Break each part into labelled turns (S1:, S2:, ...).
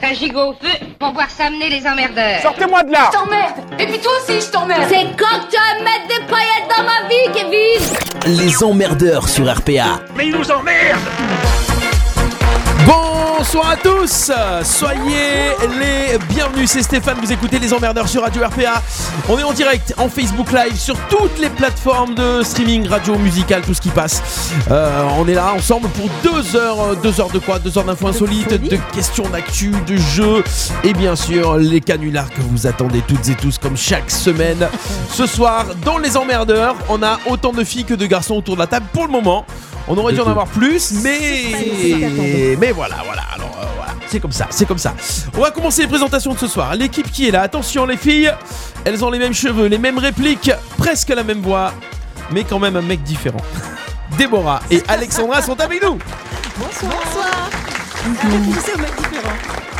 S1: un gigot au feu pour voir s'amener les emmerdeurs.
S2: Sortez-moi de là
S3: t'emmerde Et puis toi aussi, je t'emmerde
S4: C'est quand que tu vas mettre des paillettes dans ma vie, Kevin
S5: Les emmerdeurs sur RPA.
S2: Mais il nous emmerde
S6: Bonsoir à tous, soyez les bienvenus, c'est Stéphane, vous écoutez Les Emmerdeurs sur Radio RPA. On est en direct, en Facebook Live, sur toutes les plateformes de streaming, radio, musicale, tout ce qui passe. Euh, on est là ensemble pour deux heures, euh, deux heures de quoi Deux heures d'infos insolites, de questions d'actu, de jeux et bien sûr les canulars que vous attendez toutes et tous comme chaque semaine. Ce soir, dans Les Emmerdeurs, on a autant de filles que de garçons autour de la table pour le moment. On aurait dû en avoir plus, mais mais voilà, voilà. Alors euh, voilà, c'est comme ça, c'est comme ça. On va commencer les présentations de ce soir. L'équipe qui est là, attention les filles, elles ont les mêmes cheveux, les mêmes répliques, presque la même voix, mais quand même un mec différent. Déborah et Alexandra sont avec nous.
S7: Bonsoir. Ah, Bonsoir. c'est un mec différent.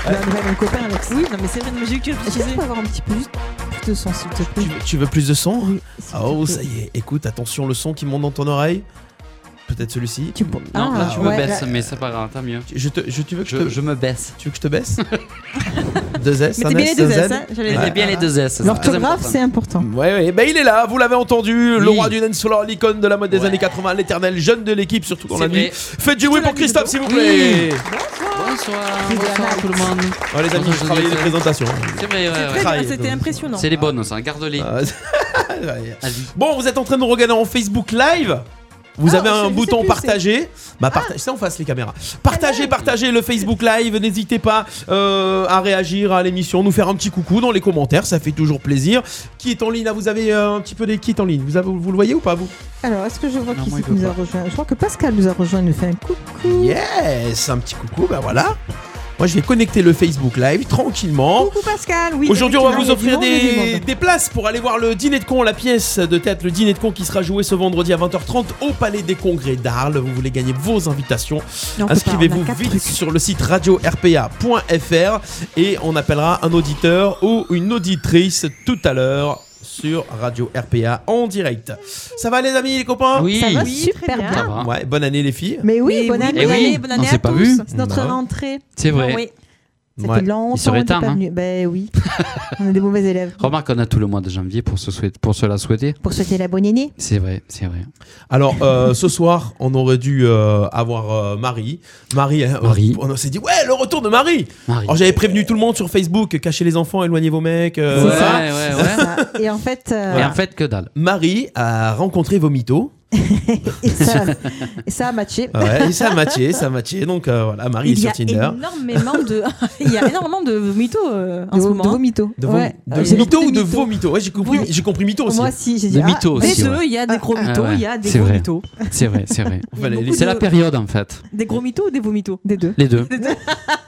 S6: Ouais.
S7: Non, mais ouais, mon copain Alex. Oui, non, mais c'est vrai, non, mais j'ai eu que à
S4: Est-ce qu'on
S7: préciser.
S4: peut avoir un petit peu juste plus de sens, s'il te
S6: Tu
S4: plaît
S6: veux, tu veux plus de son
S4: Oui, s'il te
S6: Oh,
S4: plaît.
S6: ça y est, écoute, attention le son qui monte dans ton oreille. Peut-être celui-ci.
S4: Tu peux-
S8: Non, là,
S4: Ah,
S8: je me
S4: ouais,
S8: baisse,
S4: là-
S8: mais c'est pas grave, tant mieux.
S6: Je te, je, tu veux que je,
S8: Je,
S6: te,
S8: je me baisse.
S6: tu veux que je te baisse Deux S,
S7: Mais
S6: un
S7: t'es bien les
S6: S,
S7: deux
S6: un
S7: S,
S6: Z.
S7: hein J'allais
S8: J'ai
S7: dire.
S8: bien les deux S. ça,
S4: L'orthographe,
S8: très
S4: c'est
S8: important.
S4: important.
S6: Ouais, ouais, bah il est là, vous l'avez entendu, le
S8: Oui.
S6: roi du dance floor, l'icône de la mode des
S8: Ouais.
S6: années 80, l'éternel jeune de l'équipe, surtout dans
S8: C'est
S6: la nuit.
S8: vrai.
S6: Faites du bruit pour Christophe, s'il vous plaît!
S8: Oui. Bonsoir,
S4: C'est
S8: bonsoir
S4: Alex.
S8: tout le monde.
S6: Ouais, les amis,
S8: Bonjour,
S6: je travaille les
S8: Juliette.
S6: présentations.
S8: C'est vrai, ouais, ouais.
S7: Très bien,
S6: Trahi,
S7: C'était
S6: donc.
S7: impressionnant.
S8: C'est les bonnes, ça. Garde-les. Ah
S6: Euh,
S8: Vas-y.
S6: Bon, vous êtes en train de nous regarder en Facebook Live. Vous
S7: Ah,
S6: avez
S7: je- je
S6: un
S7: sais
S6: bouton
S7: plus,
S6: partager. Bah,
S8: Ah.
S6: partage, c'est en face les caméras. Partagez, partagez le Facebook Live. N'hésitez pas euh, à réagir à l'émission, nous faire un petit coucou dans les commentaires, ça fait toujours plaisir. Qui est en ligne là Vous avez euh, un petit peu des qui est en ligne. Vous, avez- vous le voyez ou pas vous
S4: Alors, est-ce que je vois
S8: Non,
S4: qui
S8: moi,
S4: c'est
S8: il
S4: qui
S8: veut
S4: nous a
S8: pas.
S4: rejoint Je crois que Pascal nous a rejoint, il nous fait un coucou.
S6: Yes, un petit coucou. Bah voilà. Moi, je vais connecter le Facebook Live tranquillement.
S7: Coucou Pascal, oui.
S6: Aujourd'hui, on va vous
S4: il y a du
S6: offrir
S4: monde, il y a du
S6: des,
S4: monde.
S6: des places pour aller voir le dîner de con, la pièce de théâtre, le dîner de con qui sera joué ce vendredi à 20h30 au Palais des Congrès d'Arles. Vous voulez gagner vos invitations
S7: Non, on peut pas, on
S6: Inscrivez-vous
S7: a quatre
S6: vite
S7: trucs.
S6: sur le site radio-rpa.fr et on appellera un auditeur ou une auditrice tout à l'heure sur Radio RPA en direct. Ça va les amis, les copains
S8: Oui,
S4: Ça va
S7: Oui,
S4: super
S7: très bien.
S8: ça
S4: bien.
S8: va.
S6: Ouais, bonne année les filles.
S4: Mais oui,
S7: Oui,
S4: bonne année.
S8: Eh oui,
S7: bonne année
S8: on s'est
S7: à
S8: pas
S7: tous.
S8: vu.
S7: C'est notre
S6: Non.
S7: rentrée.
S8: C'est vrai.
S7: Ah Oui.
S4: Ça
S6: Ouais.
S4: fait longtemps
S8: Il serait
S4: qu'on est
S8: tard,
S4: pas
S8: hein.
S4: venu. Ben oui, on est des mauvais élèves.
S8: Remarque, on a tout le mois de janvier pour, se souhaiter, pour se la souhaiter.
S4: Pour souhaiter la bonne année.
S8: C'est vrai, c'est vrai.
S6: Alors euh, ce soir, on aurait dû euh, avoir euh, Marie. Marie, hein,
S8: Marie.
S6: on s'est dit ouais, le retour de Marie.
S8: Marie.
S7: Oh,
S6: Alors j'avais prévenu tout le monde sur Facebook, cachez les enfants, éloignez vos mecs. euh,
S8: ouais,
S6: ça.
S8: ouais, ouais.
S4: Ça. Et en fait, euh,
S8: Et en fait, que dalle.
S6: Marie a rencontré Vomito.
S4: et ça, et ça a matché.
S6: Ouais, et ça a matché, ça a matché. Donc euh, voilà, Marie
S7: Il
S6: est
S7: y
S6: sur
S7: a
S6: Tinder.
S7: énormément de, il y a énormément de mythos euh, en
S4: de,
S7: ce
S4: de
S7: moment.
S4: vomito.
S6: De, vom-
S4: Ouais.
S6: de
S4: Euh, j'ai
S6: vomito
S4: beaucoup
S6: ou de
S4: mythos.
S6: vomito Ouais, j'ai compris,
S4: Oui.
S6: j'ai compris mytho aussi.
S4: Moi aussi, j'ai dit.
S8: De
S4: ah,
S8: mytho
S4: mais
S7: Des
S8: aussi.
S4: je-
S8: ouais.
S7: deux, il y a des gros
S8: Ah
S7: mythos,
S8: ouais,
S7: il y a des
S8: c'est
S7: gros
S8: vrai.
S7: mythos.
S8: C'est vrai, c'est vrai.
S6: Enfin, les-
S7: beaucoup
S8: C'est la
S7: de-
S8: période en fait.
S7: Des gros mythos ou des gros mythos
S4: Des deux.
S8: Les deux.
S7: Les deux.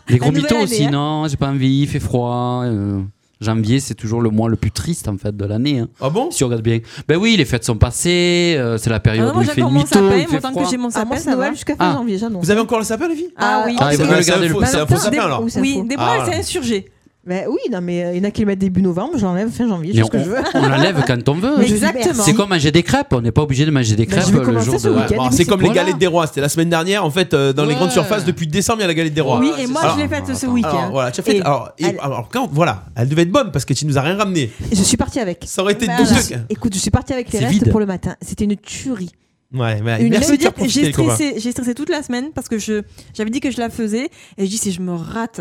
S8: Les gros
S7: La nouvelle
S8: mythos aussi,
S7: année, hein.
S8: non, j'ai pas envie, il fait froid. euh, Janvier, c'est toujours le mois le plus triste en fait de l'année. hein.
S6: Ah bon
S8: Si on regarde bien. Ben oui, les fêtes sont passées, euh, c'est la période
S7: Ah non, moi
S8: où il fait
S7: j'attends mon
S8: mytho,
S7: sapin,
S8: il fait
S7: mon temps
S8: froid.
S7: que j'ai mon
S4: Ah,
S7: sapin,
S4: moi, c'est
S7: ça va.
S4: Noël jusqu'à fin
S8: Ah.
S4: janvier, j'annonce.
S6: Vous avez encore le sapin, les filles
S7: Ah oui.
S8: Ah,
S6: c'est
S8: ils veulent
S6: un-
S8: le
S6: c'est un
S8: garder le
S6: faux-
S8: plus
S6: c'est un
S7: longtemps.
S6: faux sapin alors.
S4: Ou c'est un
S7: Oui,
S4: faux.
S7: des fois,
S6: Ah.
S7: c'est insurgé.
S4: Ben oui, non, mais il y en a qui le mettent début novembre, je l'enlève fin janvier, je
S8: Mais
S4: fais ce que je veux.
S8: on on l'enlève quand on veut.
S7: Mais
S4: je-
S7: Exactement.
S8: C'est comme manger des crêpes, on n'est pas obligé de manger des
S4: Ben,
S8: crêpes
S4: je vais
S8: le
S4: commencer
S8: jour
S4: ce
S8: de.
S4: week-end.
S6: Alors,
S4: mais
S6: c'est
S4: c'est-
S6: comme les
S8: voilà.
S6: galettes des rois, c'était la semaine dernière en fait euh, dans les
S8: Ouais.
S6: grandes surfaces depuis décembre il y a la galette des rois.
S7: Oui,
S8: Ah,
S7: et
S8: c'est
S7: moi
S6: ça.
S7: je l'ai faite ce
S8: Alors,
S7: week-end.
S6: Alors voilà, tu as fait.
S7: hein. Et-
S6: Alors, et-
S4: elle-
S6: alors, quand voilà, elle devait être bonne parce que tu nous as rien ramené.
S4: Je suis partie avec.
S6: Ça aurait été
S7: Ben
S6: deux
S7: alors.
S6: trucs.
S4: Écoute, je suis partie avec les
S8: C'est
S4: restes
S8: vide.
S4: pour le matin. C'était une tuerie.
S6: Ouais, mais
S4: Une
S6: merci
S7: Je veux
S6: de
S7: dire,
S6: faire
S7: que
S6: profiter
S7: j'ai
S6: les copains.
S7: stressé, j'ai stressé toute la semaine parce que je, j'avais dit que je la faisais et je dis si je me rate,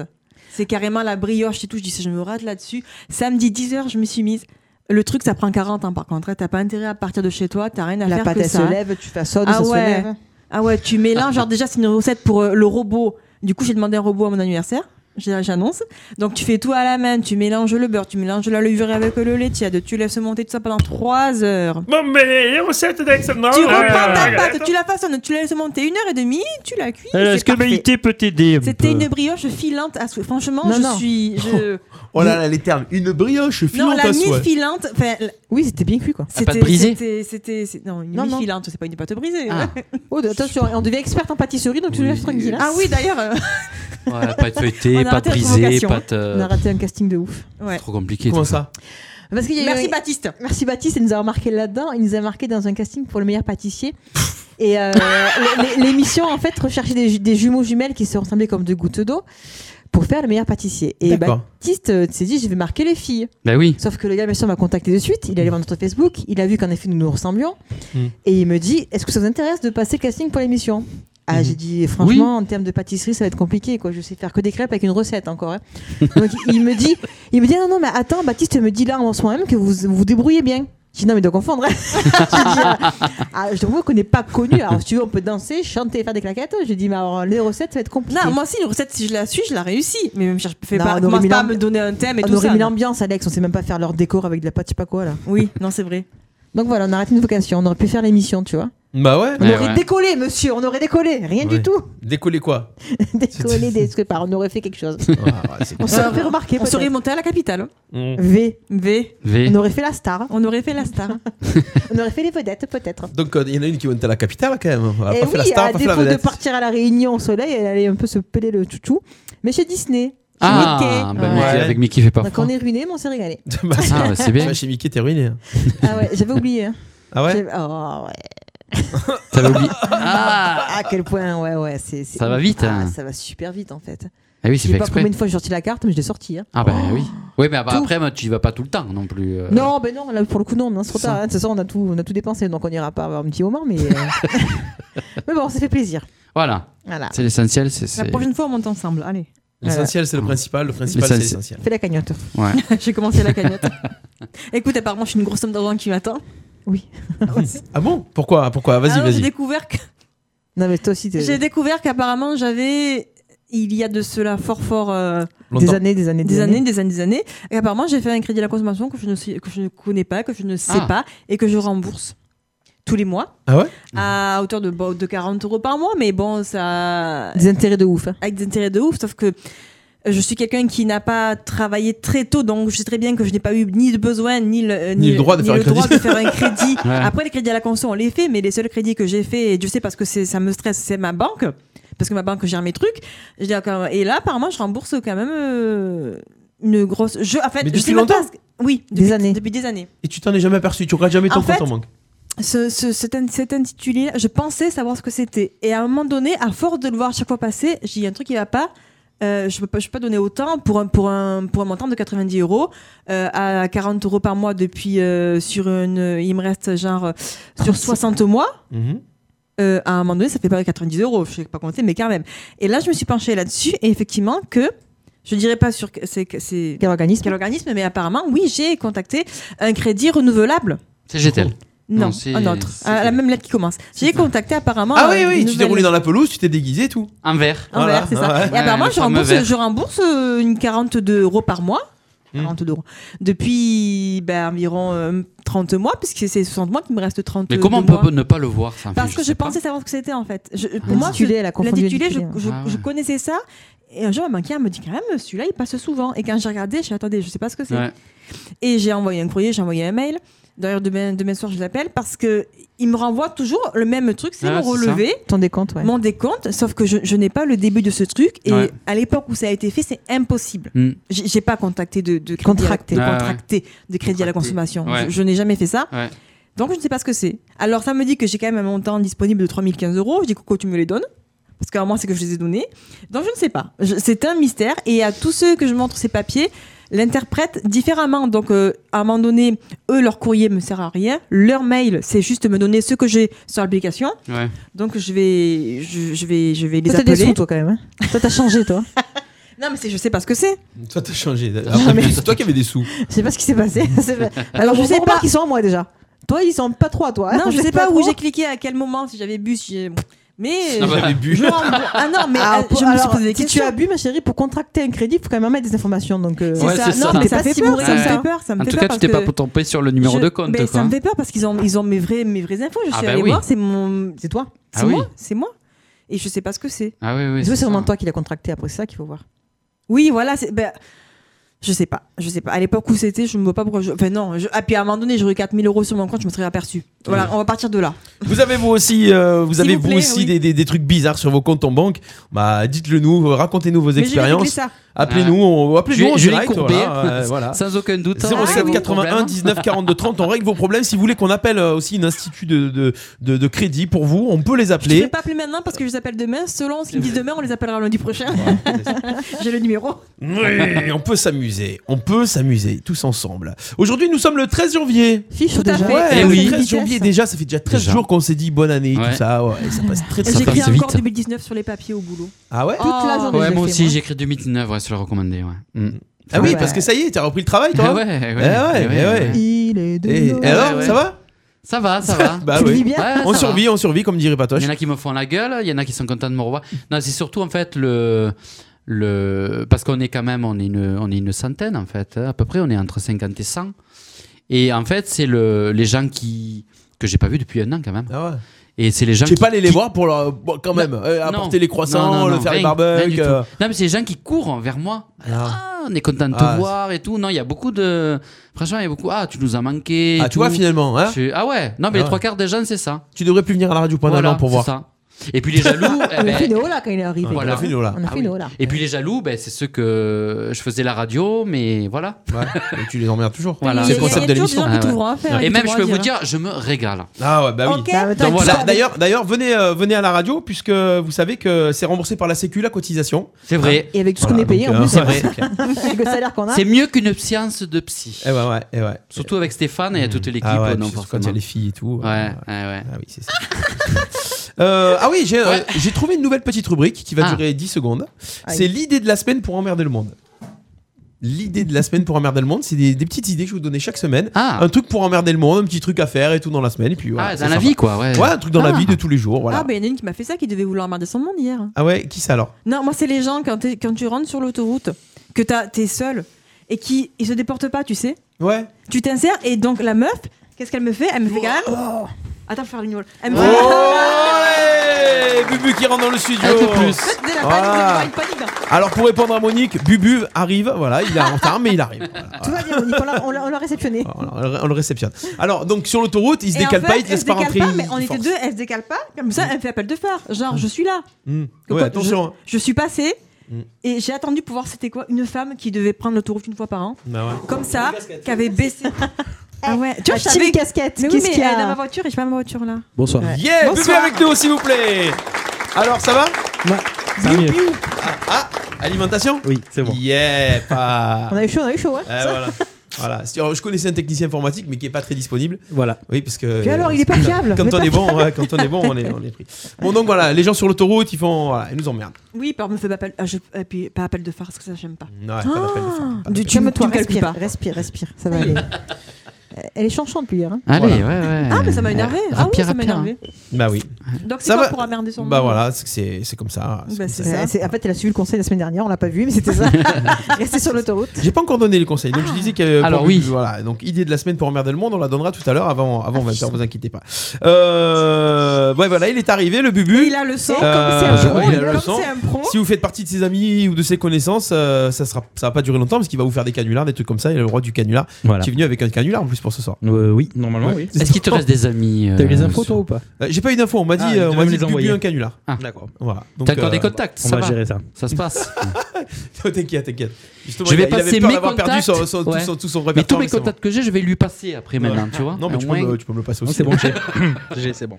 S7: c'est carrément la brioche et tout. Je dis si je me rate là-dessus. Samedi 10h, je me suis mise. Le truc, ça prend 40 ans par contre. hein. T'as pas intérêt à partir de chez toi, t'as rien à
S4: La
S7: faire
S4: pâte,
S7: que
S4: elle
S7: ça.
S4: se lève, tu fais ça,
S7: Ah
S4: ça se
S7: ouais.
S4: lève.
S7: Ah ouais, tu mélanges. Genre déjà, c'est une recette pour euh, le robot. Du coup, j'ai demandé un robot à mon anniversaire. J'ai- J'annonce. Donc, tu fais tout à la main. Tu mélanges le beurre, tu mélanges la levure avec le lait tiède. Tu laisses monter tout ça pendant 3 heures.
S2: Bon, mais on sait tout
S9: Oh
S7: Tu reprends
S2: Euh,
S7: ta pâte, tu la façonnes, tu la laisses monter une heure et demie, tu la cuis. c'est parfait.
S8: peut t'aider
S7: C'était une brioche filante à souhait. Franchement,
S4: Non,
S7: je
S4: non.
S7: suis. Je...
S6: Oh là là, les termes. Une brioche
S7: non,
S6: filante
S7: la
S6: à
S7: mie
S6: souhait.
S7: filante. enfin, la-
S4: Oui, c'était bien cuit, quoi.
S8: La pâte
S7: c'était-
S8: brisée
S7: c'était- C'était. c'est- Non, une
S4: Non,
S7: mie
S4: non.
S7: filante, c'est pas une pâte brisée.
S8: Ah,
S4: Oh, attention, on devient experte en pâtisserie, donc tu nous
S8: Oui.
S4: laisses tranquille. hein.
S7: Ah oui, d'ailleurs. euh,
S8: ouais, pâte
S7: On a
S8: feuilletée, pâte
S7: raté notre
S8: brisée,
S7: vocation.
S8: pâte. euh,
S4: On a raté un casting de ouf.
S7: Ouais.
S8: Trop compliqué.
S6: Comment
S8: tout
S6: ça
S4: Parce qu'il y a eu-
S7: Merci, Baptiste.
S4: Merci Baptiste, il nous a remarqué là-dedans. Il nous a marqué dans un casting pour le meilleur pâtissier. Et euh, l- l- l'émission, en fait, recherchait des, ju- des jumeaux jumelles qui se ressemblaient comme deux gouttes d'eau pour faire le meilleur pâtissier. Et
S6: D'accord.
S4: Baptiste euh, s'est dit, je vais marquer les filles.
S8: Bah oui.
S4: Sauf que le gars, bien sûr, m'a contacté de suite. Il allait voir notre Facebook. Il a vu qu'en effet, nous nous ressemblions.
S7: Hmm.
S6: Mm.
S4: Et il me dit Est-ce que ça vous intéresse de passer le casting pour l'émission ah,
S6: Mhm.
S7: Hmm.
S4: j'ai dit, franchement, en termes de pâtisserie, ça va être compliqué, quoi. Je sais faire que des crêpes avec une recette encore. hein. Donc, il me dit, il me dit, non, non, mais attends, Baptiste me dit là, en ce moment même, que vous vous vous débrouillez bien. J'ai dit, non, mais de confondre. hein. J'ai dit, ah, ah, je te vois qu'on n'est pas connu. Alors, si tu veux, on peut danser, chanter, faire des claquettes. J'ai dit, mais alors, les recettes, ça va être compliqué.
S7: Non, moi aussi, une recette, si je la suis, je la réussis. Mais même, je fais
S4: Non, on
S7: pas, commence
S4: aurait mis
S7: pas à
S4: l'ambi-
S7: me donner un thème et
S4: on
S7: tout
S4: aurait
S7: ça.
S4: mis
S7: non.
S4: l'ambiance, Alex. On sait même pas faire leur décor avec de la pâte, je sais pas quoi, là.
S7: Oui, non, c'est vrai.
S4: Donc voilà, on a raté une vocation. On aurait pu faire l'émission, tu vois.
S6: Bah ouais.
S4: On
S8: Ouais,
S4: aurait
S8: ouais.
S4: décollé, monsieur, on aurait décollé, rien
S6: Ouais.
S4: du tout.
S6: Décoller quoi
S4: décollé des trucs, par- on aurait fait quelque chose.
S6: Ah, ouais, c'est-
S4: On
S7: Euh,
S4: serait fait remarquer,
S7: On serait
S4: peut-être.
S7: monté à la capitale.
S6: Mm.
S4: V,
S7: V.
S8: V.
S4: on aurait fait la star,
S7: On aurait fait la star.
S4: on aurait fait les vedettes, peut-être.
S6: Donc euh, il y en a une qui monte à la capitale quand même. On a
S7: Eh
S4: Et
S6: pas
S4: oui,
S6: fait la star,
S4: à
S6: pas fait la
S4: défaut de
S6: vedette.
S4: partir à la Réunion au soleil, elle allait un peu se peler le chouchou, mais chez Disney. Chez
S8: Ah,
S4: Mickey.
S8: bah,
S6: Ouais.
S8: Mickey, avec Mickey fait pas
S4: Donc
S8: froid.
S4: on est ruiné, mais on s'est régalé.
S6: Bah, c'est-
S8: Ah, bah, c'est
S6: Tu
S8: bien.
S6: vas chez Mickey, t'es ruiné. hein.
S4: Ah ouais, j'avais oublié. hein.
S6: Ah ouais
S4: J'avais- Oh, ouais.
S8: T'avais oublié. Ah,
S4: À quel point, ouais, ouais, c'est. c'est
S8: Ça va
S4: ouf.
S8: vite,
S4: Ah,
S8: hein.
S4: ça va super vite en fait.
S8: Ah oui,
S4: Je
S8: c'est
S4: sais
S8: fait
S4: pas
S8: exprès.
S4: combien de fois j'ai sorti la carte, mais je l'ai sortie. hein.
S8: Ah bah oui. Oui, mais bah,
S4: Tout.
S8: après, moi, tu y vas pas tout le temps non plus. euh.
S4: Non, ben non, là pour le coup non, non, c'est trop
S8: Ça.
S4: tard. hein. De toute façon, on a tout, on a tout dépensé, donc on n'ira pas avoir un petit moment, mais. euh, mais bon, ça fait plaisir.
S8: Voilà,
S4: Voilà.
S8: c'est l'essentiel. c'est-
S7: La
S8: c'est-
S7: prochaine fois, on monte ensemble. Allez.
S6: L'essentiel c'est le principal, le principal c'est
S8: L'essentiel.
S6: l'essentiel.
S4: Fais la cagnotte.
S8: Ouais.
S7: J'ai commencé la cagnotte. Écoute, apparemment, je suis une grosse somme d'argent qui m'attend.
S4: Oui.
S6: Ah bon Pourquoi Pourquoi
S7: Ah
S6: Vas-y,
S7: non, J'ai
S6: vas-y.
S7: découvert que-
S4: Non, mais toi aussi, t'es-
S7: j'ai découvert qu'apparemment, j'avais, il y a de cela fort, fort, euh,
S4: des
S6: Longtemps.
S4: années, des années,
S7: des années, des années, des années. Et apparemment, j'ai fait un crédit à la consommation que je ne, sais- que je ne connais pas, que je ne sais
S8: Ah.
S7: pas et que je rembourse tous les mois
S6: Ah ouais
S7: à hauteur de, bon, de 40 euros par mois. Mais bon, ça.
S4: Des intérêts de ouf. hein.
S7: avec des intérêts de ouf, sauf que je suis quelqu'un qui n'a pas travaillé très tôt, donc je sais très bien que je n'ai pas eu ni le besoin, ni le, euh,
S6: Ni le droit de faire un
S7: le droit de faire un crédit.
S8: Ouais.
S7: Après, les crédits à la conso, on les fait, mais les seuls crédits que j'ai fait, et Dieu sait parce que c'est- ça me stresse, c'est ma banque, parce que ma banque gère mes trucs. Je dis, encore, et là, apparemment, je rembourse quand même euh, une grosse. Je, en fait,
S6: Mais
S7: je
S6: depuis
S7: sais même pas
S6: longtemps
S7: ce que- Oui,
S4: Des
S7: depuis
S4: années.
S7: Depuis des années.
S6: Et tu t'en es jamais aperçu, tu regardes jamais ton
S7: En fait-
S6: compte en banque.
S7: Ce, ce- cet, in- cet intitulé, je pensais savoir ce que c'était. Et à un moment donné, à force de le voir chaque fois passer, j'ai dit, il y a un truc qui va pas. Euh, je peux pas, je peux pas donner autant pour un, pour un, pour un montant de 90 euros euh, à 40 euros par mois depuis euh, sur une, il me reste genre euh, sur 60 mois.
S6: Mhm.
S7: Euh, à un moment donné, ça fait pas 90 euros, je sais pas compter, mais quand même. Et là, je me suis penchée là-dessus et effectivement que je dirais pas sur que- c'est que- c'est
S4: Quel organisme
S7: quel organisme, mais apparemment, oui, j'ai contacté un crédit renouvelable.
S8: C'est GTL.
S7: Non,
S8: Non, c'est-
S7: un autre.
S8: c'est-
S7: À la même lettre qui commence. J'ai contacté apparemment.
S6: Ah
S7: euh,
S6: oui,
S7: une
S6: oui, tu t'es
S7: nouvelle-
S6: roulé dans la pelouse, tu t'es déguisé et tout.
S8: Un verre.
S7: Un
S6: Voilà,
S7: verre, c'est ça.
S6: ouais.
S7: Et apparemment,
S8: Ouais, le
S7: je
S8: fameux
S7: rembourse,
S8: verre.
S7: je rembourse euh, une 42 euros par mois.
S6: Hmm.
S7: 42 euros. Depuis ben, environ euh, 30 mois, puisque c'est 60 mois qu'il me reste 30
S8: Mais comment on
S7: mois.
S8: peut ne pas le voir ça en fait,
S7: Parce que je
S8: sais pas.
S7: pensais savoir ce que c'était en fait. Je- pour moi,
S4: L'intitulé, elle a
S7: je-
S4: confondu.
S7: l'intitulé, je,
S4: l'intitulé,
S7: je-
S8: Ah ouais.
S7: je connaissais ça. Et un jour, ma banquière me dit quand même, celui-là, il passe souvent. Et quand j'ai regardé, j'ai dit, attendez, je sais pas ce que c'est.
S8: Ouais.
S7: Et j'ai envoyé un courrier, j'ai envoyé un mail. D'ailleurs, demain, demain soir, je l'appelle parce que il me renvoie toujours le même truc, c'est
S8: Ah,
S7: mon
S8: c'est
S7: relevé,
S4: ouais. T'en décomptes, ouais.
S7: mon décompte, sauf que je, je n'ai pas le début de ce truc. Et
S8: Ouais.
S7: à l'époque où ça a été fait, c'est impossible.
S8: Hmm.
S7: J'ai j'ai pas contacté de, de crédit
S4: Contracté.
S7: à,
S8: Ah ouais.
S7: contracté de crédit à la
S8: Contracté.
S7: consommation.
S8: Ouais.
S7: Je, je n'ai jamais fait ça.
S8: Ouais.
S7: Donc je ne sais pas ce que c'est. Alors ça me dit que j'ai quand même un montant disponible de 3015 euros. Je dis Coco, tu me les donnes Parce qu'à moi, c'est que je les ai donnés. Donc je ne sais pas. Je- C'est un mystère. Et à tous ceux que je montre ces papiers, l'interprètent différemment. Donc euh, à un moment donné, eux, leur courrier me sert à rien. Leur mail, c'est juste me donner ce que j'ai sur l'application.
S8: Ouais.
S7: Donc je vais, je, je vais, je vais les
S4: Toi, t'as des sous,
S7: appeler.
S4: toi, quand même. hein. toi, t'as changé, toi.
S7: Non, mais c'est- je sais pas ce que c'est.
S6: Toi, t'as changé. Après,
S4: mais-
S6: C'est toi qui avais des sous.
S4: Je sais pas ce qui s'est passé. C'est pas-
S7: Alors,
S4: Alors,
S7: je
S4: je
S7: sais
S4: sais
S7: pas.
S4: pas qu'ils sont à moi déjà. Toi, ils sont pas trop à toi. hein.
S7: Non, je sais pas où
S4: trop.
S7: j'ai cliqué, à quel moment, si j'avais bu, si j'ai- Mais.
S6: Ah bah, J'avais bu.
S7: je rembourse- Ah non, mais
S4: Ah,
S7: euh,
S4: pour-
S7: je me suis
S4: alors,
S7: posé des
S4: si tu
S7: questions.
S4: as bu, ma chérie, pour contracter un crédit, faut quand même en mettre des informations. Donc, euh,
S7: C'est
S8: Ouais,
S7: ça.
S8: c'est
S7: Non,
S8: ça.
S7: mais
S4: T'es
S7: ça
S4: pas
S7: fait
S4: si
S7: peur,
S4: bourré
S7: ça me
S8: comme
S7: fait
S8: ça.
S7: peur, ça me
S8: En
S7: fait
S8: tout
S7: peur.
S8: cas, tu t'es pas
S7: parce que
S8: trompé sur le numéro
S7: je-
S8: de compte.
S7: Mais
S8: quoi. hein.
S7: ça me fait peur parce qu'ils ont, ils ont mes vrais, mes vraies infos. Je
S8: Ah
S7: suis
S8: bah
S7: allée
S8: oui.
S7: voir, c'est mon, c'est
S4: toi
S8: Ah
S7: c'est
S8: oui.
S7: moi, c'est moi. Et je sais pas ce que c'est.
S8: Ah oui, oui.
S4: c'est
S8: ça.
S4: sûrement toi qui l'as contracté après, c'est ça qu'il faut voir.
S7: Oui, voilà, c'est, ben, je sais pas, je sais pas. À l'époque où c'était, je me vois pas pourquoi je, enfin non, je, ah, puis à un moment donné, j'aurais 4000 euros sur mon compte, je me serais aperçu. Voilà, on va partir de là.
S6: Vous avez vous aussi, euh, vous
S7: S'il
S6: avez
S7: vous
S6: vous,
S7: plaît,
S6: aussi
S7: oui.
S6: des, des- des trucs bizarres sur vos comptes en banque. Bah, dites-le nous, euh, racontez-nous vos
S7: Mais j'ai réglé
S6: expériences.
S7: ça.
S6: Appelez-nous, on- appelez-nous en
S8: Julien
S6: direct.
S8: Courbet,
S6: Voilà, euh, voilà.
S8: sans aucun doute. hein. Ah
S6: 07 81
S8: problème.
S6: 19 42 30 on règle vos problèmes si vous voulez qu'on appelle euh, aussi une institut de, de, de- de crédit pour vous on peut les
S7: Je ne vais
S6: appeler
S7: pas appeler maintenant parce que je les appelle demain. Selon ce qu'ils me disent demain, on les appellera lundi prochain. J'ai le numéro.
S6: oui, on peut s'amuser on peut s'amuser tous ensemble aujourd'hui nous sommes le 13 janvier
S4: Fiche
S7: Tout à
S4: déjà.
S7: fait.
S6: Ouais,
S7: Eh
S6: le
S7: oui.
S6: 13 janvier déjà ça fait déjà 13
S8: Déjà.
S6: jours qu'on s'est dit bonne année tout
S8: Ouais.
S6: ça ouais, ça passe très très
S8: Ça
S7: J'écris
S8: passe
S7: encore
S8: vite.
S7: 2019 sur les papiers au boulot.
S6: ah ouais
S4: Toute la
S7: Oh.
S4: journée.
S8: Ouais,
S4: je l'ai
S8: moi
S4: fait,
S8: aussi, j'ai écrit 2019, ouais, sur le recommandé, ouais. Mm.
S6: ah oui
S4: Ouais.
S6: parce que ça y est t'as repris le travail toi
S8: Ah ouais, ouais,
S6: ouais, eh ouais.
S4: Il est de
S6: et,
S4: nos-
S6: et alors
S8: Ouais, ouais.
S6: ça va
S8: Ça va, ça va.
S6: bah
S4: Tu le
S6: oui.
S4: vis bien
S8: Ouais,
S6: on
S8: ça va.
S6: survit on survit comme dirait
S8: Il
S6: Patoche
S8: y en a qui me font la gueule, il y en a qui sont contents de me revoir. Non, c'est surtout en fait le. le parce qu'on est quand même, on est, une, on est une centaine en fait, hein, à peu près, on est entre 50 et 100. Et en fait, c'est le, les gens qui. que j'ai pas vu depuis un an quand même.
S6: ah ouais.
S8: Et c'est les gens
S6: Je sais
S8: qui.
S6: pas aller les voir pour leur bon, quand même euh,
S8: Non.
S6: apporter les croissants,
S8: Non, non,
S6: le
S8: non,
S6: faire les
S8: rien, rien du
S6: barbecues.
S8: tout.
S6: euh,
S8: Non, mais c'est les gens qui courent vers moi. Ah, on est content de te
S6: Ah,
S8: voir et tout. Non, il y a beaucoup de. Franchement, il y a beaucoup. Ah, tu nous as manqué. et
S6: Ah, tu vois
S8: tout.
S6: finalement, hein
S8: Je suis- Ah ouais, non, mais les
S6: Ah.
S8: trois quarts des gens, c'est ça.
S6: tu devrais plus venir à la radio pendant
S8: Voilà,
S6: un an pour
S8: c'est
S6: voir.
S8: ça. Et puis les jaloux. eh
S4: On a
S8: ben,
S4: fait une hola quand il est arrivé.
S8: Voilà.
S6: On a fait une hola.
S4: On a
S8: Ah
S4: fait une
S8: oui.
S4: hola.
S8: Et puis les jaloux, ben, c'est ceux que je faisais la radio, mais voilà.
S6: Ouais. Et tu les emmerdes toujours.
S8: Voilà.
S6: C'est
S7: Il y
S6: le
S7: a- il y a
S6: concept de
S7: toujours des
S6: l'émission.
S7: gens qui
S8: Ah ouais.
S7: trouveront à faire,
S8: Et
S7: qui
S8: même, je
S7: trouveront
S8: peux
S7: à hein.
S8: vous dire, je me régale.
S6: Ah ouais, bah oui.
S7: Ok.
S4: Bah, attends,
S8: Donc,
S4: tu
S8: voilà.
S4: savais-
S6: D'ailleurs, d'ailleurs, venez, euh, venez à la radio puisque vous savez que c'est remboursé par la Sécu la cotisation.
S8: C'est vrai.
S4: Et avec tout ce qu'on
S6: Voilà,
S4: est payé,
S6: donc,
S4: en
S6: euh,
S4: plus, c'est
S6: ouais.
S4: avec le salaire qu'on a.
S8: C'est mieux qu'une séance de psy.
S6: Eh ouais, ouais, eh ouais.
S8: Surtout avec Stéphane et toute l'équipe.
S6: Ah ouais,
S8: non,
S6: tu sais, quand il y a
S8: forcément.
S6: les filles et tout. euh,
S8: Ouais, ouais, ouais.
S6: Ah oui, c'est ça. Euh, ah oui, j'ai euh,
S8: Ouais.
S6: j'ai trouvé une nouvelle petite rubrique qui va
S8: Ah.
S6: durer 10 secondes. C'est l'idée de la semaine pour emmerder le monde. L'idée de la semaine pour emmerder le monde, c'est des, des petites idées que je vous donnais chaque semaine.
S8: Ah,
S6: Un truc pour emmerder le monde, un petit truc à faire et tout dans la semaine. Et puis, voilà,
S8: ah
S6: c'est
S8: dans la
S6: sympa.
S8: vie, quoi. Ouais.
S6: Ouais, un truc dans la
S8: Ah.
S6: vie de tous les jours. Voilà.
S7: Ah, ben il y en a une qui m'a fait ça, qui devait vouloir emmerder son monde hier.
S6: Ah ouais, qui ça alors
S7: Non, moi, c'est les gens, quand, t'es- quand tu rentres sur l'autoroute, que t'as- t'es seul et qui ils se déportent pas, tu sais.
S6: Ouais.
S7: Tu t'insères et donc la meuf, qu'est-ce qu'elle me fait Elle me fait quand même. Attends, je vais faire l'ignoble. Elle me
S6: Oh
S7: fait.
S6: ouais Bubu qui rentre dans le studio.
S8: Un de plus.
S7: Dès la panique,
S6: Voilà.
S7: dès la panique, panique.
S6: Alors pour répondre à Monique, Bubu arrive. Voilà, il est en retard, mais il arrive. Voilà,
S4: Tout va bien, Monique, on l'a- on l'a on l'a réceptionné.
S6: Bah, voilà, on le- on le réceptionne. Alors donc sur l'autoroute, il se
S7: Et en
S6: décale
S7: fait,
S6: pas, il te
S7: elle
S6: laisse
S7: se
S6: pas
S7: décale
S6: rentrer.
S7: pas, mais on
S6: il
S7: était
S6: force.
S7: deux, elle se décale pas. Comme ça, elle fait appel de phare. Genre, je suis là.
S6: Hmm.
S7: Comme
S6: Ouais,
S7: quoi,
S6: attention. hein.
S7: Je suis passée
S6: Mm.
S7: et j'ai attendu pour voir c'était quoi une femme qui devait prendre l'autoroute une fois par an,
S6: Bah ouais.
S7: comme ça, qui avait baissé. ah ouais, tu vois, je
S4: Achille
S7: savais.
S4: casquette,
S7: Mais oui,
S4: qu'est-ce
S7: mais
S4: qu'il y
S7: elle est dans ma
S4: a
S7: voiture et je pas ma voiture là.
S10: Bonsoir.
S4: Ouais.
S6: Yeah, Bubu
S7: Bonsoir.
S6: avec nous s'il vous plaît. Alors ça va
S10: Ça va mieux.
S6: ah, ah, alimentation
S10: Oui, c'est bon.
S6: Yeah. pas-
S4: On a eu chaud, on a eu chaud, hein.
S6: Eh, voilà. Voilà. Je connaissais un technicien informatique, mais qui est pas très disponible.
S10: Voilà.
S6: Oui, parce que.
S4: Puis alors, il est pas fiable.
S6: Quand
S4: mais
S6: on
S4: pas
S6: est bon, ouais, quand on est bon, on est, on est pris. Bon, donc voilà, les gens sur l'autoroute, ils font, voilà, ils nous emmerdent.
S7: Oui, par me fait pas appel, ah, je- et puis pas appel de phare parce que ça j'aime pas.
S6: Ouais, pas d'appel de
S4: Ah.
S6: phare, pas
S7: Du-
S6: d'appel.
S7: tu me-
S4: Calme-toi,
S7: tu me calcules
S4: respire,
S7: pas.
S4: respire, respire, ça va aller. Euh, Elle est chanchante, lui, hier. hein.
S8: Allez, ouais, ouais.
S7: Ah, mais
S6: Mm.
S7: ça m'a énervé. Ah oui,
S8: Rapide,
S7: ça m'a
S8: rapide, hein.
S7: énervé.
S6: Bah oui.
S7: Donc c'est
S6: Ça
S7: quoi
S6: va.
S7: pour emmerder son
S6: Bah
S7: monde
S6: voilà, c'est- c'est c'est comme ça. c'est
S7: Bah,
S6: comme
S7: c'est
S6: ça.
S7: ça.
S4: Euh, c'est- En fait, elle a suivi le conseil la semaine dernière, on l'a pas vu, mais c'était ça. Rester sur l'autoroute.
S6: J'ai pas encore donné les conseils, donc je disais qu'il y avait
S8: Ah. Alors
S6: pour-
S8: oui.
S6: Voilà, donc idée de la semaine pour emmerder le monde, on la donnera tout à l'heure avant,
S8: Ah,
S6: avant 20h, vous inquiétez pas. Euh, ouais, voilà, il est arrivé, le bubu.
S7: Il a le son.
S6: Euh,
S7: comme c'est un
S6: ouais,
S7: pro,
S6: il a le
S7: comme
S6: son.
S7: c'est un pro.
S6: Si vous faites partie de ses amis ou de ses connaissances, euh, ça sera, ça va pas durer longtemps parce qu'il va vous faire des canulars, des trucs comme ça. Il est le roi du canular.
S10: Voilà.
S6: Tu es venu avec un canular en plus pour ce soir. Oh,
S10: Euh, oui, normalement, oui.
S8: hein. Est-ce qu'il te reste des amis euh,
S10: T'as eu les infos,
S8: sur-
S10: toi, ou pas
S6: Euh, J'ai pas eu d'infos, on m'a dit,
S10: Ah, il
S6: euh, on
S10: devait
S6: m'a dit
S10: me les
S6: Bubu
S10: envoyer.
S6: un canular.
S8: Ah.
S6: D'accord. Voilà. Donc,
S8: T'as encore
S6: euh,
S8: des contacts,
S10: On
S8: ça
S10: va
S8: va.
S10: gérer ça.
S8: Ça se passe.
S6: T'inquiète, t'inquiète. Justement,
S8: Je vais
S6: il a- il avait
S8: passer
S6: peur
S8: mes
S6: d'avoir perdu
S8: contacts.
S6: son, son- tout
S8: Ouais.
S6: son- tout son
S8: Mais
S6: répertoire.
S8: tous mes
S6: mais c'est bon.
S8: contacts Ah, que j'ai, je vais lui passer après maintenant, tu vois.
S6: Non, mais
S8: Au
S6: tu peux,
S8: moins-
S6: me, tu peux me le passer
S10: Non,
S6: aussi.
S10: c'est bon, j'ai. J'ai, c'est bon.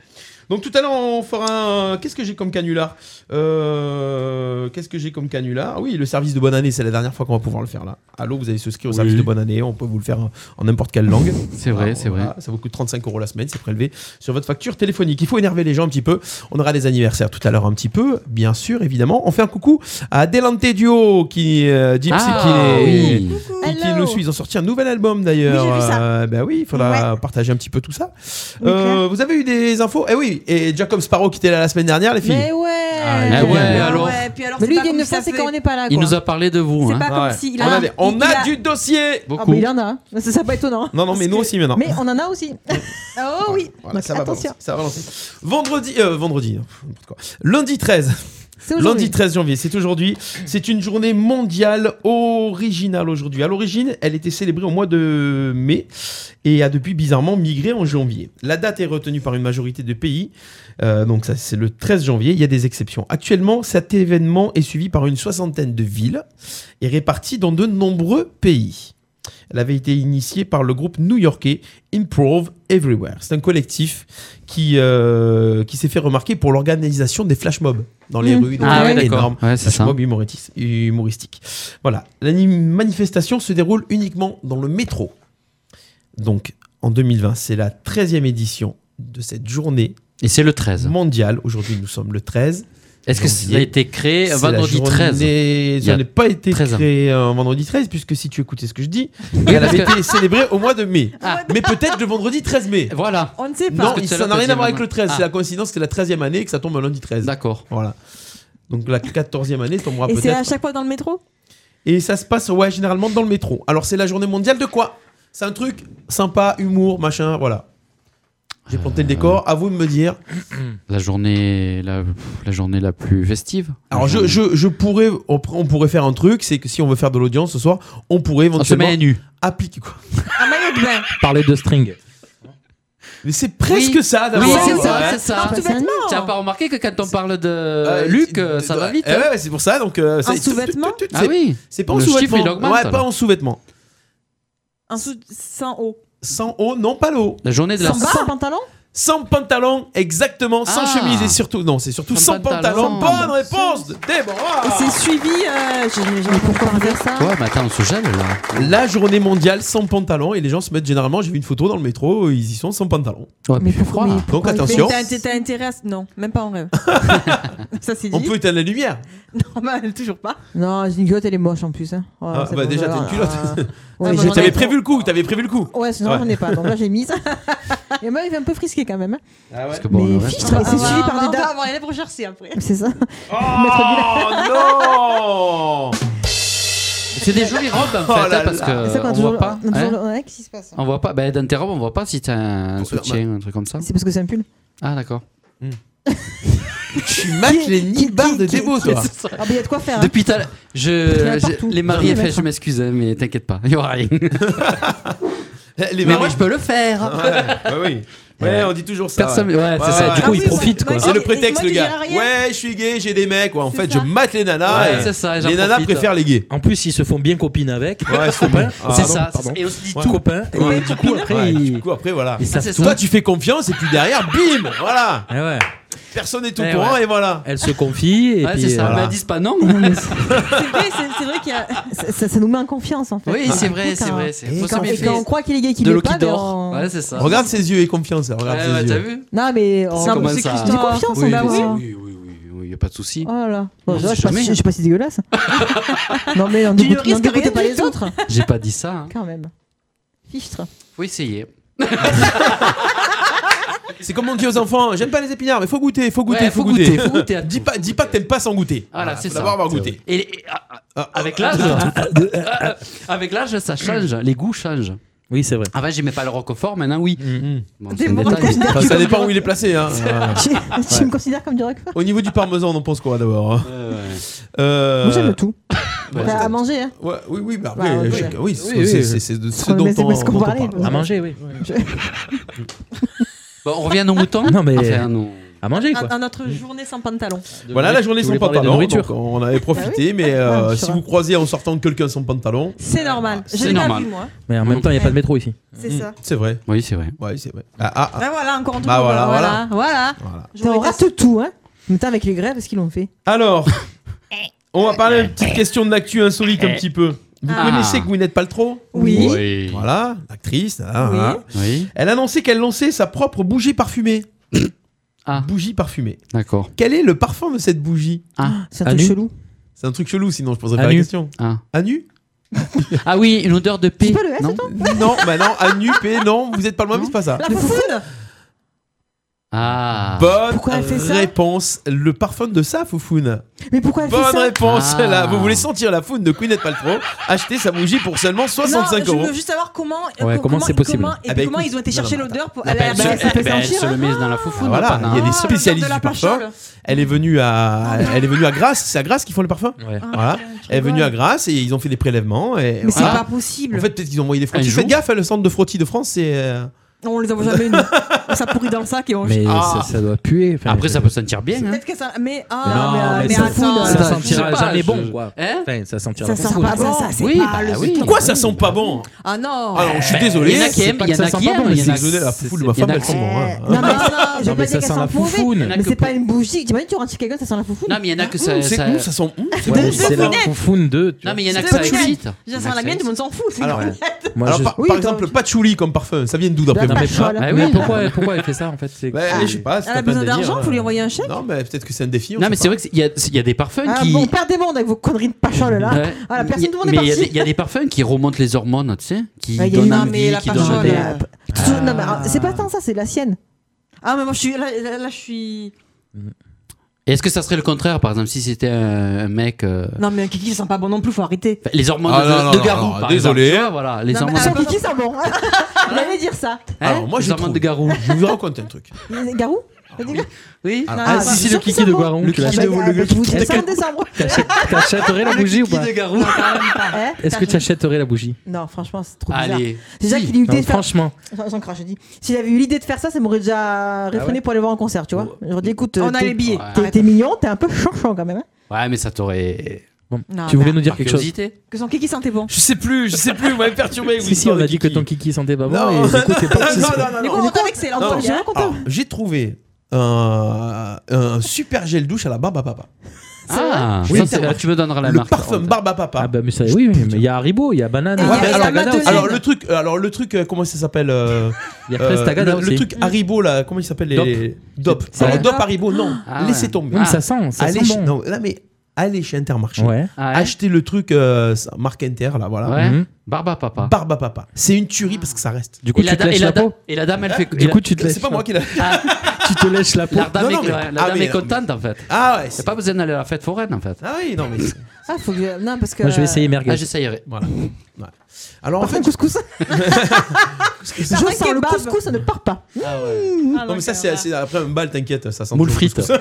S6: Donc tout à l'heure, on fera un. Qu'est-ce que j'ai comme canular Euh, Qu'est-ce que j'ai comme canular Ah Oui, le service de bonne année, c'est la dernière fois qu'on va pouvoir le faire là. Allô, vous avez souscrit au service de bonne année, on peut vous le faire en en n'importe quelle langue.
S8: C'est vrai,
S6: Voilà,
S8: c'est
S6: voilà, Ça vous coûte 35 euros la semaine, c'est prélevé sur votre facture téléphonique. Il faut énerver les gens un petit peu. On aura des anniversaires tout à l'heure un petit peu, bien sûr, évidemment. On fait un coucou à Adelante Duo qui euh, dit
S8: Ah
S6: qui est-
S8: oui.
S6: et qui
S4: Hello.
S6: nous suit. Ils ont sorti un nouvel album d'ailleurs.
S4: Oui, j'ai vu ça.
S6: Euh, ben oui, il faudra partager un petit peu tout ça.
S4: Oui,
S6: Euh,
S4: clair.
S6: vous avez eu des infos Eh oui, et Jacob Sparrow qui était là la semaine dernière, les filles.
S4: Mais ouais
S6: Ah,
S8: Eh ouais,
S7: Ah
S8: alors.
S7: ouais, puis alors,
S4: Mais
S7: c'est
S4: lui,
S7: pas
S4: il vient de
S7: comme
S4: le
S7: ça
S4: faire, c'est
S7: fait-
S4: quand on n'est pas là.
S8: Il
S4: quoi.
S8: nous a parlé de vous.
S7: C'est
S8: hein.
S7: pas
S6: Ah ouais.
S7: comme s'il
S6: on a,
S7: a.
S6: des- on
S7: il-
S6: a du
S7: il
S6: dossier
S4: Ah,
S8: Beaucoup.
S4: mais il en a. Ça, ça pas étonnant.
S6: Non, non, mais nous aussi maintenant.
S4: Mais on en a aussi. Oh oui.
S6: Voilà,
S4: Donc,
S6: ça, va
S4: attention.
S6: balancer, ça va balancer. Vendredi, euh, vendredi, non, n'importe quoi. hein, Lundi 13.
S4: C'est
S6: Lundi
S4: aujourd'hui.
S6: 13 janvier, c'est aujourd'hui. C'est une journée mondiale originale aujourd'hui. À l'origine, elle était célébrée au mois de mai et a depuis bizarrement migré en janvier. La date est retenue par une majorité de pays, euh, donc ça c'est le 13 janvier. Il y a des exceptions. Actuellement, cet événement est suivi par une soixantaine de villes et réparti dans de nombreux pays. Elle avait été initiée par le groupe new-yorkais Improve Everywhere. C'est un collectif qui, euh, qui s'est fait remarquer pour l'organisation des flash mobs dans les
S4: Mhm.
S6: rues. dans
S8: Ah
S6: les
S8: ouais,
S6: rues,
S8: d'accord.
S6: énorme.
S8: Ouais, c'est
S6: Flash
S8: ça.
S6: mob humoristique. humoristique. Voilà. La ni- manifestation se déroule uniquement dans le métro. Donc, en 2020, c'est la 13e édition de cette journée
S8: Et c'est le 13.
S6: mondiale. Aujourd'hui, nous sommes le 13.
S8: Est-ce que ça a été créé
S6: C'est
S8: vendredi
S6: la
S8: 13
S6: journée-
S8: y
S6: Ça
S8: a
S6: n'a pas été
S8: 13 ans.
S6: créé un vendredi 13, puisque si tu écoutais ce que je dis, elle avait été célébrée au mois de mai.
S8: Ah.
S6: Mais peut-être le vendredi 13 mai.
S8: Voilà.
S7: On ne sait
S6: Non,
S8: Parce que
S6: il-
S8: c'est
S6: ça
S8: le
S6: n'a rien à
S8: 13e
S6: voir avec le 13.
S8: Ah.
S6: C'est la coïncidence que c'est la 13e année et que ça tombe le lundi 13.
S8: D'accord.
S6: Voilà. Donc la 14e année tombera
S7: Et c'est
S6: Ah,
S7: à
S6: peut-être.
S7: chaque fois dans le métro
S6: Et ça se passe, ouais, généralement dans le métro. Alors c'est la journée mondiale de quoi C'est un truc sympa, humour, machin, voilà. J'ai planté
S8: Euh,
S6: le décor, à vous de me dire.
S8: La journée la, la journée la plus festive. La
S6: Alors je,
S8: journée-
S6: je, je pourrais, on, pr- on pourrait faire un truc, c'est que si on veut faire de l'audience ce soir, on pourrait
S8: on se
S6: éventuellement
S8: met à nu.
S6: appliquer quoi.
S7: Un maillot de bain.
S10: Parler de string.
S6: Mais c'est presque ça
S8: Oui,
S6: d'abord.
S8: c'est
S6: Ouais.
S8: ça, c'est ça.
S4: Pas
S7: Tout
S4: ça, non.
S7: bêtement.
S8: Tu as pas remarqué que quand on parle de
S6: Euh,
S8: Luc,
S6: de-
S8: euh, ça
S6: de-
S8: va vite.
S6: Eh ouais, ouais, c'est pour ça. Donc, euh, c'est-
S7: sous-vêtement
S6: tout- tout- tout-
S8: Ah
S6: c'est-
S8: oui.
S6: C'est pas en
S8: Le chiffre,
S6: sous-vêtement.
S8: il augmente,
S6: Ouais, pas
S8: alors.
S6: en sous-vêtement.
S7: Un sou sans haut.
S6: Sans haut, non pas l'eau.
S8: La journée de la
S4: Sans pantalon
S6: Sans pantalon, exactement. Sans
S8: Ah.
S6: chemise et surtout, non, c'est surtout sans,
S8: Sans
S6: pantalon.
S8: pantalon.
S6: Bonne réponse, de Déborah.
S7: Et c'est suivi. Euh, j'ai- j'ai-
S4: Mais pourquoi on fait ça
S8: Ouais, mais attends, on se gèle là.
S6: La journée mondiale sans pantalon et les gens se mettent généralement. J'ai vu une photo dans le métro, ils y sont sans pantalon.
S8: Ouais,
S4: Mais
S8: puis il fait
S4: pourquoi
S8: froid.
S4: mais pourquoi il fait-
S6: attention.
S7: T'as t'as intérêt à... ce- Non, même pas en rêve. ça c'est dit.
S6: On peut éteindre la lumière.
S7: Non, bah, toujours pas.
S4: Non, j'ai une culotte, elle est moche en plus. hein. Ouais,
S6: Ah,
S4: c'est
S6: bah,
S4: bon,
S6: déjà,
S4: voilà.
S6: t'as une culotte.
S4: Ah.
S7: Ah,
S4: Ouais,
S7: bah,
S4: j'ai-
S7: j'en ai
S6: T'avais prévu le coup, t'avais prévu le coup.
S4: Ouais, sinon
S6: Ouais.
S4: j'en ai pas. Donc là, j'ai mis ça. Et moi, il va un peu frisquer quand même. hein.
S8: Parce que bon,
S4: mais
S8: le reste-
S4: fichtre, et c'est suivi par des
S7: On va
S4: dames.
S7: avoir les lèvres gercées après.
S4: C'est ça.
S6: Oh non
S8: c'est des jolies robes en fait,
S6: Oh là
S8: hein, parce
S6: là.
S8: que
S4: C'est ça qu'on a
S8: on
S4: toujours.
S8: voit pas.
S4: on a
S8: hein.
S4: toujours le- ouais, qu'est-ce qui se passe hein
S8: On voit pas, ben, dans tes robes, on voit pas si t'as un
S6: Pour-
S8: soutien, un truc comme ça.
S4: C'est parce que c'est un pull.
S8: Ah, d'accord.
S6: Hmm. Tu mates les nibards de dévo, toi.
S4: Ah, bah, il y a de quoi faire. hein.
S8: Depuis tout à l'heure,
S4: Il y en a
S8: je,
S4: partout.
S8: je- les maris,
S4: J'en ai
S8: elles font,
S4: mettre.
S8: je m'excuse, hein, mais t'inquiète pas, il y aura rien.
S6: Eh, Les
S8: mais
S6: maris-
S8: moi, je peux le faire.
S6: Ouais, ouais, oui. Ouais, on dit toujours ça.
S8: Personne,
S6: ouais.
S8: ouais, c'est ça.
S6: ouais. Ah
S8: Du coup,
S6: oui,
S8: ils
S6: ouais.
S8: profitent.
S6: Ouais,
S7: quoi.
S6: C'est le
S7: Et- et
S6: prétexte,
S7: moi,
S6: le
S7: tu
S6: gars.
S7: diras rien.
S6: Ouais, je suis gay, j'ai des mecs. Ouais, en
S7: C'est
S6: fait,
S7: ça.
S6: je mate les nanas.
S8: Ouais,
S6: et
S8: c'est ça, j'en
S6: Ah, les nanas
S8: profite.
S6: préfèrent les gays.
S10: En plus, ils se font bien copines avec.
S6: Ouais, c'est
S10: Copains.
S6: Ah,
S8: C'est
S10: pardon,
S8: ça.
S10: pardon.
S8: Et on se dit
S6: Ouais.
S8: tout.
S10: Copains. Et
S7: Ouais,
S10: du coup, après,
S6: Ouais,
S10: ils.
S6: Du coup, après, voilà.
S10: ils
S8: Ah,
S10: savent
S8: c'est
S10: tout.
S8: ça.
S6: Toi, tu fais confiance et puis derrière, bim, voilà.
S10: Ah ouais.
S6: Personne n'est au
S10: Eh
S6: courant
S10: ouais.
S6: et voilà.
S10: Elle se confie et
S8: Ouais,
S10: puis.
S8: c'est ça.
S10: euh,
S8: Bah, disent pas non.
S7: C'est vrai, c'est- c'est vrai qu'il y a.
S4: Ça, ça- ça nous met en confiance en fait.
S8: Oui, c'est
S4: Du coup,
S8: vrai, c'est
S4: quand-
S8: vrai. c'est-
S6: Et
S8: Faut se
S4: Quand, et
S8: méfier.
S4: quand on croit qu'il est gay, qu'il
S8: De
S4: est
S8: l'eau
S4: pas,
S8: qui
S4: ben,
S8: dort.
S4: on-
S8: Ouais, c'est ça.
S6: Regarde ses yeux et confiance. là, Regarde
S8: Ouais,
S6: ses
S8: Eh ouais, t'as
S6: yeux.
S8: vu
S4: Non mais on-
S7: C'est un
S8: comment ça
S7: peu
S4: j'ai
S7: Christophe.
S4: confiance en
S8: oui,
S4: avoir.
S8: oui, oui, oui, oui, y a pas de souci.
S4: Oh là là. Bon,
S8: On
S4: je,
S8: sait
S4: je, sais pas
S8: jamais,
S4: si-
S8: hein.
S4: je sais pas si c'est dégueulasse. non mais on
S7: Tu
S4: n'écoute
S7: ne risques
S4: on n'écoute
S7: rien
S4: pas
S7: du
S4: les
S7: tout.
S4: autres
S8: J'ai pas dit ça. hein.
S4: quand même. Fichtre.
S8: Faut essayer.
S6: C'est comme on dit aux enfants j'aime pas les épinards, mais faut goûter, faut goûter,
S8: Ouais,
S6: faut, goûter.
S8: Faut goûter. à
S6: Dis
S8: tout.
S6: pas, dis pas que t'aimes pas sans goûter.
S8: Voilà, c'est
S6: faut
S8: ça.
S6: D'abord avoir
S10: C'est
S6: goûté.
S8: Et, les- et- ah, ah,
S6: Ah, ah,
S8: avec l'âge, hein. avec l'âge, ça change. Les goûts changent.
S10: Oui, c'est vrai.
S8: Avant, j'aimais pas le roquefort, maintenant, oui.
S6: mm, mm.
S8: Bon,
S4: Des
S8: c'est un
S4: mots
S8: détail.
S4: roquefort.
S6: Enfin, ça dépend où il est placé. hein. Euh,
S4: tu tu me considères comme du roquefort
S6: Au niveau du parmesan, on en pense quoi d'abord hein
S4: Moi
S6: Euh,
S4: j'aime tout. Bah,
S8: Ouais, c'est-
S4: à manger. Hein.
S6: ouais, Oui, oui, bah,
S4: Bah,
S6: oui,
S4: ouais.
S6: je- oui, c'est-
S10: oui,
S6: c'est-
S10: oui.
S6: c'est c'est de
S4: C'est
S6: ce dont
S4: parce
S6: on
S4: qu'on
S6: dont on
S4: parlait.
S6: parle.
S10: À manger, oui.
S8: Bon, on revient nos moutons.
S10: Non, mais-
S8: Enfin, nos-
S10: À manger, quoi.
S7: Un, un autre journée sans pantalon.
S6: Voilà la journée
S10: Vous
S6: sans
S10: voulez parler de
S6: pantalon.
S10: nourriture.
S6: donc on avait profité, mais euh,
S4: Ah Ouais, je suis
S6: si
S4: là.
S6: vous croisez en sortant quelqu'un sans pantalon,
S7: Euh, C'est normal.
S8: C'est
S7: Je l'ai pas
S8: normal.
S7: vu moi.
S10: Mais en même temps, il n'y a pas de métro ici.
S7: C'est ça.
S6: c'est vrai.
S8: Oui, c'est vrai.
S6: Ouais, c'est vrai. Ah, ah, ah.
S7: Ah voilà, encore un truc.
S6: Bah, voilà,
S7: voilà. Voilà.
S6: Voilà.
S7: Je
S4: On
S7: voulais
S4: rate tout hein. En même temps avec les grèves, est-ce qu'ils l'ont fait
S6: Alors, on va parler une petite question de l'actu insolite un petit peu. Vous
S8: Ah.
S6: connaissez Gwyneth Paltrow
S7: Oui.
S8: Oui.
S6: Voilà, actrice. là,
S7: Oui.
S6: là.
S8: Oui.
S6: Elle annonçait qu'elle lançait sa propre bougie parfumée.
S8: Ah.
S6: Bougie parfumée.
S8: D'accord.
S6: Quel est le parfum de cette bougie
S4: C'est
S10: À
S4: un truc
S10: nu
S4: chelou.
S6: C'est un truc chelou, sinon je poserais
S10: À
S6: pas la
S10: nu.
S6: question.
S8: Ah.
S6: À nu
S8: Ah oui, une odeur de paix.
S4: C'est pas le S,
S8: non
S6: Non, bah non, à nu, P, non, vous êtes pas loin, mais c'est pas ça.
S7: La foufoune
S8: Ah.
S6: Bonne
S4: Pourquoi elle fait ça
S6: réponse. Le parfum de ça, Foufoune.
S4: Mais pourquoi elle fait
S6: Bonne
S4: ça
S6: réponse.
S8: Ah.
S6: Là, vous voulez sentir la foune de Queenette Paltrow Achetez sa bougie pour seulement 65
S7: non,
S6: euros.
S7: Je veux juste savoir comment.
S10: comment c'est possible
S7: comment- et
S6: Ah bah
S7: comment
S6: écoute,
S7: ils ont été
S6: non,
S7: chercher
S6: non,
S7: l'odeur pour
S8: Bah,
S7: aller à
S8: elle se-
S7: la
S4: ça fait
S8: eh ben, elle
S4: sentir,
S8: se le
S4: hein.
S8: mise dans la hein. foufoune.
S6: Voilà,
S8: pas dans-
S6: il y a des
S7: Ah,
S6: spécialistes
S7: l'odeur de
S6: du
S7: la
S6: parfum.
S7: pachole.
S6: Elle est venue à, elle est venue à Grasse. C'est à Grasse qu'ils font le parfum.
S10: Ouais.
S6: Voilà. Ah, Elle est venue à Grasse et ils ont fait des prélèvements. Et
S7: Mais c'est
S6: voilà.
S7: pas possible.
S6: En fait, peut-être qu'ils ont envoyé des frottis.
S8: Un
S6: Faites
S8: jour.
S6: gaffe, hein, le centre de frottis de France, c'est. euh,
S7: On les envoie jamais, nous. ça pourrit dans le sac et on.
S10: Mais
S6: Ah.
S10: ça, ça doit puer. enfin,
S8: Après,
S10: je-
S8: ça peut sentir bien. hein.
S7: Peut-être que ça. Mais
S10: Non,
S7: ah,
S10: mais
S7: mais, mais
S10: ça
S4: fout
S7: attends.
S4: dans-
S10: Ça
S4: Voilà.
S10: sentira
S8: Je sais pas,
S10: jamais
S8: je-
S10: bon, quoi.
S8: Hein
S10: Enfin, ça sentira
S4: Ça
S10: la
S4: sent
S10: foufoune.
S4: pas bon, ça, c'est
S8: Oui,
S4: pas
S8: bah
S4: le
S8: oui.
S4: truc.
S6: Pourquoi ça sent pas bon
S7: Ah non.
S6: Ah non, je suis
S10: Ben,
S6: désolé.
S8: il y en a qui
S6: c'est
S8: aiment,
S6: pas
S8: il y
S6: que
S8: en
S6: ça
S8: a
S6: sent
S8: qui
S6: pas
S8: aiment,
S6: bon, mais
S8: il y en a
S6: c'est que je
S8: qui-
S6: l'ai, la foufoule de ma
S8: il y en
S6: femme,
S8: a
S6: elle
S8: qui-
S6: sent bon. hein.
S4: Eh,
S7: Ah,
S4: Non, mais ça, je
S10: Non,
S4: vais
S10: mais
S4: pas dire
S10: ça
S4: qu'elle sent
S10: sent la
S4: mauvais.
S10: foufoune.
S4: Mais c'est pas une bougie. T'imagines, tu rentres chez quelqu'un, ça sent la foufoune.
S8: Non, mais il y en a que ça.
S6: Hum, c'est-
S8: ça-
S6: hum, ça sent. hum, c'est
S10: Ouais,
S6: bon.
S10: mais c'est la foufoune de.
S8: Non, mais il y en a
S7: C'est
S8: que ça
S7: pas possible.
S8: excite. Il y en
S7: Déjà,
S8: a
S7: ça
S8: que
S7: la
S8: ça
S7: mienne, tout le
S8: excite.
S7: monde s'en fout. c'est
S6: Alors,
S7: normal.
S10: Moi,
S6: Alors,
S10: je.
S6: par,
S4: Oui,
S6: par
S4: toi,
S6: exemple,
S4: tu-
S6: le patchouli comme parfum, ça vient d'où d'après vous
S10: Non, mais Ah,
S4: Pachola.
S10: pas-
S8: Bah
S10: mais
S8: oui.
S10: pourquoi, pourquoi elle fait ça en fait c'est-
S6: Ouais,
S10: c'est-
S6: je sais pas, c'est
S7: Elle a
S6: un
S7: besoin
S6: délire,
S7: d'argent,
S6: euh.
S7: faut lui envoyer un chèque.
S6: Non, mais peut-être que c'est un défi. on
S8: Non,
S6: sait
S8: mais c'est
S6: pas.
S8: vrai qu'il y, a- il y a des parfums
S4: Ah
S8: qui.
S4: bon, on perd des mondes avec vos conneries de pachole là.
S8: Ouais.
S4: Ah, la personne,
S8: Il y a-
S4: tout le monde est
S8: mais il y a
S4: parti.
S8: des- il y, a des parfums qui remontent les hormones, tu sais, qui
S4: Ouais, il y a
S8: donnent
S4: une-
S7: Non, mais
S8: envie,
S7: la
S8: qui donnent
S7: parfum,
S8: des.
S4: euh,
S7: là.
S4: Toujours- non, mais, ah, c'est pas tant ça, c'est la sienne.
S7: Ah, mais moi, je suis. Là, là, là, je suis.
S8: Est-ce que ça serait le contraire, par exemple, si c'était un, un mec. euh,
S7: Non, mais un kiki, ça sent pas bon non plus, faut arrêter.
S8: enfin, Les hormones
S6: Ah,
S8: de,
S6: non, non,
S8: de
S6: non,
S8: garou,
S6: non,
S8: par
S6: désolé.
S8: exemple, tu vois, voilà, les
S7: Non, mais
S8: hormones,
S4: Son
S7: pas
S4: kiki sent bon. Il allait dire ça.
S8: Hein
S6: Alors, moi,
S8: les
S6: je
S8: hormones
S6: trouve.
S8: de garou.
S6: Je vais vous raconter un truc.
S4: Garou T'as dit quoi
S8: Oui.
S6: Alors,
S7: Ah,
S10: Ah, si, si, le
S4: sûr que
S10: kiki
S4: ça
S10: de
S4: vaut.
S10: Guaron,
S6: Le
S10: tu
S4: Ah,
S10: l'achètes.
S4: bah,
S6: de-
S4: bah,
S6: le
S4: Je vous
S6: kiki
S4: dis
S6: de-
S4: ça en décembre.
S10: T'achètes- T'achèterais la bougie ou pas
S8: garou.
S4: Hein
S10: Est-ce que tu achèterais la bougie
S4: Eh, Non, franchement, c'est trop bizarre.
S8: Allez.
S4: C'est déjà
S8: Si.
S4: qu'il a eu l'idée
S10: Non,
S4: de faire.
S10: Franchement.
S4: J'en- J'en crache, je dis. S'il avait eu l'idée de faire ça, ça m'aurait déjà réfréné pour aller voir en concert, tu vois. J'aurais dit, écoute, euh,
S7: On a
S4: t'es-
S7: les billets.
S8: Ouais.
S4: t'es-
S7: Arrête.
S4: t'es mignon, t'es un peu chanchant quand même. hein.
S8: Ouais, mais ça t'aurait.
S10: Bon,
S7: Non,
S10: tu voulais
S7: bah,
S10: nous dire
S8: par
S10: quelque chose
S8: curiosité.
S7: Que son kiki sentait bon.
S6: Je sais plus, je sais plus, vous m'avez perturbé. vous,
S10: Si, si,
S6: l'histoire
S10: on
S6: de
S10: a dit que
S6: Kiki.
S10: ton kiki sentait pas
S6: Non,
S10: Ah bon et du coup, t'es parti.
S6: non, non, non,
S7: Mais
S6: non.
S7: bon, on est excellent.
S6: Non,
S7: on
S4: J'ai
S7: dirait.
S4: rien compté.
S6: Alors, J'ai trouvé un, un super gel douche à la barbe à papa.
S8: Ah,
S10: Oui,
S8: ça,
S10: c'est
S8: c'est-
S10: vrai.
S8: tu me donneras la
S6: le
S8: marque.
S6: parfum barbe à papa.
S10: Ah bah mais ça, oui, oui, mais il y a Haribo, il y a banane,
S7: Et
S10: il
S6: Ouais,
S10: y a
S6: mais
S10: Prestagada
S7: alors-
S10: aussi.
S6: Alors le truc, alors le truc, euh, comment ça s'appelle euh,
S10: il y a
S6: euh,
S10: Prestagada
S6: le, le
S10: aussi.
S6: truc Haribo là, comment il s'appelle
S10: Dope.
S6: les Dope.
S10: C'est
S6: Alors,
S10: vrai.
S6: Dope Haribo, non,
S8: Ah ouais.
S6: laissez tomber.
S10: Oui, mais ça sent, ça
S6: allez,
S10: sent
S6: chez,
S10: bon.
S6: non, là, mais allez chez Intermarché,
S10: Ouais.
S8: Ah, ouais.
S6: achetez le truc euh, ça- marque Inter là, voilà.
S8: Ouais.
S10: Mhm.
S8: Barbe à papa.
S6: Barbe à papa, c'est une tuerie parce que ça reste.
S10: Du coup,
S8: et, la
S10: tu te
S8: da- et
S10: lèches
S8: la
S10: la
S8: da-
S10: peau.
S8: et la dame, elle fait.
S10: Ah, Du coup, tu te lèches.
S6: C'est pas moi qui l'a.
S10: Tu te lèches la peau.
S8: La dame,
S6: Non, non,
S8: est,
S6: mais-
S8: la
S6: ah,
S8: dame
S6: mais-
S8: est contente en fait.
S6: Ah ouais.
S8: T'as
S6: c'est-
S8: pas besoin d'aller à la fête foraine en fait.
S6: Ah oui, non mais. c'est-
S4: Ah, faut que je- Non, parce que.
S10: Moi, je vais essayer merguez.
S8: Ah, j'essayerai.
S6: Voilà. Ouais. Alors en
S4: Parfum
S6: fait,
S4: couscous. Je
S7: Parfum
S4: sens le
S7: kebab.
S4: couscous, ça ne part pas.
S6: non mais ça c'est c'est- après un bal, t'inquiète, ça sent.
S10: Moule
S6: toujours
S10: frites.
S6: couscous.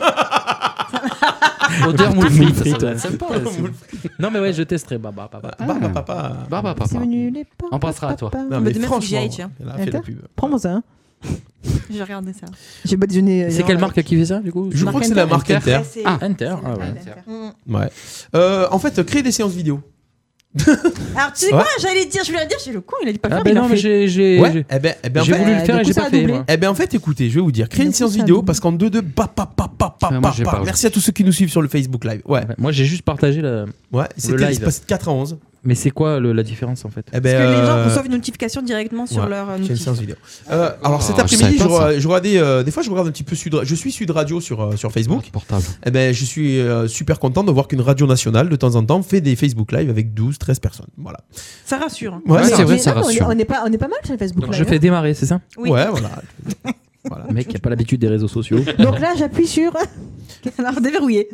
S8: Odeur moule
S10: Moule
S8: frite.
S10: frite,
S8: ça doit
S10: ouais.
S8: être sympa, aussi.
S6: Moule frites.
S10: Non mais ouais, je testerai. Bah, bah, bah, bah.
S6: Barbe à papa.
S8: Barbe à papa.
S4: C'est venu les pas.
S8: On passera à toi.
S6: Non
S7: Mais
S6: mais
S7: de même, faut que j'y
S6: franchement,
S7: aille, tiens.
S6: elle a fait la
S4: Inter
S6: pub.
S4: Prends-moi ça. hein.
S7: J'ai regardé ça.
S4: J'ai pas déjeuné.
S10: C'est quelle marque qui fait ça du coup
S6: Je crois que c'est la marque Inter.
S7: Ouais, c'est-
S8: Ah.
S10: Inter. Ah ouais.
S6: Ouais. Euh, en fait, créer des séances vidéo.
S7: Alors, tu sais
S6: Ouais.
S7: quoi J'allais dire, je voulais dire, j'ai le con, il a dit pas le
S10: Ah
S7: faire.
S10: ben
S7: il l'a
S10: non, mais
S7: fait.
S10: j'ai j'ai
S6: Ouais.
S10: j'ai-
S6: Eh ben, eh ben, en
S10: j'ai
S6: fait,
S10: voulu le faire
S4: du
S10: et
S4: coup,
S10: j'ai
S4: ça a
S10: pas fait.
S4: doublé.
S10: moi.
S6: eh ben, en fait, écoutez, je vais vous dire, créer
S4: Du
S6: une
S4: coup,
S6: séance
S4: ça
S6: vidéo
S4: double.
S6: parce qu'en deux deux, pa, pa, pa, pa, pa,
S8: Ouais, moi,
S6: pa,
S8: j'ai
S6: pa.
S8: pas vu.
S6: Merci à tous ceux qui nous suivent sur le Facebook Live. Ouais.
S10: Ouais, Moi, j'ai juste partagé la.
S6: Ouais. C'était
S10: live.
S6: il se passait de 4 à 11.
S10: Mais c'est quoi le- la différence en fait
S6: Eh ben,
S7: Parce que les gens
S6: euh,
S7: reçoivent une notification directement sur
S6: ouais,
S7: leur euh,
S6: j'ai une
S7: notif.
S6: séance vidéo. Euh, alors cet
S8: Oh, je
S6: après-midi,
S8: savais
S6: je,
S8: pas
S6: re- je regardais, euh, des fois, je regarde un petit peu Sud. Je suis Sud Radio sur euh, sur Facebook.
S8: Portable.
S6: Eh ben, je suis euh, super content de voir qu'une radio nationale de temps en temps fait des Facebook Live avec 12, 13 personnes. Voilà.
S7: Ça rassure.
S6: Ouais,
S8: Ouais,
S6: ça-
S8: c'est vrai,
S4: Mais
S8: ça
S4: non, mais on est-
S8: rassure.
S4: On est pas, on est pas mal sur les Facebook.
S10: Donc
S4: Live,
S10: je fais démarrer, c'est ça
S7: Oui.
S6: ouais, voilà. voilà.
S10: Le Mec, qui a pas l'habitude des réseaux sociaux.
S4: hein. Donc là, j'appuie sur.
S7: Alors, déverrouillé.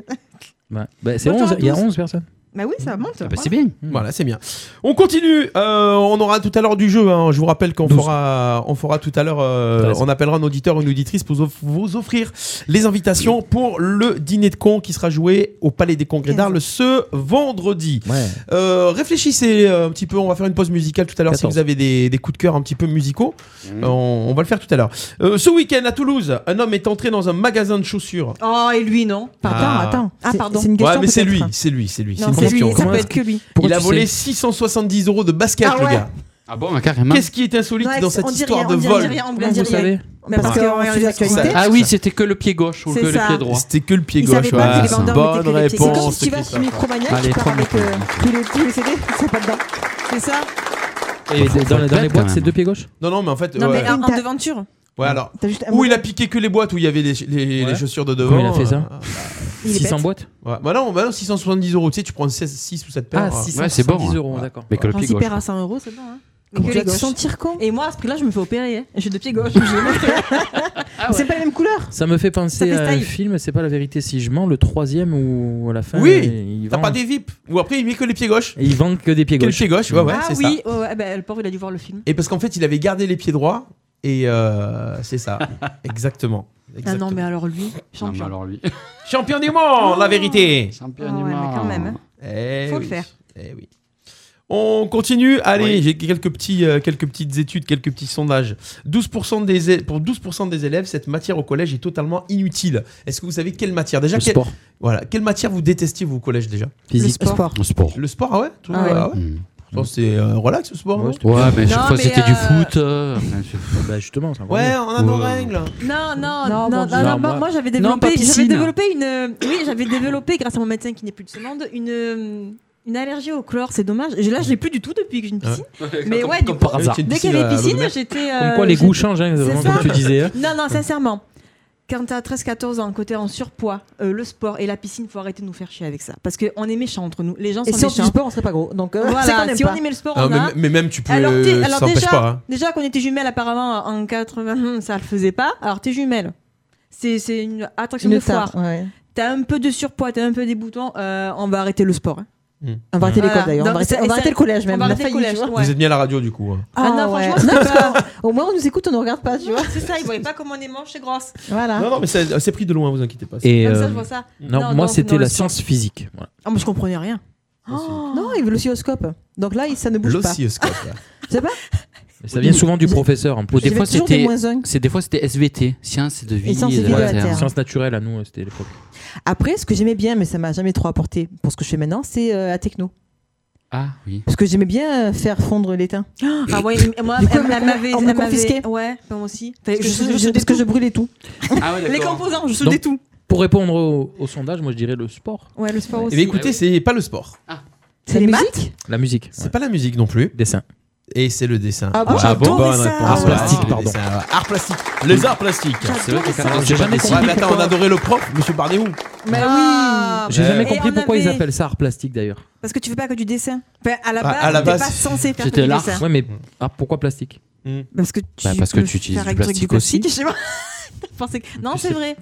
S10: Ouais. Bah, c'est
S7: Bonjour
S10: 11,
S7: à
S10: il y a
S7: tous.
S10: 11 personnes.
S7: Bah oui, ça monte.
S8: Ah bah, c'est bien.
S6: Voilà, c'est bien. On continue. Euh, on aura tout à l'heure du jeu. hein. Je vous rappelle qu'on
S10: 12.
S6: fera, on fera tout à l'heure. euh,
S10: Treize.
S6: on appellera un auditeur ou une auditrice pour vous off- vous offrir les invitations pour le dîner de con qui sera joué au Palais des Congrès d'Arles ce vendredi.
S10: Ouais.
S6: Euh, réfléchissez euh, un petit peu. On va faire une pause musicale tout à l'heure si
S10: 14.
S6: vous avez des, des coups de cœur un petit peu musicaux. Euh, on, on va le faire tout à l'heure. Euh, ce week-end à Toulouse, un homme est entré dans un magasin de chaussures.
S7: Oh, et lui, non
S6: Ah.
S4: Attends, attends.
S7: Ah,
S4: C'est-
S7: pardon.
S4: C'est une
S6: Ouais,
S4: question.
S6: mais c'est
S4: peut-être.
S6: lui, c'est lui, c'est lui.
S7: Non,
S6: une
S7: c'est lui,
S6: question.
S7: ça
S10: Comment
S7: peut
S10: est-ce
S7: être que lui.
S10: Pourquoi
S6: Il a
S10: tu
S6: volé
S10: sais
S6: 670 euros de basket,
S7: Ah
S6: le
S7: ouais.
S6: gars.
S8: Ah bon, ah, carrément.
S6: Qu'est-ce qui est insolite
S7: Ouais,
S6: dans cette
S7: on dit
S6: histoire
S7: rien,
S6: de
S7: on dit
S6: vol
S7: rien, on
S10: Comment
S7: vient
S10: vous
S7: dire rien.
S10: savez
S7: Mais
S4: Parce
S7: Parce
S4: que
S7: que
S4: on
S7: regarde
S4: suit
S7: les
S4: l'actualité.
S7: actualités.
S8: Ah oui, c'était que le pied gauche ou
S7: C'est
S8: que le
S7: ça.
S8: pied droit.
S6: C'était que le pied
S7: Il
S6: gauche.
S7: savait pas que les vendeurs
S6: bonne
S7: mettaient que des pieds.
S4: C'est
S7: Bon,
S4: comme
S6: réponse.
S4: si tu vas chez
S6: Christophe.
S4: Micromania,
S8: Allez,
S4: tu pars
S8: prends le
S4: avec euh, tous les tous les CD, c'est pas dedans.
S7: C'est ça
S10: Et
S8: Faut-
S10: dans,
S8: faut
S10: dans
S8: être
S10: les
S8: bête,
S10: boîtes,
S8: quand
S10: c'est
S8: même.
S10: deux pieds gauche
S6: Non, non, mais en fait,
S7: Non,
S6: ouais.
S7: mais Euh, en
S4: T'as-
S7: en devanture.
S6: Ouais, alors.
S4: T'as juste un
S6: Où
S4: mot-
S6: il a piqué que les boîtes où il y avait les, les- les
S10: Ouais.
S6: chaussures de devant.
S10: Comment il a fait ça
S6: euh,
S4: il est
S10: 600
S4: bête.
S10: boîtes
S6: ouais. Bah non, bah non, 670 euros. Tu sais, tu prends 6, ou 7 paires. euh.
S8: Ouais, c'est bon.
S10: euros,
S8: Ouais.
S10: d'accord.
S8: Mais que le
S7: Quand
S8: pied
S7: il
S8: gauche.
S7: perd à 100 euros, c'est bon. hein. Mais que
S4: tu vas
S7: les
S4: te
S7: gauches.
S4: sentir con.
S7: Et moi, à ce prix-là, je me fais opérer. hein. J'ai deux pieds gauche. je vais mettre-
S4: C'est pas les mêmes couleurs.
S10: Ça me fait
S7: Ça
S10: penser
S7: fait
S10: à un
S7: style.
S10: film, c'est pas la vérité si je mens, le troisième ou à la fin.
S6: Oui,
S10: il
S6: euh. T'as
S10: vend-
S6: pas des VIP Ou après, il met que les pieds gauches
S10: Et ils vendent que des pieds
S6: Que les
S10: gauches.
S6: pieds gauches, ouais, ouais,
S7: ah
S6: c'est ça.
S7: oui, ouais, ouais, ben, le pauvre, il a dû voir le film.
S6: Et parce qu'en fait, il avait gardé les pieds droits. Et euh, c'est ça. Exactement.
S7: Ah
S6: Exactement.
S7: non, mais alors lui,
S8: Non, mais
S7: champion.
S8: alors lui.
S6: Champion du monde, la vérité.
S8: Champion
S7: Ah
S8: du
S7: ouais, mais
S8: monde.
S7: quand même, hein.
S6: Eh
S7: Faut le
S6: oui.
S7: faire.
S6: Eh oui. On continue. Allez,
S8: Oui.
S6: j'ai quelques, petits, euh, quelques petites études, quelques petits sondages. 12% des, é- pour 12% des élèves, cette matière au collège est totalement inutile. Est-ce que vous savez quelle matière Déjà,
S10: Le
S6: quelle-
S10: sport,
S6: voilà, quelle matière vous détestiez vous, au collège déjà
S10: physique.
S7: Le sport.
S8: Le sport.
S6: Le sport, ah ouais, Tout-
S7: Ah ouais.
S6: ah ouais
S8: Mm.
S6: Pourtant, C'est euh, relax le sport. non
S10: Mmh. Ouais,
S6: Ouais,
S10: c'était-
S8: Ouais, mais chaque
S7: Non,
S8: fois
S7: mais,
S8: c'était du
S7: euh,
S8: foot. euh, enfin, c'est-
S10: Bah, justement, c'est un
S6: on a nos
S8: Ouais.
S6: règles.
S10: Ah,
S7: Non, non,
S4: Non,
S7: non,
S4: bon
S7: non,
S4: Dieu.
S7: non, moi,
S10: Non, moi-
S7: moi, j'avais
S8: Non, pas
S7: développé,
S8: piscine.
S7: j'avais développé une, oui, j'avais développé grâce à mon médecin qui n'est plus de ce monde une, une allergie au chlore, c'est dommage. Et là, je l'ai plus du tout depuis que j'ai une piscine. Mais ouais, du coup,
S8: par hasard.
S7: dès qu'il y avait piscine, j'étais. euh,
S10: Comme quoi les
S7: j'étais-
S10: goûts changent, hein,
S7: C'est
S10: vraiment,
S7: ça.
S10: comme tu disais. hein.
S7: Non, non, sincèrement. Quand t'as 13-14 ans, côté en surpoids, euh, le sport et la piscine, faut arrêter de nous faire chier avec ça. Parce qu'on est méchants entre nous. Les gens
S4: Et
S7: sont
S4: si on fait
S7: méchants.
S4: du sport, on serait pas gros. Donc, euh, c'est qu'on
S7: Voilà,
S4: aime
S7: si
S4: pas.
S7: on aimait le sport,
S6: Ah,
S7: on a.
S6: mais, mais même tu peux,
S7: hein. Alors, t'es-
S6: euh,
S7: alors
S6: ça n'empêche
S7: déjà-
S6: pas. hein.
S7: Déjà qu'on était jumelles apparemment en 80, ça le faisait pas. Alors t'es jumelle. C'est c'est une attraction de
S4: Une
S7: foire.
S4: tare, ouais.
S7: T'as un peu de surpoids, t'as un peu des boutons. euh, on va arrêter le sport. hein.
S4: On va arrêter
S7: Voilà.
S4: l'école d'ailleurs. On
S7: Non,
S4: va arrêter-
S7: mais
S4: on va
S7: ça-
S4: arrêter le collège
S7: On
S4: même.
S7: va
S4: On a
S7: arrêter le
S4: failli,
S7: collège.
S4: tu vois.
S7: ouais.
S6: Vous êtes bien à la radio du coup. hein.
S7: Ah, non,
S4: ouais.
S7: franchement, c'est pas-
S4: Au moins on nous écoute, on nous regarde pas,
S6: Ah,
S4: tu vois.
S7: c'est ça. Ils voyaient pas comment on est manche et grosse.
S4: Voilà.
S6: Non, non, mais c'est c'est pris de loin, vous inquiétez pas.
S10: Et
S7: Comme ça,
S10: euh,
S7: je vois ça.
S10: non,
S7: Non,
S10: moi
S7: non,
S10: c'était
S7: non,
S10: la
S7: le
S10: science physique. Voilà.
S7: Ah, mais je comprenais rien. Oh.
S4: Non, il veut l'oscilloscope. Donc là, il- ça ne bouge pas.
S6: L'oscilloscope. là.
S4: Je sais pas.
S10: Et Ça vient souvent du professeur en plus.
S8: Des
S4: J'avais
S8: fois,
S4: toujours des
S8: c'était-
S4: moins un.
S8: C'est des fois c'était SVT, sciences de vie
S4: Et sciences de
S8: de
S4: vie
S8: la
S4: de la
S8: Terre.
S4: Terre.
S10: Science naturelle à nous, euh, c'était l'époque.
S4: Après, ce que j'aimais bien, mais ça m'a jamais trop apporté pour ce que je fais maintenant, c'est euh, la techno.
S8: Ah oui.
S4: Parce que j'aimais bien euh, faire fondre l'étain.
S7: Ah ouais, il- moi,
S4: Du coup,
S7: elle
S4: on me-
S7: elle m'avait.
S4: on me
S7: elle m'avait-
S4: confisquait.
S7: Ouais, moi aussi.
S4: Parce
S7: Je
S4: que je, je-
S7: soudais
S4: parce que
S7: tout.
S4: je brûlais tout.
S8: Ah ouais,
S7: Les
S8: d'accord.
S7: composants, je
S10: Donc-
S7: soudais tout.
S10: Pour répondre au, au sondage, moi je dirais le sport,
S7: Ouais, le sport
S6: Eh
S7: aussi.
S6: bien, écoutez, c'est pas le sport.
S4: C'est les maths
S10: la musique,
S6: C'est
S10: ouais.
S6: pas la musique non plus.
S10: dessin.
S6: Et c'est le dessin.
S4: Ah bon,
S6: bon,
S4: j'adorais
S6: bonne
S4: ça.
S6: réponse.
S4: Art
S6: Ouais,
S10: plastique,
S6: c'est le
S10: pardon.
S6: dessin. Art plastique. Les arts plastiques.
S8: C'est vrai que
S10: ça.
S8: quand on
S10: J'ai
S8: sait pas
S10: jamais
S8: dessiner-
S6: Ouais, mais attends, on adorait le prof, monsieur Barnéou.
S7: Bah
S4: Ah.
S7: oui.
S10: J'ai
S6: Euh,
S10: jamais
S6: Et
S10: compris
S7: on
S10: pourquoi ils
S7: avait-
S10: appellent ça art plastique d'ailleurs.
S7: Parce que tu fais pas que du dessin. Enfin, à la
S6: Bah,
S7: base,
S6: à la
S7: t'es
S6: base,
S7: pas censé faire que
S8: c'était
S7: du
S8: l'art.
S7: dessin.
S10: Ouais, mais ah, pourquoi plastique
S7: Parce que tu,
S8: Bah, parce que
S7: peux
S8: tu utilises
S7: faire
S8: du
S7: avec truc
S8: plastique aussi.
S7: je sais pas. T'as pensé que- Non, c'est vrai.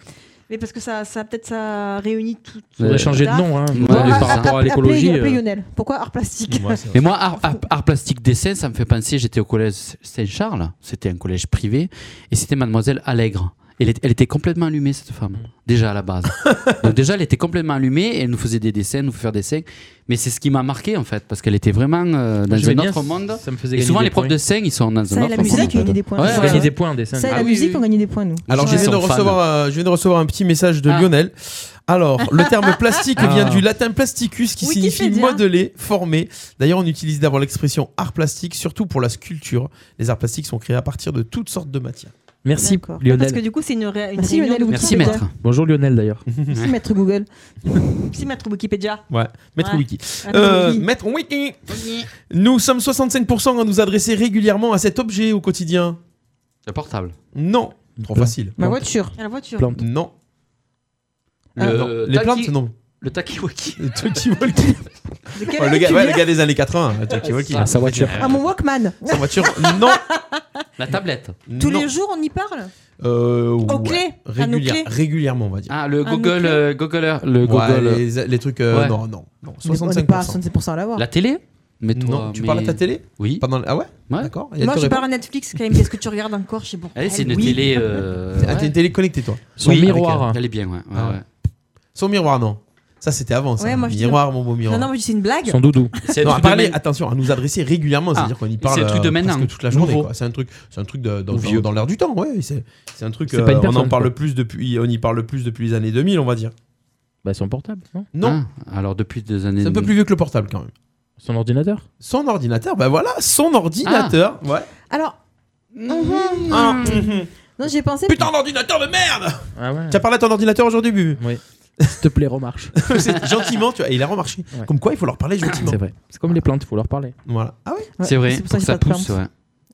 S7: Mais parce que ça, ça peut-être ça réunit tout.
S10: Faudrait
S8: Euh,
S10: changer de nom, hein.
S8: Ouais,
S10: par
S8: les
S10: par
S8: parents.
S10: rapport à
S4: Appelez-
S10: l'écologie.
S4: appelez
S10: euh,
S4: Lionel. Pourquoi art plastique
S6: Ouais, c'est vrai.
S8: Mais moi, art, art- art plastique dessin, ça me fait penser, j'étais au collège Saint-Charles, c'était un collège privé, et c'était mademoiselle Allègre. Elle, est- elle était complètement allumée, cette femme, déjà à la base. Donc déjà, elle était complètement allumée, et elle nous faisait des dessins, nous faisait faire des dessins, mais c'est ce qui m'a marqué, en fait, parce qu'elle était vraiment euh, dans
S10: j'aimais
S8: un
S10: bien,
S8: autre monde.
S10: Ça me faisait
S8: Et
S10: gagner
S8: souvent,
S10: des
S8: les profs
S10: points.
S8: de scène, ils sont dans
S4: Ça
S8: un
S4: et
S8: autre
S4: la musique, ils
S8: monde,
S4: gagnent
S8: en fait.
S4: des points.
S8: Ouais,
S4: Ça
S10: Ils
S4: et
S8: ouais.
S10: gagnaient des points en dessin.
S4: Ça et
S8: Ah
S4: la
S8: oui,
S4: musique,
S8: oui, Ah.
S4: on gagnait des points nous.
S6: Alors, je
S8: Ils
S6: viens, de
S8: sont fans.
S6: recevoir, euh, je viens de recevoir un petit message de
S8: Ah.
S6: Lionel. Alors, le terme plastique
S10: Ah.
S6: vient du latin plasticus qui signifie
S7: Wikipédia.
S6: modeler, former. D'ailleurs, on utilise d'abord l'expression art plastique, surtout pour la sculpture. Les arts plastiques sont créés à partir de toutes sortes de matières.
S10: Merci
S4: D'accord.
S7: Parce que
S10: Lionel.
S7: du coup, c'est une, ré... une
S4: Merci,
S7: réunion
S4: Lionel
S7: de-
S4: Wiki.
S8: Merci, maître.
S10: Bonjour Lionel d'ailleurs.
S4: Merci maître Google.
S7: Merci, maître Wikipédia.
S6: Ouais, mettre
S7: Ouais.
S6: wiki.
S7: Attends,
S6: Euh,
S7: Wiki.
S6: mettre wiki. Nous sommes 65% à nous adresser régulièrement à cet objet au quotidien.
S8: Le portable.
S6: Non. Trop
S10: Plante.
S6: facile.
S4: Ma voiture.
S7: À la voiture.
S10: Plante.
S6: Non.
S8: Euh, Le
S6: Ah, Non. Les
S8: taki-
S6: plantes, non.
S8: Le taki-waki.
S6: Le talkie-walkie.
S7: De
S6: Ouais,
S7: quelle
S6: le,
S7: année
S6: gars,
S7: tu
S6: ouais,
S7: viens
S6: le gars des années 80, le talkie-walkie.
S8: Ah,
S10: sa voiture.
S4: Ah mon Walkman.
S6: Sa voiture, non.
S8: La tablette.
S7: Tous
S6: non.
S7: les jours, on y parle.
S6: Euh,
S7: Au
S6: ouais.
S7: clé. À nos
S6: Régulière-
S7: clés.
S6: régulièrement, on va dire.
S8: Ah, le
S7: Un
S8: Google,
S7: autre.
S8: euh, Googler, le
S6: Ouais,
S8: Google.
S6: les, les trucs. euh,
S8: Ouais.
S6: Non, non, non.
S4: On est- on est pas à
S6: 65%.
S4: 65% à l'avoir.
S8: La télé mais toi,
S6: non, tu
S8: mais-
S6: parles à ta télé
S8: Oui.
S6: Pendant le- Ah ouais,
S8: Ouais.
S6: D'accord. Et elle
S7: Moi,
S6: te
S7: je
S6: répond.
S7: parle à Netflix quand même. Qu'est-ce que tu regardes encore Je sais pas.
S8: Allez, Eh, c'est une
S7: Oui.
S8: télé. euh,
S6: Ah, t'es une télé connectée, toi.
S10: Son
S8: Oui,
S10: miroir.
S8: Elle est bien, ouais. ouais,
S6: Ah.
S8: ouais.
S6: Son miroir, non. Ça, c'était avant. Ça.
S7: Ouais, moi, je dis-
S6: miroir, mon beau
S7: Non,
S8: Eh,
S6: miroir.
S7: non, mais c'est une blague.
S10: Son doudou.
S8: C'est
S6: Non,
S8: un
S6: à
S8: truc de
S6: parler, ah,
S8: main-
S6: attention, à nous adresser régulièrement, c'est-à-dire qu'on y parle
S8: Ah, c'est un truc de
S6: euh,
S8: maintenant.
S6: presque toute la journée.
S8: Nouveau.
S6: quoi. C'est un truc, c'est un truc de- dans,
S10: Ou vieux.
S6: dans, dans l'air du temps, ouais. C'est c'est un truc.
S10: C'est pas une
S6: euh, on en
S10: personne,
S6: parle
S10: quoi.
S6: plus depuis, on y parle plus depuis les années 2000, on va dire.
S10: Bah son portable. non
S6: Non,
S8: Ah, alors depuis des années.
S6: c'est
S10: Mm.
S6: un peu plus vieux que le portable quand même.
S10: Son ordinateur.
S6: Son ordinateur, bah voilà, son ordinateur.
S8: Ah.
S6: Ouais.
S4: Alors,
S8: Mm.
S6: Un, mhm.
S4: non, j'ai pensé.
S6: Putain d'ordinateur de merde
S10: Ah ouais.
S6: Tu as parlé à ton ordinateur aujourd'hui, Bubu
S10: S'il te plaît, remarche.
S6: C'est Gentiment, tu vois, et il a remarché.
S10: Ouais.
S6: Comme quoi, il faut leur parler gentiment.
S10: C'est vrai. C'est comme les plantes, faut leur parler.
S6: Voilà. Ah ouais
S4: Ouais,
S8: C'est vrai,
S4: pour
S8: pour
S4: que
S8: que ça
S4: j'ai pas de
S8: pousse,
S4: plainte.
S8: ouais.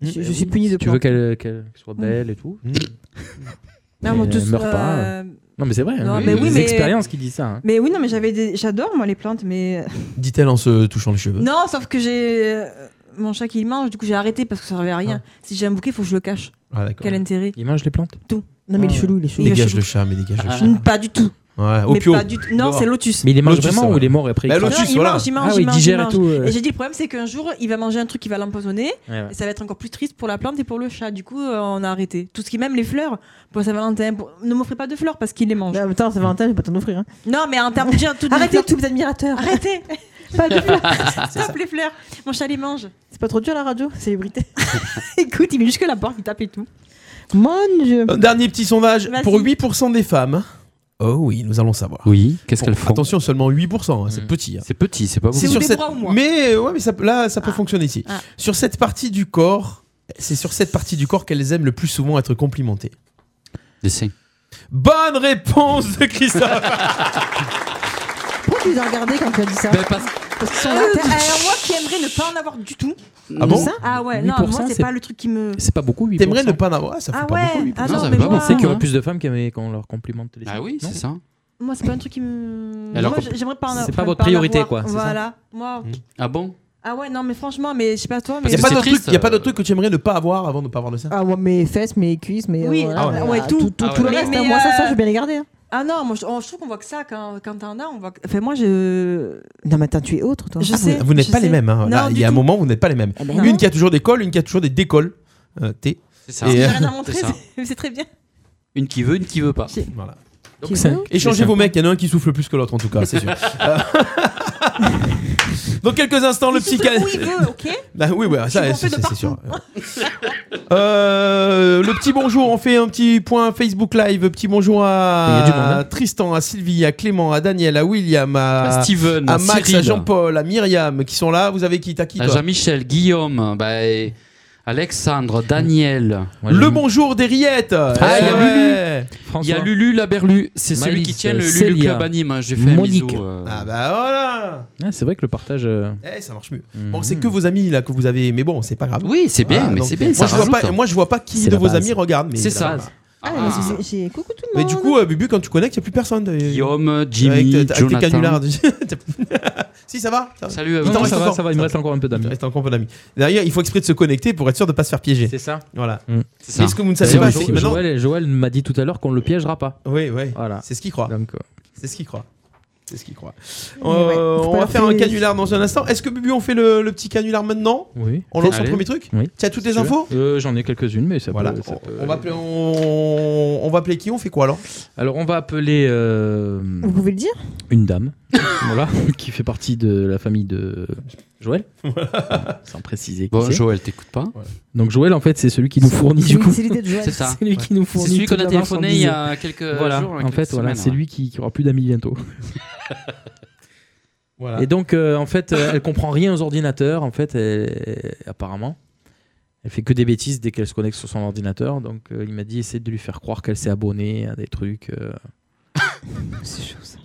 S4: Je,
S10: Eh
S4: je
S8: Eh
S4: suis puni de
S10: Tu veux
S4: plantes.
S10: qu'elle qu'elle soit belle et tout.
S7: Non, mais
S10: Elle
S7: tout ce-
S10: meurt pas.
S7: euh,
S10: Non mais c'est vrai.
S7: Non,
S10: hein,
S8: mais
S10: il y a
S8: oui,
S10: des
S7: mais-
S10: expériences qui disent ça. hein.
S7: Mais oui, non, mais j'avais des... j'adore moi les plantes, mais
S8: Bah.
S6: Dit-elle en se touchant les cheveux.
S7: non, sauf que j'ai euh, mon chat qui le mange, du coup j'ai arrêté parce que ça servait à
S8: Ah.
S7: rien. Si j'ai un bouquet, il faut que je le cache.
S6: Ah, d'accord.
S7: Quel intérêt
S10: Il mange les plantes
S4: Non, mais il est chelou, il est chelou.
S7: Il est
S6: Dégage
S7: chelou.
S6: le chat, mais dégage le
S8: Ah.
S6: chat.
S7: Mm, Pas du tout.
S6: Ouais, Ah, au
S7: mais
S6: pio.
S7: pas du tout. Non,
S6: Dehors.
S7: c'est lotus.
S10: Mais il les mange
S6: Lotus, ça
S10: vraiment
S6: va.
S10: ou il est mort et après
S6: Bah,
S10: il crache
S6: lotus,
S7: non, il
S6: voilà.
S7: mange, il mange,
S10: Ah
S7: il
S10: oui,
S7: mange. il
S10: digère et
S7: mange.
S10: tout. euh.
S7: Et j'ai dit, le problème, c'est qu'un jour, il va manger un truc qui va l'empoisonner,
S10: Ouais, ouais.
S7: et ça va être encore plus triste pour la plante et pour le chat. Du coup, euh, on a arrêté. Tout ce qui, même les fleurs, pour Saint-Valentin, pour- ne m'offrez pas de fleurs parce qu'il les mange.
S4: Mais en même temps, Saint-Valentin, je vais pas t'en offrir. hein.
S7: Non, mais en termes de dire, toutes les
S4: Arrêtez
S7: fleurs-
S4: avec tous mes admirateurs.
S7: Arrêtez
S4: Pas de fleurs.
S7: Stop les fleurs Mon chat les mange.
S4: C'est pas trop dur la radio, célébrité.
S7: Écoute, il met jusque la porte, il tape et tout.
S4: Mon dieu.
S6: Un Dernier petit sondage.
S7: Vas-y.
S6: Pour 8% des femmes. Oh oui, nous allons savoir.
S8: Oui, qu'est-ce qu'elles
S6: Bon,
S8: font Hmm.
S6: Attention, seulement 8%, hein, c'est
S10: Mm.
S6: petit. hein.
S8: C'est petit, c'est pas beaucoup.
S7: C'est
S6: sur
S7: des
S6: cette...
S7: bras ou moi
S6: Mais euh, ouais, mais ça, là, ça peut
S7: Ah.
S6: fonctionner ici.
S7: Ah.
S6: Sur cette partie du corps, c'est sur cette partie du corps qu'elles aiment le plus souvent être complimentées.
S8: Des seins.
S6: Bonne réponse de Christophe.
S4: Pourquoi tu les as regardés quand tu as dit ça
S8: Ben, parce-
S4: Parce qu'ils sont là.
S7: Euh, alors moi qui aimerais ne pas en avoir du tout.
S6: ah bon
S7: Ah ouais, non,
S10: 8%,
S7: moi c'est
S10: c'est-
S7: pas le truc qui me.
S10: C'est pas beaucoup, 8%.
S6: T'aimerais ne pas en avoir. Ah, Ça fait
S7: Ah
S6: pas beaucoup.
S7: ouais,
S6: oui.
S7: ah
S8: Non, ça
S7: non,
S8: fait
S7: mais
S8: pas
S7: moi,
S10: Je pensais qu'il y aurait
S8: hein.
S10: plus de femmes qui aimaient- qu'on leur complimente les
S8: Ah
S10: gens.
S8: oui,
S10: Non
S8: c'est ça.
S7: moi c'est pas un truc qui me.
S8: Alors
S7: moi
S8: que-
S7: j'ai- j'aimerais pas en avoir.
S10: C'est pas votre priorité, quoi, c'est ça
S7: Voilà. Moi.
S6: Mm.
S8: Ah bon
S7: Ah ouais, non, mais franchement, mais je sais pas toi,
S8: Parce
S7: mais.
S6: Il y a
S8: que
S6: pas
S8: c'est
S6: d'autre truc-
S8: triste,
S6: il y a pas
S8: euh,
S6: d'autre truc que tu aimerais ne pas avoir avant de ne pas avoir de ça.
S4: Ah ouais, mes fesses, mes cuisses, mes.
S7: Oui,
S4: voilà,
S6: ah ouais,
S4: voilà,
S7: ouais, tout.
S4: tout, tout,
S8: Ah
S4: tout le
S8: ouais.
S4: reste.
S7: Mais-
S4: hein.
S7: mais,
S4: Moi, ça,
S7: euh,
S4: ça, je vais bien les garder. hein.
S7: Ah non, moi je, oh, je trouve qu'on voit que ça quand, quand t'en as, on voit. que- Enfin, moi je.
S4: Non, mais attends, tu es autre, toi.
S7: Je
S4: Ah,
S7: sais.
S4: mais-
S6: Vous n'êtes
S7: je
S6: pas les
S7: sais.
S6: mêmes. hein.
S7: Non,
S6: Là, il
S7: du
S6: y a un
S7: tout.
S6: moment, vous n'êtes pas les mêmes.
S4: Eh ben,
S6: Une
S4: non.
S6: qui a toujours des cols, une qui a toujours des décolles. Euh, T.
S8: C'est ça.
S6: Et,
S7: J'ai
S6: euh,
S7: rien à montrer,
S8: ça.
S7: c'est c'est très bien.
S8: Une qui veut, une qui veut pas.
S6: Voilà.
S4: Tu
S10: Donc
S4: es
S10: c'est-
S4: autre
S6: Échangez vos mecs, il y en a un qui souffle plus que l'autre en tout cas, c'est sûr. Euh, Dans quelques instants, le
S7: Il
S6: psychanalyste.
S7: souffle où il veut, ok
S6: Bah oui, ouais, ça, c'est
S7: suis gonflée de
S6: c'est sûr. Euh, le petit bonjour, on fait un petit point Facebook Live. Petit bonjour
S10: Il y a du monde,
S6: à
S10: hein.
S6: Tristan, à Sylvie, à Clément, à Daniel, à William, à,
S8: À Steven,
S6: Ah, à Max,
S8: Cyril,
S6: à Jean-Paul, à Myriam qui sont là. Vous avez qui T'as qui
S8: à
S6: toi
S8: Jean-Michel, Guillaume, bah, et Alexandre, Daniel.
S10: Ouais,
S6: Le
S10: j'aime-
S6: bonjour des rillettes Eh
S8: Ah, il y a Il
S10: François.
S8: y a Lulu la Berlu, c'est celui
S10: Malice,
S8: qui tient le Lulu
S10: Célia,
S8: Club Anime. hein, J'ai fait un
S10: Monique.
S8: bisou, euh.
S6: Ah bah voilà
S10: Ah, c'est vrai que le partage. euh,
S6: Eh, ça marche mieux. Bon,
S10: mhm.
S6: c'est que vos amis là que vous avez, mais bon, c'est pas grave.
S8: Oui, c'est bien,
S6: Voilà,
S8: mais
S6: donc,
S8: c'est bien.
S6: Moi,
S8: ça
S6: je vois
S8: rajoute.
S6: pas, moi, je vois pas qui
S10: hein. C'est
S6: de
S10: la
S6: vos
S10: base.
S6: amis regarde. mais
S8: c'est
S6: là,
S8: ça.
S6: voilà.
S4: Ah,
S8: Ah.
S4: mais c'est- c'est- j'ai- Coucou tout le
S6: Mais
S4: monde.
S6: du coup, euh, Bubu, quand tu connectes, il n'y a plus personne. euh,
S8: Guillaume,
S6: avec,
S8: Jimmy,
S6: avec tes canulars.
S8: Jonathan.
S6: si, ça va, ça va.
S8: Salut à
S6: Il
S8: vous.
S10: non,
S6: t'en
S10: non,
S6: reste
S10: ça va,
S6: encore.
S10: ça va, il me reste encore un peu
S6: Il
S10: d'amis.
S6: reste encore peu d'amis. D'ailleurs, il faut exprès de se connecter pour être sûr de ne pas se faire piéger.
S10: C'est ça.
S6: Voilà.
S8: C'est
S6: Mais
S8: ça.
S6: ce que vous ne savez
S10: C'est
S6: pas,
S10: vrai,
S6: c'est
S10: Jo-
S6: que maintenant.
S10: Joël, Joël m'a dit tout à l'heure qu'on le piégera pas.
S6: Oui, oui.
S10: Voilà.
S6: C'est ce qu'il croit.
S10: Donc, euh,
S6: C'est ce qu'il croit. C'est ce qu'il croit.
S4: Mais ouais,
S6: Euh,
S4: faut
S6: on
S4: pas
S6: va
S4: leur
S6: faire un
S4: faire-
S6: canular dans un instant. Est-ce que Bubu, on fait le, le petit canular maintenant
S10: oui.
S6: On lance
S8: Allez.
S6: le premier truc
S10: Oui.
S6: Tu as toutes
S10: si
S6: les
S10: tu
S6: infos
S10: veux. Euh, J'en ai quelques-unes, mais ça
S6: Voilà.
S10: peut. ça
S6: On-
S10: peut-
S6: On va appeler- on- on va appeler qui On fait quoi alors
S10: Alors, on va appeler euh,
S4: Vous pouvez le dire
S10: une dame, voilà, qui fait partie de la famille de Joël. Sans préciser qui
S8: Bon,
S10: c'est.
S8: Joël, t'écoute pas.
S10: Donc, Joël, en fait, c'est celui qui nous fournit
S4: C'est-
S10: du coup.
S4: C'est l'idée de Joël.
S8: C'est ça.
S10: C'est lui qui nous
S8: C'est
S10: fournit.
S8: celui
S10: tout
S8: qu'on a
S10: la
S8: téléphoné il y
S10: marchandise.
S8: a euh, hein, quelques
S10: Voilà,
S8: jours.
S10: en fait, voilà, c'est lui qui, qui aura plus d'amis bientôt.
S6: Voilà.
S10: Et donc, euh, en fait, euh, elle comprend rien aux ordinateurs, en fait, elle- apparemment. Elle fait que des bêtises dès qu'elle se connecte sur son ordinateur. Donc, euh, il m'a dit, essaie de lui faire croire qu'elle s'est abonnée à des trucs. euh,
S4: C'est chaud, ça.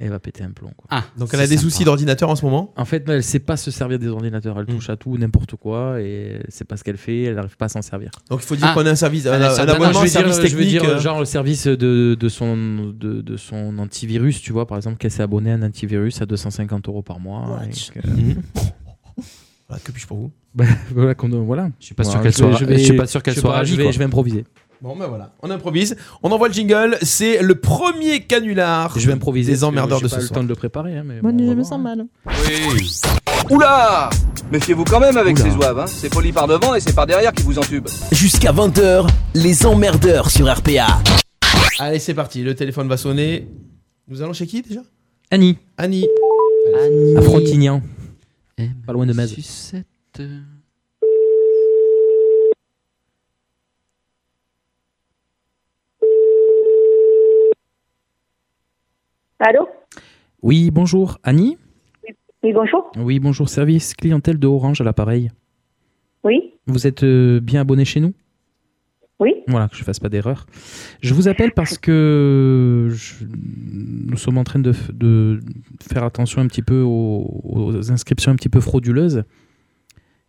S10: elle va péter un plomb. quoi.
S8: Ah,
S6: Donc elle a des soucis
S8: dans.
S6: d'ordinateur en ce moment.
S10: En fait, elle sait pas se servir des ordinateurs.
S8: Mm.
S10: Elle touche à tout, n'importe quoi, et c'est pas ce qu'elle fait. Elle n'arrive pas à s'en servir.
S6: Donc il faut dire
S8: Ah.
S6: qu'on a un service, un,
S8: Ah,
S6: un
S8: ça-
S6: abonnement,
S8: non, non,
S10: je
S6: un
S10: veux dire,
S6: service
S10: je veux
S6: technique.
S10: dire,
S6: euh,
S10: genre le service de, de son de, de son antivirus, tu vois, par exemple, qu'elle s'est abonnée à un antivirus à 250 euros par mois.
S4: What
S10: et que-
S6: Mhm. Voilà, Ah, que puis-je pour vous
S10: Bah, voilà, qu'on- voilà.
S8: Je suis pas sûr
S10: Voilà,
S8: qu'elle
S10: je vais-
S8: soit.
S10: je vais-
S8: Je suis pas sûr qu'elle
S10: je sais
S8: soit
S10: pas,
S8: ragie,
S10: Je vais,
S8: quoi.
S10: je vais improviser.
S6: Bon ben voilà, on improvise, on envoie le jingle, c'est le premier canular.
S10: Je vais improviser.
S6: Des
S10: parce que
S6: emmerdeurs
S10: j'ai
S6: de
S10: pas
S6: ce
S10: le
S6: soir.
S10: temps de le préparer. hein, mais
S4: Moi,
S10: bon, on
S4: je
S10: va
S4: me
S10: voir,
S4: sens
S10: hein.
S4: mal.
S8: Oui.
S11: Oula Méfiez-vous quand même avec
S6: Oula.
S11: ces ouaves, hein. c'est poli par devant et c'est par derrière qui vous entube.
S5: Jusqu'à 20h, les emmerdeurs sur RPA.
S6: Allez c'est parti, le téléphone va sonner. Nous allons chez qui déjà
S10: Annie,
S6: Annie.
S10: à Frontignan,
S4: ben,
S8: Eh,
S10: pas loin de Metz.
S8: Sucette.
S12: Allô
S10: Oui, bonjour, Annie.
S12: Oui, bonjour.
S10: Oui, bonjour, service clientèle de Orange à l'appareil.
S12: Oui,
S10: Vous êtes euh, bien abonné chez nous
S12: oui,
S10: Voilà, que je fasse pas d'erreur. Je vous appelle parce que je- nous sommes en train de, f- de faire attention un petit peu aux, aux inscriptions un petit peu frauduleuses.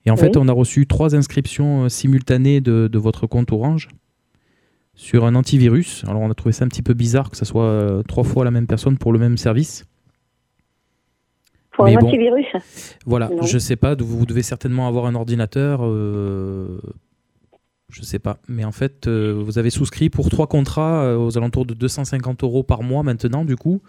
S10: Et en
S12: Oui.
S10: fait, on a reçu trois inscriptions euh, simultanées de, de votre compte Orange sur un antivirus. Alors, on a trouvé ça un petit peu bizarre que ça soit euh, trois fois la même personne pour le même service.
S4: Pour
S10: Mais
S4: un
S10: bon.
S4: antivirus
S10: Voilà,
S4: Non.
S10: je sais pas, vous vous devez certainement avoir un ordinateur. euh, je sais pas. Mais en fait, euh, vous avez souscrit pour trois contrats euh, aux alentours de 250 euros par mois maintenant, du coup.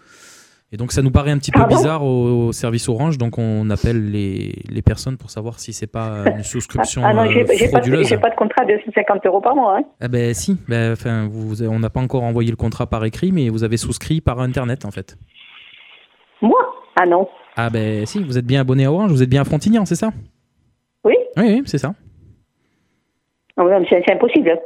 S10: Et donc, ça nous paraît un petit peu
S4: Ah bon
S10: bizarre au, au service Orange. Donc, on appelle les, les personnes pour savoir si c'est pas euh, une souscription
S4: Ah, ah non, j'ai
S10: euh,
S4: j'ai pas, de-
S10: frauduleuse.
S4: j'ai pas de contrat de 150 euros par mois. hein.
S10: Ah ben si, Ben, enfin, vous- on n'a pas encore envoyé le contrat par écrit, mais vous avez souscrit par Internet, en fait.
S4: Moi Ah non.
S10: Ah ben si, vous êtes bien abonné à Orange, vous êtes bien à Frontignan, c'est ça
S4: Oui
S10: Oui, oui, c'est ça.
S4: Non, mais non, mais c'est c'est impossible.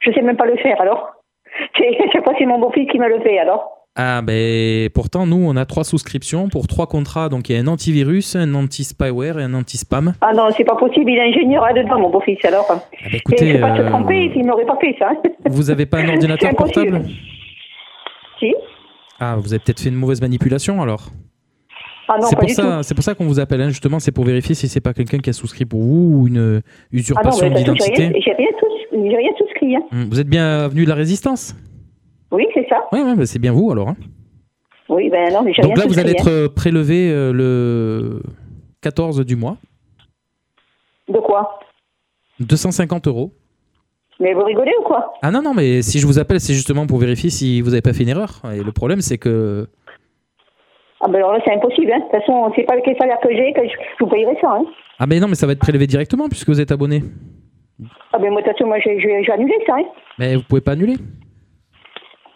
S4: Je sais même pas le faire alors. C'est- Je sais pas si c'est mon beau-fils qui me le fait alors.
S10: Ah ben pourtant nous on a trois souscriptions pour trois contrats donc il y a un antivirus, un anti-spyware et un anti-spam.
S4: Ah non, c'est pas possible, il est ingénieur là-dedans, mon beau-fils alors.
S10: Ah ben, écoutez,
S4: Et je vais pas te
S10: euh,
S4: tromper, il m'aurait pas fait ça. hein.
S10: vous avez pas un ordinateur
S4: C'est impossible.
S10: portable
S4: Si
S10: Ah vous avez peut-être fait une mauvaise manipulation alors.
S4: Ah non,
S10: c'est
S4: pas
S10: pour
S4: du tout.
S10: ça, c'est pour ça qu'on vous appelle hein, justement, c'est pour vérifier si c'est pas quelqu'un qui a souscrit pour vous ou une euh,
S4: Ah non,
S10: usurpation
S4: mais de toute façon, j'ai rien-
S10: d'identité.
S4: j'ai rien, sous- j'ai rien souscrit. hein.
S10: Hum, Vous êtes bien venu de la résistance
S4: Oui, c'est ça.
S10: Oui, oui, ben, c'est bien vous alors. hein.
S4: Oui, ben non, mais j'ai rien
S10: Donc là vous
S4: souscrit,
S10: allez être
S4: hein.
S10: euh, prélevé euh, le 14 du mois,
S4: hein. De quoi
S10: 250 euros.
S4: Mais vous rigolez ou quoi
S10: Ah non, non, mais si je vous appelle, c'est justement pour vérifier si vous n'avez pas fait une erreur. Et le problème, c'est que.
S4: Ah ben alors là, c'est impossible. Hein. De toute façon, c'est pas quel salaire que j'ai que je, je vous payerai ça. Hein.
S10: Ah, mais non, mais ça va être prélevé directement puisque vous êtes abonné.
S4: Ah ben moi, de toute façon, moi, j'ai j'ai- j'ai annulé ça. Hein.
S10: Mais vous pouvez pas annuler.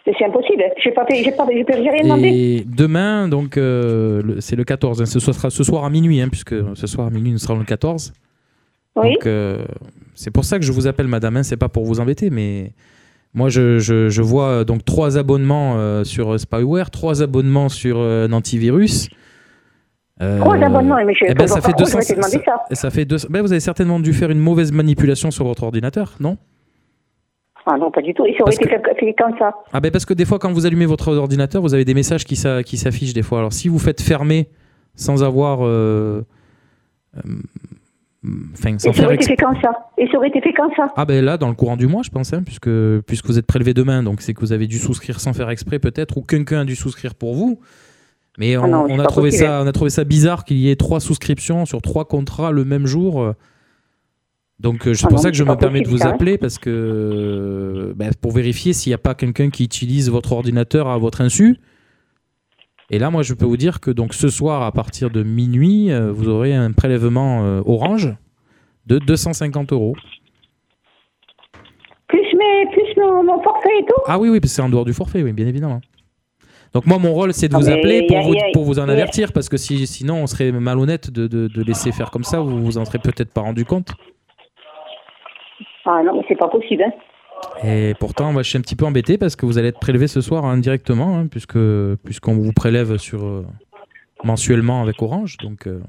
S4: Mais C'est impossible. J'ai pas payé, j'ai pas, j'ai pas- j'ai rien demandé.
S10: Et demain, donc, euh, le- c'est le 14. hein, ce, sera, ce soir à minuit, hein, puisque ce soir à minuit, nous serons le 14.
S4: Oui.
S10: Donc, euh, c'est pour ça que je vous appelle, madame. hein, c'est pas pour vous embêter, mais. Moi, je, je- je vois euh, donc trois abonnements euh, sur euh, Spyware, trois abonnements sur euh, un antivirus. Euh,
S4: Trois abonnements, hein, mais je-
S10: eh ben,
S4: je vois
S10: ça
S4: pas
S10: fait
S4: pourquoi je m'étais
S10: 200,
S4: demandé ça.
S10: ça fait 200 ben, vous avez certainement dû faire une mauvaise manipulation sur votre ordinateur, non
S4: Ah non, pas du tout. Et ça aurait
S10: Parce
S4: été que... fait quand ça
S10: Ah ben parce que des fois, quand vous allumez votre ordinateur, vous avez des messages qui s'a- qui s'affichent des fois. Alors si vous faites fermer sans avoir, euh, euh, enfin, sans
S4: Et ça
S10: faire
S4: aurait été
S10: exprès.
S4: fait quand ça Et ça aurait été fait quand ça
S10: Ah ben là, dans le courant du mois, je pense, hein, puisque, puisque vous êtes prélevé demain, donc c'est que vous avez dû souscrire sans faire exprès peut-être, ou quelqu'un a dû souscrire pour vous. Mais on,
S4: Ah non,
S10: on
S4: c'est
S10: a,
S4: pas
S10: trouvé
S4: possible.
S10: ça, on a trouvé ça bizarre qu'il y ait trois souscriptions sur trois contrats le même jour. euh. Donc euh, c'est
S4: Ah
S10: pour
S4: non,
S10: ça
S4: mais
S10: que
S4: c'est
S10: je me
S4: pas
S10: permets de
S4: possible,
S10: vous
S4: ça, hein.
S10: appeler, parce que euh, ben, pour vérifier s'il n'y a pas quelqu'un qui utilise votre ordinateur à votre insu. Et là, moi, je peux vous dire que donc ce soir, à partir de minuit, euh, vous aurez un prélèvement euh, orange de 250 euros.
S4: Plus mes, plus mon, mon forfait et tout.
S10: Ah oui, oui, parce que c'est en dehors du forfait, oui, bien évidemment. Donc moi, mon rôle, c'est de
S4: Ah,
S10: vous
S4: mais
S10: appeler
S4: y
S10: pour
S4: a-
S10: vous,
S4: y a-
S10: pour vous en
S4: y a-
S10: avertir, parce que si, sinon, on serait malhonnête de, de- de laisser faire comme ça, vous vous en serez peut-être pas rendu compte.
S4: Ah non, mais c'est pas possible. Hein.
S10: Et pourtant, moi, je suis un petit peu embêté, parce que vous allez être prélevé ce soir indirectement, hein, puisque puisqu'on vous prélève sur euh, mensuellement avec Orange, donc... euh,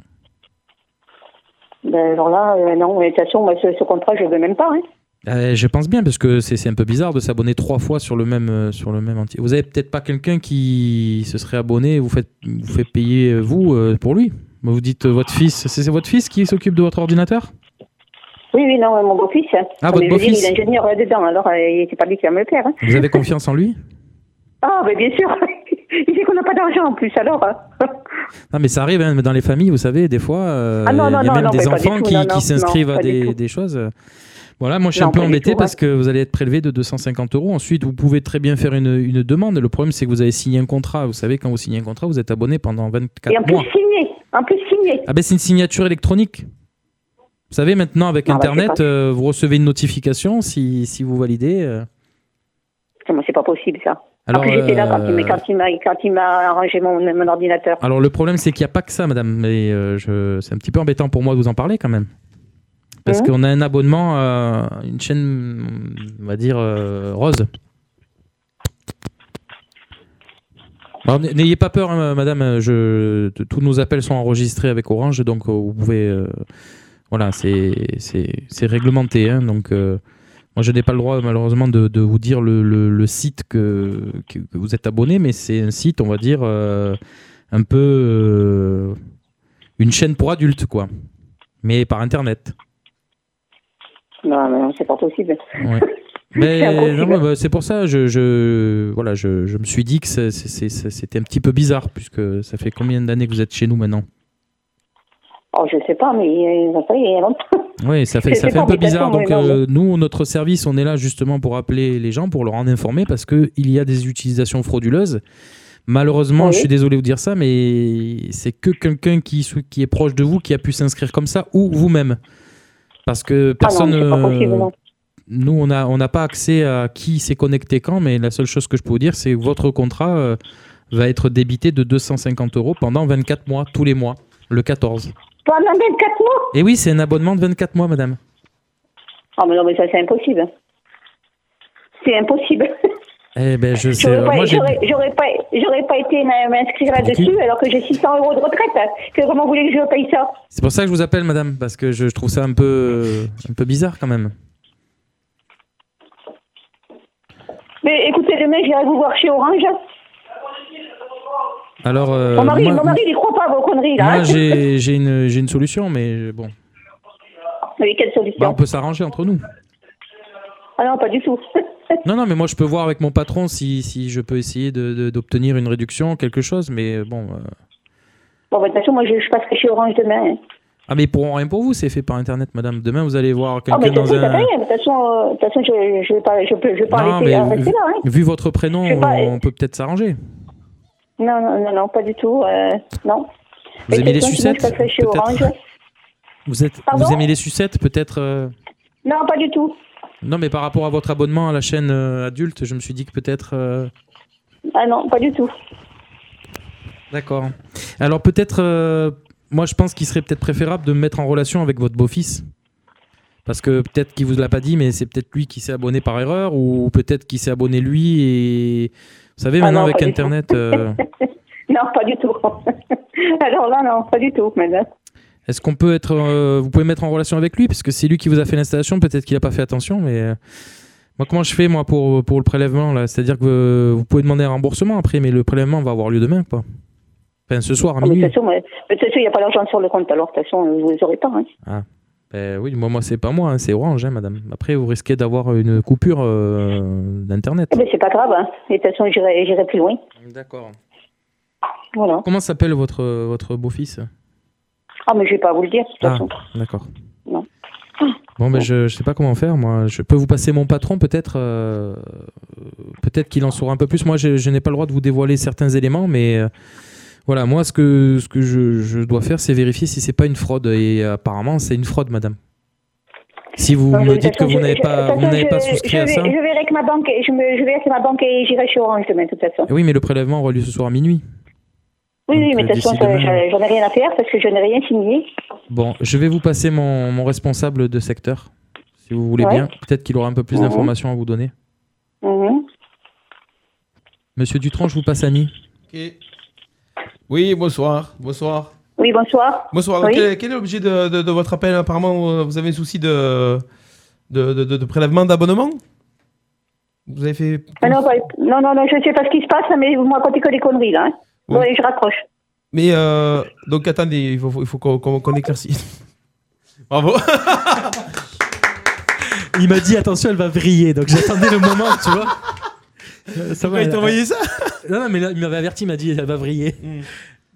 S4: Ben alors là, euh, non. mais De toute façon, moi, ce, ce contrat, je le veux même pas. Hein.
S10: Euh, je pense bien parce que c'est c'est un peu bizarre de s'abonner trois fois sur le même euh, sur le même entier. Vous avez peut-être pas quelqu'un qui se serait abonné, et vous faites vous fait payer euh, vous euh, pour lui. Bah, Vous dites euh, votre fils, c'est c'est votre fils qui s'occupe de votre ordinateur
S4: Oui, oui, non, mon beau-fils. hein.
S10: Ah,
S4: Non,
S10: votre
S4: mais je veux dire,
S10: beau-fils.
S4: Il est ingénieur euh, dedans, alors euh, il- c'est pas lui qui va me le faire. hein.
S10: Vous avez confiance en lui
S4: Ah, ben bien sûr. il dit qu'on n'a pas d'argent en plus, alors. hein.
S10: Non mais ça arrive hein, dans les familles, vous savez, des fois euh,
S4: Ah non, non,
S10: il y a
S4: non,
S10: même
S4: non, mais
S10: des
S4: pas du
S10: enfants
S4: tout,
S10: qui,
S4: non,
S10: qui
S4: non,
S10: s'inscrivent
S4: non,
S10: à
S4: pas du
S10: des,
S4: tout.
S10: des choses. Voilà, moi je suis
S4: Non,
S10: un peu
S4: pas du
S10: embêté
S4: tout,
S10: parce que vous allez être prélevé de 250 euros. Ensuite, vous pouvez très bien faire une, une demande. Le problème, c'est que vous avez signé un contrat. Vous savez, quand vous signez un contrat, vous êtes abonné pendant 24
S4: Et en
S10: mois.
S4: plus signé. En plus signé.
S10: Ah ben c'est une signature électronique. Vous savez, maintenant avec
S4: Ah bah,
S10: Internet,
S4: c'est pas-
S10: euh, vous recevez une notification si, si vous validez. euh.
S4: Comment c'est pas possible ça
S10: Alors,
S4: En plus, j'étais là quand il
S10: euh,
S4: m'a- quand il m'a quand il m'a arrangé mon, mon ordinateur.
S10: Alors le problème, c'est qu'il n'y a pas que ça, madame. Mais euh, je... c'est un petit peu embêtant pour moi de vous en parler quand même. Parce
S4: Mhm.
S10: qu'on a un abonnement à une chaîne, on va dire, euh, rose. Alors, n- N'ayez pas peur, hein, madame. euh, Je... t- Tous nos appels sont enregistrés avec Orange, donc euh, vous pouvez. euh, Voilà, c'est c'est- c'est réglementé. hein, donc. euh, Moi, je n'ai pas le droit, malheureusement, de, de vous dire le, le- le site que, que que vous êtes abonné, mais c'est un site, on va dire, euh, un peu euh, une chaîne pour adultes, quoi. Mais par Internet.
S4: Non, non, non, c'est pas possible.
S10: Ouais. Mais
S4: impossible.
S10: non, mais, bah, c'est pour ça, je, je- voilà, je, je me suis dit que ça- c'est- c'est- ça- c'était un petit peu bizarre, puisque ça fait combien d'années que vous êtes chez nous maintenant
S12: Oh, je sais pas, mais euh, ça y est, non.
S10: Oui, ça fait,
S12: C'est-
S10: ça
S12: c'est
S10: fait un peu bizarre.
S12: complication,
S10: Donc,
S12: mais non,
S10: euh, nous, notre service, on est là justement pour appeler les gens, pour leur en informer, parce qu'il y a des utilisations frauduleuses. Malheureusement,
S12: Oui.
S10: je suis désolé de vous dire ça, mais c'est que quelqu'un qui, sou- qui est proche de vous qui a pu s'inscrire comme ça, ou vous-même. Parce que
S12: Ah non,
S10: personne.
S12: c'est pas possible,
S10: euh,
S12: non.
S10: nous, on n'a on n'a pas accès à qui s'est connecté quand, mais la seule chose que je peux vous dire, c'est que votre contrat euh, va être débité de 250 euros pendant 24 mois, tous les mois, le 14.
S12: Pendant 24 mois
S10: Et oui, c'est un abonnement de 24 mois, madame.
S12: Ah, mais non, mais ça, c'est impossible. C'est impossible.
S10: Eh ben, je sais.
S12: J'aurais
S10: euh,
S12: pas,
S10: moi, j'ai-
S12: j'aurais- j'aurais pas, j'aurais pas été m- m'inscrire là-dessus alors que j'ai 600 euros de retraite. hein. Que, comment voulez-vous que je paye ça
S10: C'est pour ça que je vous appelle, madame, parce que je, je trouve ça un peu, euh, un peu bizarre quand même.
S12: Mais écoutez, demain, j'irai vous voir chez Orange. hein.
S10: Alors, euh,
S12: mon mari,
S10: moi,
S12: mon mari, il y croit pas à vos conneries, là.
S10: moi,
S12: hein.
S10: j'ai j'ai une, j'ai une solution, mais bon,
S12: Mais quelle solution
S10: Bah, on peut s'arranger entre nous.
S12: Ah non, pas du tout.
S10: Non, non, mais moi, je peux voir avec mon patron si, si je peux essayer de- de- d'obtenir une réduction, quelque chose, mais euh, bon. euh,
S12: Bon, bah, de toute façon, moi, je, je passerai chez Orange demain. hein.
S10: Ah, mais ils pourront rien pour vous, c'est fait par Internet, madame. Demain, vous allez voir
S12: Ah, mais
S10: quelqu'un
S12: de toute façon, ça
S10: dans
S12: fait
S10: un.
S12: rien. De toute façon, euh, de toute façon, je, je vais pas, je, peux- je vais pas
S10: Non,
S12: rester,
S10: mais
S12: euh, rester
S10: vu,
S12: là. hein.
S10: vu votre prénom,
S12: Je sais pas,
S10: on peut peut-être s'arranger.
S12: Non, non, non, non, pas du tout. euh, non.
S10: Vous
S12: Mais
S10: aimez les
S12: de toute façon, sinon, Je
S10: sucettes
S12: passerai chez
S10: peut-être
S12: Orange.
S10: Vous, êtes, vous
S12: Pardon
S10: aimez les sucettes, peut-être euh,
S12: Non, pas du tout.
S10: Non, mais par rapport à votre abonnement à la chaîne euh, adulte, je me suis dit que peut-être. euh,
S12: Ah non, pas du tout.
S10: D'accord. Alors peut-être, euh, moi je pense qu'il serait peut-être préférable de me mettre en relation avec votre beau-fils. Parce que peut-être qu'il vous l'a pas dit, mais c'est peut-être lui qui s'est abonné par erreur, ou peut-être qu'il s'est abonné lui et... Vous savez,
S12: Ah
S10: maintenant
S12: non,
S10: avec
S12: pas du
S10: Internet,
S12: tout.
S10: euh,
S12: Non, pas du tout. Alors là, non, pas du tout, madame.
S10: est-ce qu'on peut être... euh, vous pouvez me mettre en relation avec lui, parce que c'est lui qui vous a fait l'installation, peut-être qu'il n'a pas fait attention, mais... euh, Moi, comment je fais, moi, pour, pour le prélèvement, là C'est-à-dire que euh, vous pouvez demander un remboursement après, mais le prélèvement va avoir lieu demain, quoi. Enfin, ce soir, à
S12: Ah, mais de
S10: minuit.
S12: toute façon, moi- mais de toute façon, il n'y a pas d'argent sur le compte, alors de toute façon, vous les aurez pas. hein.
S10: Ah. Ben oui, moi, moi c'est pas moi, hein, c'est Orange, hein, madame. Après, vous risquez d'avoir une coupure euh, d'Internet.
S12: Eh ben, c'est pas grave, hein. Et de toute façon, j'irai j'irai plus loin.
S10: D'accord.
S12: Voilà.
S10: Comment s'appelle votre, votre beau-fils
S12: Ah, mais je vais pas vous le dire, de toute
S10: Ah,
S12: façon.
S10: d'accord.
S12: Non.
S10: Bon, ben je, je sais pas comment faire, moi. Je peux vous passer mon patron, peut-être euh, euh, Peut-être qu'il en saura un peu plus. Moi, je, je n'ai pas le droit de vous dévoiler certains éléments, mais euh, voilà, moi, ce que, ce que je, je dois faire, c'est vérifier si c'est pas une fraude. Et euh, apparemment, c'est une fraude, madame. Si vous
S12: Non, mais
S10: me
S12: de
S10: dites que
S12: toute
S10: vous
S12: façon,
S10: n'avez
S12: je-
S10: pas,
S12: de toute
S10: vous n'avez
S12: façon,
S10: pas
S12: je- je
S10: souscrit à
S12: vais-
S10: ça.
S12: Je verrai avec ma banque, et je, me, je vais avec ma banque et j'irai chez Orange demain, de toute façon.
S10: Eh Oui, mais le prélèvement aura lieu ce soir à minuit. euh,
S12: Oui, oui, mais de toute
S10: d'ici
S12: façon, ça,
S10: demain.
S12: je- j'en ai rien à faire parce que je n'ai rien signé.
S10: Bon, je vais vous passer mon, mon responsable de secteur, si vous voulez
S12: Ouais.
S10: bien. Peut-être qu'il aura un peu plus
S12: Mhm.
S10: d'informations à vous donner.
S12: Mhm.
S10: Monsieur Dutronc, je vous passe Annie.
S6: Oui, bonsoir. Bonsoir.
S12: Oui, bonsoir.
S6: Bonsoir.
S12: Oui.
S6: Quel, est- quel est l'objet de, de- de votre appel Apparemment, euh, vous avez un souci de, de, de- de- de prélèvement d'abonnement Vous avez fait.
S12: Ah non, bah, non, non, non, je ne sais pas ce qui se passe, mais vous me racontez que des conneries, là. hein. Bon, allez, je raccroche.
S6: Mais euh, donc attendez, il faut, il faut qu'on qu'on- qu'on éclaircisse. Bravo.
S10: Il m'a dit attention, elle va vriller, donc j'attendais le moment, tu vois. Euh, Ça
S6: Pourquoi il
S10: elle-
S6: t'a envoyé ça
S10: Non, non, mais là, il m'avait averti, il m'a dit elle va vriller.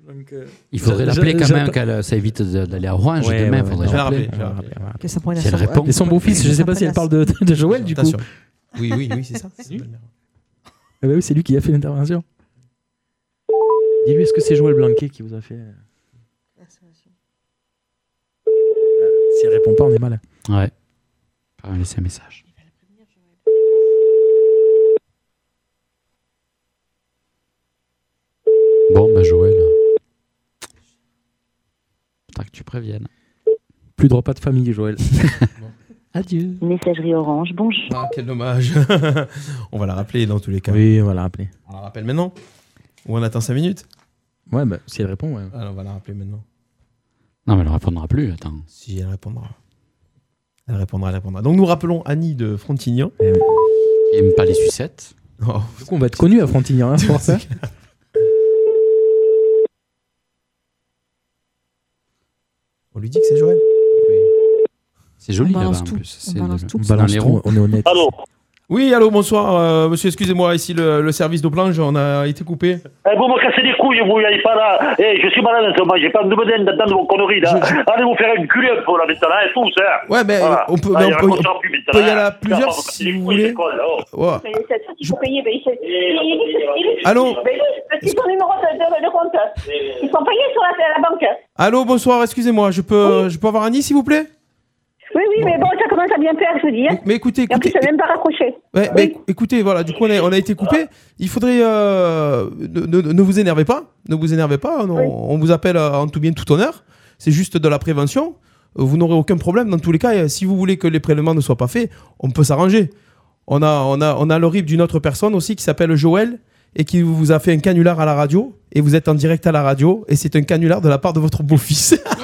S10: Donc, euh,
S8: Il faudrait
S10: j'a-
S8: l'appeler
S10: j'a-
S8: quand même,
S10: j'attends-
S8: qu'elle euh, ça évite de- d'aller à Orange
S10: Ouais,
S8: demain.
S10: ouais,
S8: faudrait
S10: je vais
S8: l'appeler.
S10: l'appeler, je vais l'appeler, Ah, ouais.
S4: Que ça prenne
S8: Si elle
S4: son-
S8: répond.
S10: Et son beau-fils, je sais pas si elle parle de, de Joël, du coup.
S6: Attention. Oui, oui, oui, c'est ça. c'est ça.
S10: Ah bah oui, c'est lui qui a fait l'intervention. Dis-lui, est-ce que c'est Joël Blanquet qui vous a fait. euh, Ah, Si elle répond pas, on est mal.
S8: Ouais. Faut lui laisser un message. Bon, bah Joël. Tant que tu préviennes.
S10: Plus de repas de famille, Joël.
S8: Adieu.
S13: Messagerie Orange, bonjour.
S6: Ah, quel dommage. on va la rappeler dans tous les cas.
S10: Oui, on va la rappeler.
S6: On la rappelle maintenant Ou on attend 5 minutes
S10: Ouais, bah, si elle répond, ouais.
S6: Alors, on va la rappeler maintenant.
S8: Non, mais elle répondra plus, attends.
S6: Si elle répondra. Elle répondra, elle répondra. Donc nous rappelons Annie de Frontignan.
S8: Il aime pas les sucettes.
S6: Oh,
S10: Du coup, on va être connu à Frontignan, hein, pour ça.
S6: on lui dit que c'est Joël.
S8: C'est joli
S7: On
S8: là-bas
S7: balance
S8: en
S7: tout.
S8: plus.
S7: On
S8: C'est
S7: balance
S8: le-
S7: tout.
S8: dans les
S10: tout,
S8: ronds.
S10: on est honnête.
S14: Allô
S6: Oui, allô, bonsoir, euh, monsieur, excusez-moi, ici le, le service de planche, on a été coupé.
S13: Eh, vous me cassez les couilles, vous, allez pas là. Eh, je suis malade en ce moment, j'ai pas de bedaine là-dedans de vos conneries, là. Allez vous faire enculer un peu, là, maintenant, hein, tous, hein.
S6: Ouais, mais
S13: Voilà.
S6: on peut-
S13: Ah,
S6: mais
S13: il
S6: on peut-
S13: racontera plus,
S6: on peut y
S13: maintenant,
S6: aller à
S13: hein.
S6: plusieurs,
S13: Non, vous
S6: si vous
S13: cassez les
S6: voulez.
S13: couilles, là, oh.
S6: Ouais.
S12: Mais c'est sûr qu'il faut payer. Mais il- il- il- il-
S6: Allô
S12: Mais oui, c'est son numéro de, de- de compte. Ils sont payés sur la, la banque.
S6: Allô, bonsoir, excusez-moi, je peux, je peux avoir Annie, s'il vous plaît
S12: Oui, oui, mais bon, ça commence à bien faire, je vous dis. hein.
S6: Mais écoutez,
S12: Et en plus, ça n'a même pas raccroché.
S6: Ouais, bah, éc- écoutez, voilà, du coup, on a, on a été coupé. Il faudrait. euh, ne, ne- ne vous énervez pas. Ne vous énervez pas. On, on vous appelle euh, en tout bien, tout honneur. C'est juste de la prévention. Euh, Vous n'aurez aucun problème. Dans tous les cas, euh, si vous voulez que les prélèvements ne soient pas faits, on peut s'arranger. On a, on, a, on a le RIP d'une autre personne aussi qui s'appelle Joël et qui vous a fait un canular à la radio. Et vous êtes en direct à la radio. Et c'est un canular de la part de votre beau-fils.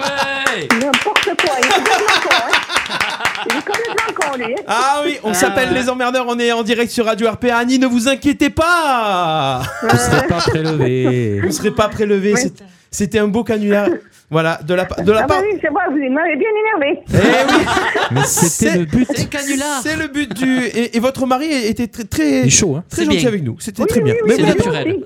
S12: N'importe quoi, il est complètement con, hein. Il est complètement con, lui. hein.
S6: Ah oui, on s'appelle Les Emmerdeurs, on est en direct sur Radio RPA. Annie, ne vous inquiétez pas Vous ne serez pas prélevé. Vous ne serez pas prélevé. c'est- C'était un beau canular. Voilà, de la, pa- de la
S12: ah
S6: part.
S12: bah oui, c'est moi, vous m'avez bien énervé.
S6: Mais c'était le but.
S12: canular.
S6: C'est le but du. Et, et votre mari était très, très,
S10: est chaud, hein.
S6: très
S10: C'est
S6: gentil
S10: bien.
S6: avec nous. C'était
S10: Oui,
S6: très
S10: oui,
S6: bien.
S10: oui,
S6: Mais
S10: c'est
S6: vous avez-
S10: naturel.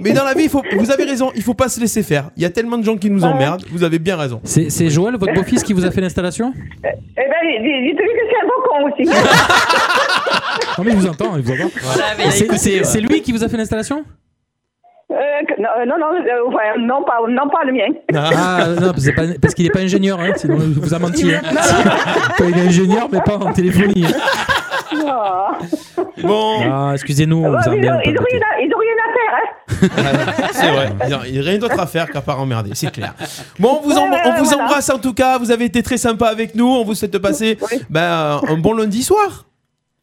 S6: Mais dans la vie, il faut, vous avez raison, il faut pas se laisser faire. Il y a tellement de gens qui nous emmerdent. Vous avez bien raison.
S10: C'est c'est Joël, votre beau-fils, qui vous a fait l'installation
S12: Eh ben, dis- dites-lui que c'est un beau con aussi.
S10: Non, mais il vous entend, il vous entend.
S12: mais il a
S10: C'est-
S12: écouté,
S10: C'est
S12: ouais.
S10: c'est lui qui vous a fait l'installation
S12: Euh, que- non, euh, non, non, euh, enfin, non, pas, non, pas le mien.
S10: Ah, non, c'est pas- parce qu'il n'est pas ingénieur, hein, sinon il vous a menti. hein. Enfin, il est ingénieur, mais pas en téléphonie.
S12: Non.
S6: Bon.
S10: Ah, excusez-nous, on vous
S12: Ah, mais ils
S10: emmerde.
S12: ont ils ont rien à- ils ont rien à faire, hein.
S6: C'est vrai. Il n'y a rien d'autre à faire qu'à part emmerder, c'est clair. Bon, on vous,
S12: Ouais,
S6: em-
S12: ouais,
S6: on
S12: ouais,
S6: vous
S12: voilà.
S6: embrasse en tout cas. Vous avez été très sympa avec nous. On vous souhaite de passer ben, un bon lundi soir.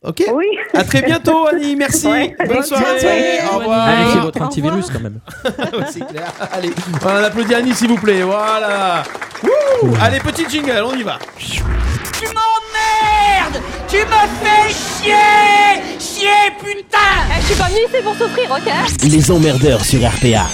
S6: Ok
S12: Oui.
S6: À très bientôt, Annie. Merci.
S12: Ouais.
S6: Bonne
S12: Bonne
S6: soirée.
S12: soirée.
S6: Au revoir.
S10: Allez, c'est votre antivirus quand même.
S6: c'est clair. Allez, on applaudit Annie, s'il vous plaît. Voilà. Wouh Allez, petit jingle, on y va.
S14: Tu m'emmerdes Tu me fais chier Chier, putain Eh, Je suis pas venue ici pour souffrir, ok
S5: Les emmerdeurs sur RPA.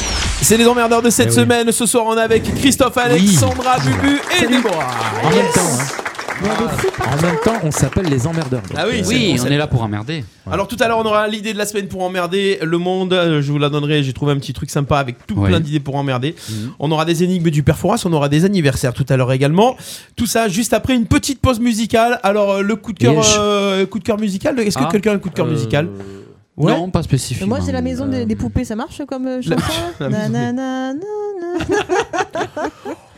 S6: C'est les emmerdeurs de
S10: Eh
S6: cette semaine. Ce soir, on est avec Christophe, Alexandra, Bubu et Déborah.
S10: En même
S6: Yes.
S10: temps, hein. En même temps, on s'appelle les emmerdeurs. donc,
S6: Ah oui,
S10: euh,
S6: c'est bon, c'est-
S8: là pour emmerder.
S6: Alors tout à l'heure on aura l'idée de la semaine pour emmerder le monde, Euh, je vous la donnerai, j'ai trouvé un petit truc sympa avec tout
S8: Ouais.
S6: plein d'idées pour emmerder.
S8: Mhm.
S6: On aura des énigmes du Perforas, on aura des anniversaires tout à l'heure également. Tout ça juste après une petite pause musicale. Alors euh, le coup de cœur
S8: Yes.
S6: euh, coup de cœur musical, est-ce que
S8: Ah,
S6: quelqu'un a un coup de cœur
S8: euh,
S6: musical
S8: Non, pas
S4: Mais
S8: spécifiquement. Euh,
S4: Moi, c'est la maison des, des poupées, ça marche comme euh,
S6: euh, La-
S4: chanson
S6: la maison des-
S4: Nanana, nanana.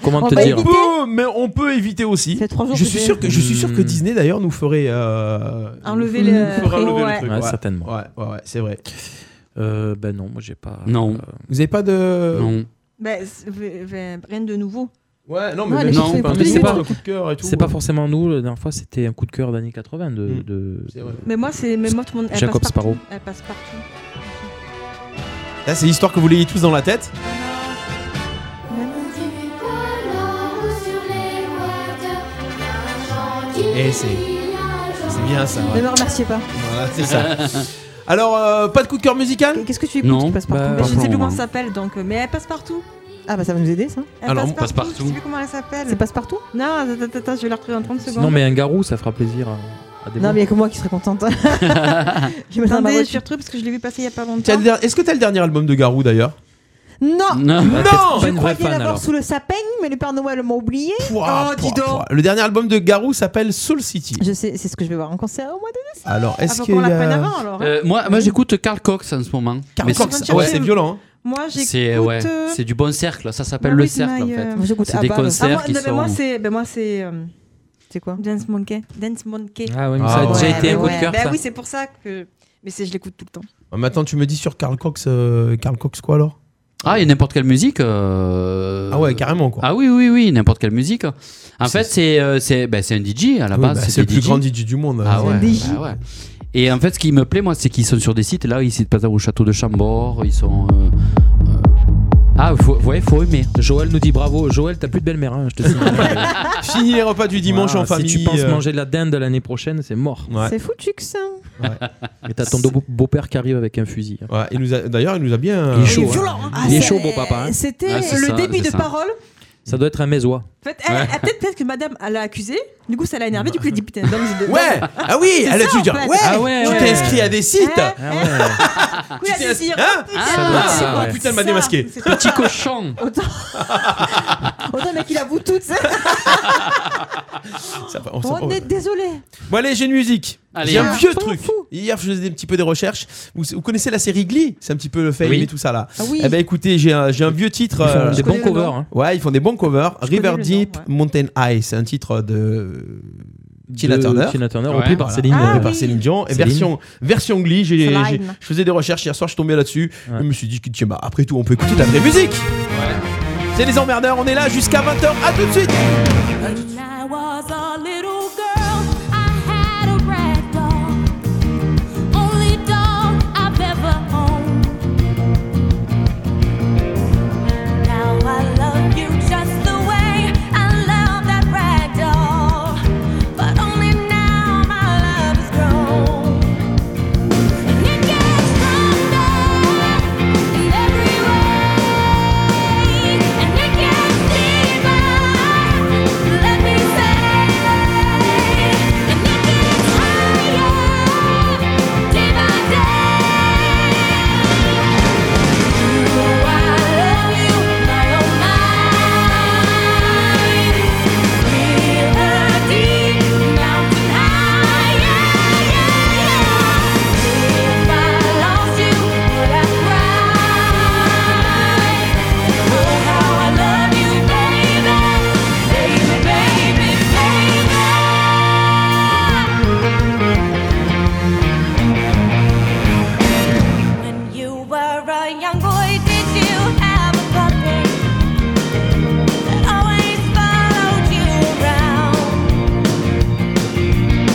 S10: Comment
S4: On te va dire
S6: on peut, mais on peut éviter aussi.
S4: jours
S6: Je
S4: que
S6: suis
S4: j'ai-
S6: sûr que je suis sûr
S8: Hmm.
S6: que Disney d'ailleurs nous ferait euh,
S4: Enlever
S6: nous
S4: le-
S6: ferait enlever
S4: Ouais.
S6: truc,
S10: Ouais, certainement.
S6: Ouais, ouais, ouais, c'est vrai.
S10: Euh, ben non, moi j'ai pas.
S8: Non.
S6: Vous avez pas de
S8: Non.
S7: Ben, c'est- ben, ben, rien de nouveau.
S6: Ouais,
S7: non,
S6: mais
S10: Non,
S6: même si c'est
S10: parce
S6: pas
S10: que c'est
S6: nous,
S10: pas,
S6: le coup de cœur et tout. euh,
S10: c'est pas forcément nous. La dernière fois, c'était un coup de cœur d'années 80 de.
S6: Mm.
S10: de-
S7: Mais moi, c'est. Mais moi, tout le monde. elle
S10: Jacob
S7: passe partout.
S10: Sparrow.
S7: Elle passe partout.
S6: Là, c'est histoire que vous l'ayez tous dans la tête. Et c'est. C'est bien ça.
S4: Ne
S6: ouais.
S4: me remerciez pas.
S6: Voilà, c'est ça. Alors, euh, pas de coup de cœur musical
S4: Qu'est-ce que tu
S6: écoutes Non,
S4: passe
S6: bah,
S4: partout
S6: Mais je ne sais pas plus pour comment le
S4: comment
S6: moment.
S4: ça
S7: s'appelle donc. euh, Mais elle passe partout.
S4: Ah bah ça va nous aider ça.
S7: Elle
S10: Alors,
S7: passe partout.
S10: Passepartout.
S7: Je sais plus comment elle s'appelle.
S4: C'est passe-partout
S7: Non, attends, attends, attends, je vais la retrouver en 30 secondes.
S10: Non, mais un garou, ça fera plaisir à, à des
S4: Non,
S10: gens.
S4: mais il y a que moi qui serais contente. je me dans ma
S7: Attendez, je
S4: voiture.
S7: suis retrouvée parce que je l'ai vu passer il y a pas
S6: T'as
S7: longtemps.
S6: le der- Est-ce que t'as le dernier album de Garou d'ailleurs
S4: Non
S6: Non. Non. Pas
S4: Je
S6: une vraie
S4: croyais
S6: fan,
S4: l'avoir
S6: alors.
S4: sous le sapin, mais le Père Noël m'a oublié.
S6: Pouah,
S4: oh, dis
S6: pouah,
S4: donc
S6: pouah. Le dernier album de Garou s'appelle Soul City.
S4: Je sais, c'est ce que je vais voir en concert au mois de décembre.
S6: Alors, est-ce
S4: Ah,
S6: que.
S4: faut qu'on la prenne avant, alors, hein.
S8: Euh, moi, moi j'écoute Carl Cox en ce moment.
S6: Carl
S8: Mais
S6: Cox,
S8: c'est-
S6: ouais, c'est violent, hein.
S7: Moi, j'écoute,
S8: C'est ouais,
S7: euh,
S8: c'est du bon cercle. Ça s'appelle
S7: Maurice
S8: le cercle en
S7: Maille, euh,
S8: fait. C'est des
S7: Ah,
S8: concerts
S7: moi,
S8: qui
S7: non, mais Moi,
S8: sont.
S7: c'est. Ben, moi, c'est. euh,
S4: bah, C'est quoi
S7: Dance Monkey. Dance Monkey.
S10: Ah oui, mais ça a déjà été un coup de cœur.
S7: Ben
S10: ça.
S7: oui, c'est pour ça que. Mais c'est, je l'écoute tout le temps.
S6: Ah, mais attends, tu me dis sur Carl Cox. euh, Carl Cox, quoi alors
S8: Ah, il y a n'importe quelle musique. euh,
S6: Ah ouais, carrément quoi.
S8: Ah oui, oui, oui, n'importe quelle musique. En fait, c'est euh, c'est ben, c'est un DJ à la
S6: Oui,
S8: base.
S6: bah,
S8: des
S6: c'est le plus
S8: DJ.
S6: grand DJ du monde.
S8: Ah
S6: C'est
S8: ouais,
S6: un DJ.
S8: bah ouais. Et en fait, ce qui me plaît, moi, c'est qu'ils sont sur des sites. Là, ici, par exemple, au château de Chambord, ils sont. euh, euh, Ah, faut, ouais, faut aimer.
S10: Joël nous dit bravo. Joël, t'as plus de belle-mère, hein, je te signale.
S6: Fini les repas du dimanche
S10: Voilà,
S6: en famille.
S10: Si tu penses
S6: euh,
S10: manger de la dinde l'année prochaine, c'est mort.
S4: C'est foutu que ça.
S6: Ah,
S10: Et t'as ton beau- beau-père qui arrive avec un fusil. hein.
S6: Ouais, il nous a- D'ailleurs, il nous a bien.
S10: Il est chaud,
S6: hein.
S7: Ah,
S10: hein. Il est chaud, beau papa. hein.
S4: C'était
S6: Ah, c'est
S4: le
S6: ça,
S4: débit
S6: c'est
S4: de
S6: ça.
S4: parole
S10: Ça doit être un mésois.
S7: fait, elle- elle- peut-être peut-être que madame elle l'a accusée, du coup ça l'a énervé, du coup elle dit putain, non, je
S6: Ouais Ah oui Elle a dû dire Ouais, Tu t'es inscrit à des sites
S7: hein, Oui, elle dit, oh,
S6: Hein
S7: putain,
S6: Ça doit être ça, ouais. Putain, elle m'a
S7: ça.
S6: démasqué.
S7: C'est
S6: Petit
S7: ça.
S6: cochon.
S7: Autant,
S4: Oh,
S7: autant mec, il avoue tout.
S6: Ça va, on
S4: On,
S6: s'en-
S4: est désolé.
S6: Bon allez, j'ai une musique.
S4: Allez.
S6: J'ai un
S4: Ah,
S6: vieux
S4: on s'en
S6: truc. Hier, je faisais un petit peu des recherches. Vous, vous connaissez la série Glee C'est un petit peu le film
S10: Oui.
S6: et tout ça là.
S10: Ah oui.
S6: Eh ben écoutez, j'ai un, j'ai un vieux titre. euh,
S10: Ils font des Je bons connais le covers, nom. hein.
S6: Ouais, ils font des bons covers. River
S10: connais le
S6: Deep, Mountain High, c'est un titre de euh, Tina
S10: De
S6: Turner.
S10: Tina Turner, repris par Céline, Ah, euh,
S6: repris par
S10: oui.
S6: Céline Dion. Et
S10: Céline.
S6: version, version Glee, j'ai- j'ai-
S10: Slime.
S6: je faisais des recherches hier soir, je tombais là-dessus. Je me suis dit, que, tiens, bah après tout, on peut écouter de la vraie musique. C'est les emmerdeurs, on est là jusqu'à 20h. À tout de suite.
S14: When I was a little girl, I had a rag doll. Only dog I've ever owned. Now I love you just the way I love that rag doll. But only now my love is grown. And it gets stronger in every way. And it gets deeper. Let me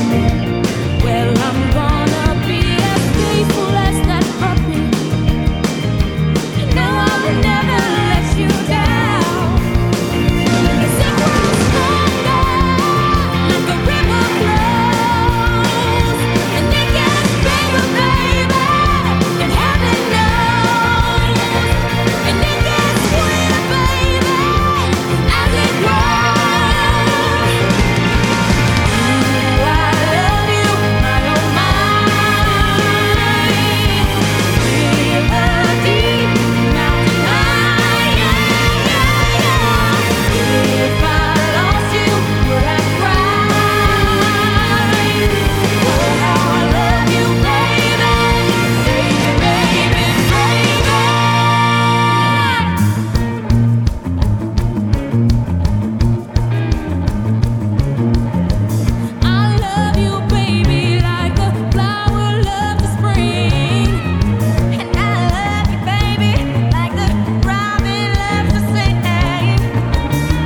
S14: Well, I'm gonna be as faithful as that puppy. No, I will never let you down. Cause it grows stronger like a river flows. And it gets bigger, baby, and heaven knows. And it gets sweeter, baby, as it grows. I love you, my oh my. River deep, mountain high, If I lost you, would I cry? Oh, how I love you, baby, baby, baby, baby. I love you, baby, like a flower loves the spring. And I love you, baby, like the robin loves to sing.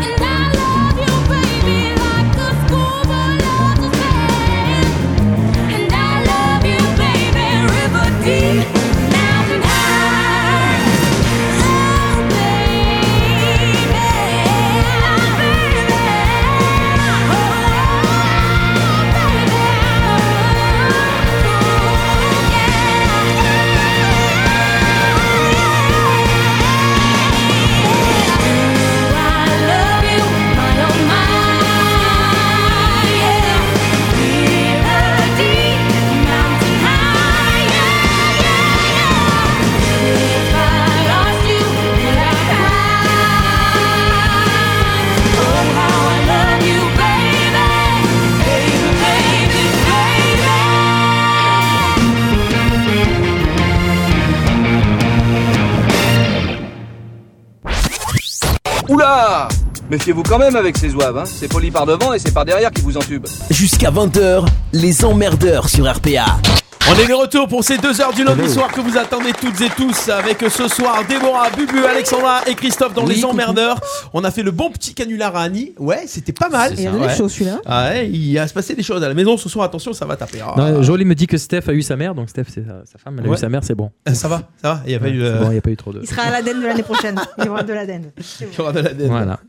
S14: And I love you, baby, like the schoolboy loves to sing. And I love you, baby, river deep, mountain high. Oh, baby, baby.
S11: Oula Méfiez-vous quand même avec ces zouaves, hein. c'est poli par devant et c'est par derrière qui vous entube.
S5: Jusqu'à 20h, les emmerdeurs sur RPA.
S6: On est de retour pour ces deux heures du lundi soir que vous attendez toutes et tous avec ce soir Déborah, Bubu, Alexandra et Christophe dans Les Emmerdeurs. On a fait le bon petit canular à Annie. Ouais, c'était pas mal.
S4: C'est Il y a ça, des ouais. choses, celui-là.
S6: Ah ouais, il va se passer des choses à la maison ce soir. Attention, ça va taper. Ah.
S10: Non, Jolie me dit que Steph a eu sa mère, donc Steph, c'est sa, sa femme, elle a
S6: Ouais.
S10: eu sa mère, c'est bon.
S6: euh, Ça va, ça va. Il y a pas
S10: Ouais,
S6: eu. euh,
S10: c'est bon, il y a pas eu trop de.
S7: Il sera à l'Aden de l'année prochaine. Il y aura de l'Aden.
S6: Il y aura de la dette.
S10: Voilà.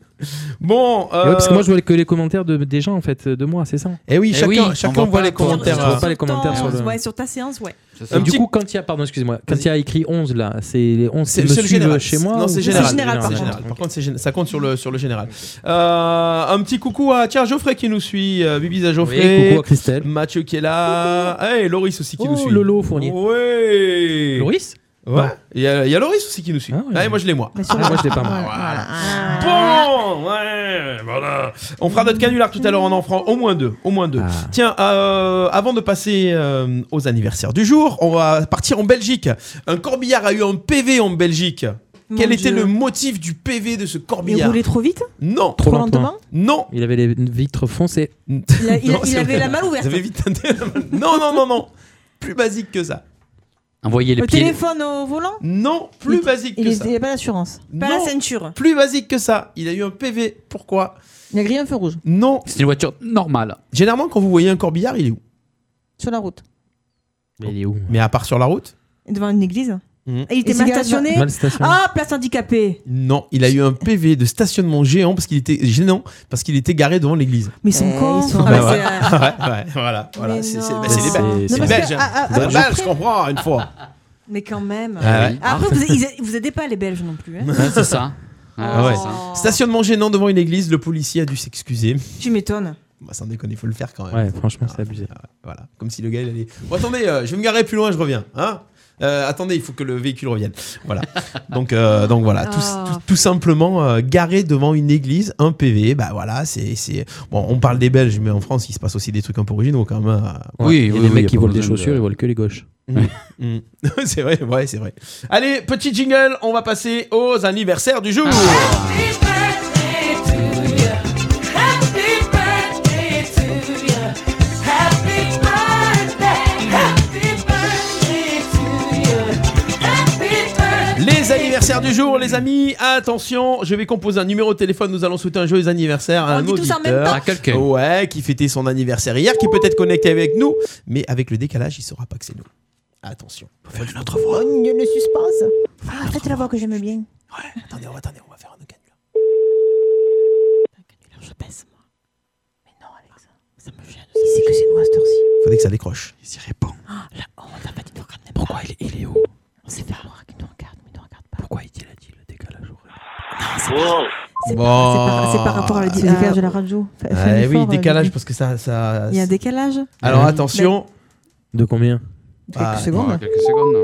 S6: Bon,
S10: Ouais, parce que moi je vois que les commentaires de, des gens en fait, de moi, c'est ça.
S6: Eh oui,
S10: Eh
S6: chacun-
S10: on
S6: chacun
S10: voit
S6: voit
S10: pas
S6: les commentaires.
S10: on voit pas les commentaires sur le.
S7: Ouais, sur ta séance, ouais.
S10: Et du coup, quand il y a, pardon, excusez-moi, quand il y a écrit 11 là, c'est les 11 qui
S6: C'est
S10: me
S6: c'est le
S10: suivent
S6: général.
S10: chez moi
S6: Non,
S10: ou-
S6: c'est général.
S10: par
S6: C'est
S10: contre.
S6: général. Par contre, c'est gén- ça compte sur le, sur le général. Euh, un petit coucou à tiens, Geoffrey qui nous suit. euh, Bibis à Geoffrey.
S10: Oui, coucou à Christelle.
S6: Mathieu qui est là. et Loris aussi qui nous suit.
S10: Lolo Fournier.
S6: Ouais.
S10: Oh, Loris Bah.
S6: Ouais. Il y, a- il y a Loris aussi qui nous suit. Ah, et moi je l'ai moi.
S10: Ah, moi, je l'ai pas, moi.
S6: Voilà.
S7: Ah,
S6: Ah.
S10: Ah.
S6: Bon, ouais, voilà. On fera notre canular tout à l'heure, on en fera au moins deux, au moins deux.
S10: Ah.
S6: Tiens, euh, avant de passer euh, aux anniversaires du jour, on va partir en Belgique. Un corbillard a eu un PV en Belgique.
S7: Mon
S6: Quel
S7: Dieu.
S6: était le motif du PV de ce corbillard
S7: Il roulait trop vite
S6: Non.
S10: Trop Trop lentement lentement
S6: Non.
S10: Il avait les vitres foncées.
S7: Il, a- il a- il avait la main ouverte.
S6: Vous avez vite Non, non, non, non. Plus basique que ça.
S8: Envoyez les
S7: Le
S8: pieds.
S7: téléphone au volant
S6: Non, plus basique que
S4: il
S6: ça.
S4: n'y a pas d'assurance.
S7: Pas la
S6: Non.
S7: ceinture.
S6: Plus basique que ça. Il a eu un PV. Pourquoi
S4: Il a grillé un feu rouge
S6: Non.
S8: C'est une voiture normale.
S6: Généralement, quand vous voyez un corbillard, il est où
S4: sur la route.
S10: Mais il est où
S6: Mais à part sur la route
S7: Devant une église.
S6: Mhm.
S7: Et il était
S4: Et
S7: mal
S4: c'est grave.
S7: stationné.
S6: Mal stationné.
S7: Ah, place handicapée.
S6: Non, il a eu un PV de stationnement géant parce qu'il était gênant parce qu'il était garé devant l'église.
S7: Mais ils sont
S4: Eh,
S7: cons.
S4: ils sont-
S7: Ah,
S6: Bah
S7: bah,
S6: ouais.
S7: c'est, euh,
S6: Ouais, ouais, voilà, voilà.
S7: Mais
S6: C'est c'est-
S7: non.
S6: bah, c'est les
S7: C'est-
S6: Belges.
S7: c'est
S6: C'est les
S7: parce que, ah,
S6: Belges.
S7: à-
S6: hein.
S7: à-
S6: C'est les
S7: à-
S6: Belges, je comprends une fois.
S7: Mais quand même.
S6: Ah ouais.
S7: Après, vous, ils a- vous aidez pas les Belges non plus. hein.
S8: c'est ça.
S7: Oh.
S6: Ah ouais. Stationnement gênant devant une église, le policier a dû s'excuser.
S7: Tu m'étonnes.
S6: Bah, sans déconner, il faut le faire quand même.
S10: Ouais, franchement, Ah, c'est abusé.
S6: ah, Voilà, comme si le gars il allait. Bon, attendez, euh, je vais me garer plus loin, je reviens. Hein Euh, attendez, il faut que le véhicule revienne. Voilà. Donc, euh, donc voilà, tout,
S7: Ah.
S6: tout- tout simplement euh, garé devant une église, un PV. Bah voilà, c'est c'est- bon. On parle des Belges, mais en France, il se passe aussi des trucs un peu originaux quand même. hein.
S10: Ouais, il y a des mecs qui volent des
S8: besoin de-
S10: chaussures, ils volent que les gauches.
S6: Mm. c'est vrai, ouais, c'est vrai. Allez, petit jingle, on va passer aux anniversaires du jour. Les anniversaires du jour, les amis, attention, je vais composer un numéro de téléphone, nous allons souhaiter un joyeux anniversaire à
S7: On
S6: un
S7: dit tous en
S6: auditeur.
S7: même temps.
S8: À quelqu'un.
S6: Ouais, qui fêtait son anniversaire hier, qui peut être connecté avec nous, mais avec le décalage, il saura pas que c'est nous. Attention. Faut faire une autre voix.
S4: Oh, le suspense. Ah, en fait, c'est la voix que j'aime bien.
S6: Attendez, on va, attendez, on va faire un autre canular.
S7: Je baisse, moi. Mais non, Alex. Ça me gêne.
S4: Il sait que c'est moi à cette heure-ci.
S6: Faudrait que ça décroche.
S8: Il s'y répond.
S7: Ah, la honte, t'as pas dit de regarder même
S8: Pourquoi il, il est où
S7: pas. On s'est fait avoir qu'il nous regarde, mais il nous regarde pas.
S8: Pourquoi il dit, il a dit le décalage horaire
S7: C'est
S6: Bon.
S7: par, c'est par- c'est par rapport à
S6: Ah,
S7: la
S4: C'est le décalage de la radio. Fais- fais un
S6: Eh oui,
S4: effort,
S6: décalage
S4: euh,
S6: parce que ça, ça.
S7: Il y a un décalage
S6: Alors attention.
S10: De combien
S4: Quelques
S6: Ah,
S4: secondes.
S8: Quelques secondes.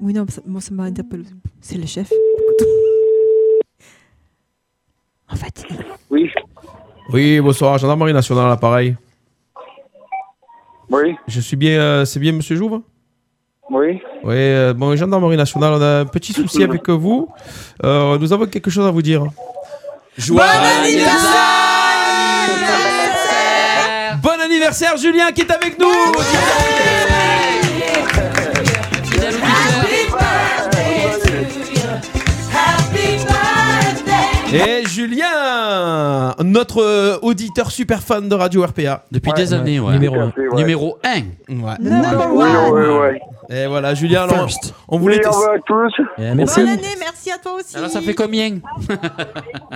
S7: Oui, non, ça- moi ça m'a interpellé. C'est le chef. En fait,
S13: Oui,
S6: Oui, bonsoir, gendarmerie nationale à l'appareil.
S13: oui,
S6: Je suis bien, euh, c'est bien Monsieur Jouve
S13: oui.
S6: Oui, euh, bon, gendarmerie nationale, on a un petit souci avec vous. Euh, nous avons quelque chose à vous dire. Joyeux anniversaire Bon anniversaire Julien qui est avec nous Et Julien, notre euh, auditeur super fan de Radio RPA.
S8: Depuis des années, ouais.
S10: Numéro un.
S13: Merci, ouais.
S8: Numéro 1.
S6: Ouais.
S4: Number
S13: Oui,
S4: one.
S13: oui, oui.
S6: Et voilà Julien, alors,
S8: First.
S6: on voulait...
S13: Meilleurs vœux à tous.
S10: Eh, merci.
S7: bonne année, merci à toi aussi.
S8: Alors ça fait combien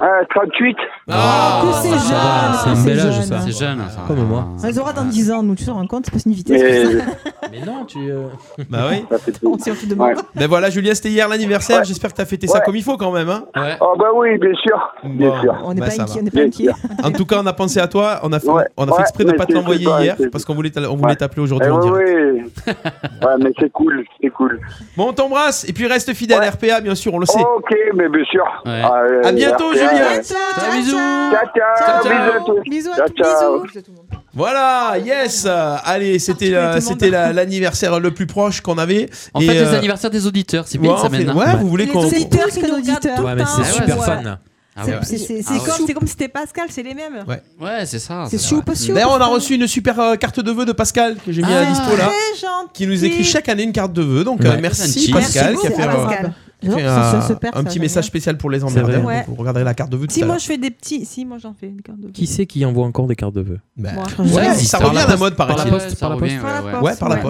S13: Ah, 38.
S6: Ah,
S4: Que c'est
S10: ça va,
S4: jeune.
S10: c'est hein. un
S4: que
S10: bel
S4: c'est
S10: âge,
S4: jeune.
S10: ça.
S8: C'est jeune, ça.
S10: Comme moi.
S4: Ça les aura dans 10 ans, nous, tu te rends compte, c'est pas une vitesse.
S13: Mais
S4: comme ça.
S10: Mais non, tu. euh,
S6: Bah oui.
S13: ça fait tout.
S4: On s'y on te demande.
S13: Ouais.
S6: Ben voilà Julien, c'était hier l'anniversaire,
S13: Ouais.
S6: j'espère que t'as fêté ça
S13: Ouais.
S6: comme il faut quand même. Hein
S8: Ouais.
S13: Ah bah oui, bien sûr.
S6: Bon.
S13: Bien sûr.
S4: On n'est
S6: Bah,
S4: pas
S6: ça
S4: inquiet,
S6: va.
S4: on n'est pas
S13: Bien
S4: inquiet.
S13: sûr.
S6: En tout cas, on a pensé à toi. On a fait,
S13: Ouais,
S6: on a fait
S13: ouais,
S6: exprès de ne
S13: mais
S6: pas te
S13: c'est-
S6: l'envoyer
S13: c'est pas-
S6: hier
S13: c'est-
S6: parce qu'on voulait t'a- on voulait t'appeler aujourd'hui
S13: Eh
S6: en
S13: oui,
S6: direct.
S13: oui. ouais, mais c'est cool, c'est cool.
S6: Bon, on t'embrasse et puis reste fidèle
S13: Ouais.
S6: à RPA, bien sûr, on le sait.
S13: Ok, mais bien sûr.
S8: Ouais.
S13: Ah, euh,
S6: À bientôt,
S13: RPA,
S6: Julien.
S13: ouais.
S4: Ciao, ciao.
S13: Ciao, ciao.
S6: Ciao, ciao.
S13: Bisous à tous.
S4: Bisous à
S13: Ciao,
S4: tous,
S13: ciao.
S4: bisous. Bisous à tout le monde.
S6: Voilà, yes. Euh, Allez, c'était
S7: Partout,
S6: la-
S7: tout le monde.
S6: c'était la- l'anniversaire le plus proche qu'on avait.
S8: En
S6: Et,
S8: fait,
S6: euh,
S8: les anniversaires des auditeurs, c'est
S6: ouais,
S8: bien hein.
S6: on
S8: ça
S6: fait-
S8: maintenant.
S6: ouais, vous voulez
S7: Les
S6: qu'on
S4: Auditeurs,
S7: auditeurs.
S4: c'est nos auditeurs.
S7: Ouais,
S10: Ouais, mais c'est
S7: Putain,
S10: super
S7: ouais.
S10: fan.
S8: Ah ouais.
S4: C'est- c'est- C'est
S8: Ah
S4: c'est
S8: ouais.
S4: comme.
S7: C'est comme c'était Pascal, c'est les mêmes.
S8: Ouais, c'est ça.
S4: C'est
S8: ça.
S4: soupe aussi.
S6: D'ailleurs, on a reçu une super euh, carte de vœux de Pascal que j'ai mis à
S8: Ah.
S6: dispo là,
S7: Très gentil.
S6: qui nous écrit chaque année une carte de vœux. Donc
S10: Ouais.
S6: euh, merci
S8: Merci
S6: Pascal qui a
S4: beaucoup,
S6: fait, euh,
S4: Pascal.
S6: qui a fait
S4: Genre,
S6: un,
S4: ça- ça se perd,
S6: un
S4: ça,
S6: petit
S4: j'aime
S6: message
S4: bien.
S6: spécial pour les
S10: C'est vrai.
S6: emmerdeurs.
S7: Ouais.
S6: Donc, Vous regarderez la carte de vœux tout
S7: Si
S6: à
S7: moi
S6: l'heure.
S7: je fais des petits, si moi j'en fais des cartes de
S10: Qui c'est qui envoie encore des cartes de vœux
S6: Ben,
S7: Moi.
S6: ouais,
S4: Ça
S8: existe.
S6: ça
S8: Par
S6: revient
S8: la
S6: à la mode,
S10: par la
S6: paraît-il.
S10: poste, par la
S8: ça revient,
S6: Ouais, par la poste.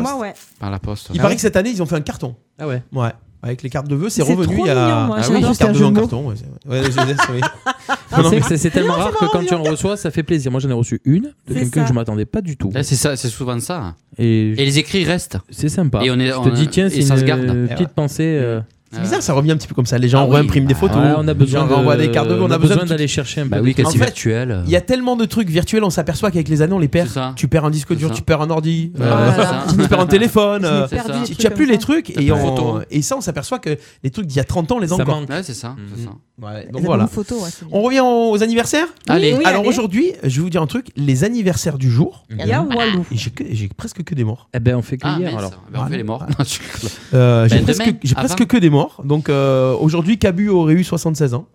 S7: Moi ouais.
S8: Par la poste.
S6: Il paraît que cette année, ils ont fait un carton.
S10: Ah ouais.
S6: Ouais. Avec les cartes de vœux, c'est
S10: C'est
S6: revenu
S10: trop
S6: il y a.
S10: mignon, moi,
S6: ah
S10: j'adore.
S6: oui, les
S10: C'est un
S6: cartes de
S10: jeu
S6: vœux en
S10: de mots.
S6: carton. ouais, c'est- ouais, les jeux- oui.
S10: Ah,
S6: Non,
S10: c'est
S6: mais-
S10: que c'est- c'est tellement rare que quand tu en reçois, ça fait plaisir. Moi, j'en ai reçu une de
S8: C'est
S10: quelqu'un
S8: ça.
S10: que je m'attendais pas du tout.
S8: Eh, C'est ça, c'est souvent ça.
S10: Et,
S8: les écrits restent.
S10: C'est sympa.
S8: Et on est,
S10: Je
S8: on
S10: te dis, tiens,
S8: et
S10: c'est
S8: ça se
S10: une
S8: garde.
S10: euh, petite pensée. euh,
S6: C'est bizarre, ça revient un petit peu comme ça. Les gens
S10: Ah oui,
S6: reimpriment des
S10: bah
S6: photos.
S10: ouais, on a
S6: les
S10: besoin
S6: gens
S10: de-
S6: renvoient des cartes de vœux.
S10: on a
S6: a besoin
S10: besoin
S6: de-
S10: d'aller chercher un peu
S8: Bah
S10: des
S8: oui,
S10: trucs.
S8: quand c'est
S6: En fait,
S8: virtuel.
S6: Il y a tellement de trucs virtuels, on s'aperçoit qu'avec les années, on les perd. Tu perds un disque dur, tu perds un ordi,
S8: Ouais,
S6: euh,
S8: Ah, c'est ça.
S6: tu perds un téléphone,
S8: Je
S6: euh,
S8: l'ai perdu,
S6: tu
S8: des trucs
S6: tu as plus
S8: comme
S6: les
S8: ça.
S6: trucs
S8: T'as
S6: et,
S8: plus de
S6: on-
S8: photos.
S6: et ça, on s'aperçoit que les trucs d'il y a 30 ans, on les a
S8: Ça
S6: encore.
S8: manque. Ouais, c'est ça. c'est ça.
S6: Ouais,
S8: Les
S6: donc voilà.
S8: albums photos, ouais, c'est
S6: on revient aux anniversaires
S8: Oui, Allez. oui,
S6: Alors
S8: allez.
S6: aujourd'hui, je vais vous dire un truc les anniversaires du jour.
S8: Il y a Walou.
S6: J'ai que- J'ai presque que des morts.
S10: Eh ben, on fait
S8: que Ah, hier, mince. alors. Ben, on fait les morts. Non, je rigole.
S6: Euh, J'ai
S8: Ben,
S6: presque,
S8: demain,
S6: j'ai
S8: à
S6: presque
S8: 20.
S6: que des morts. Donc euh, aujourd'hui, Cabu aurait eu 76 ans.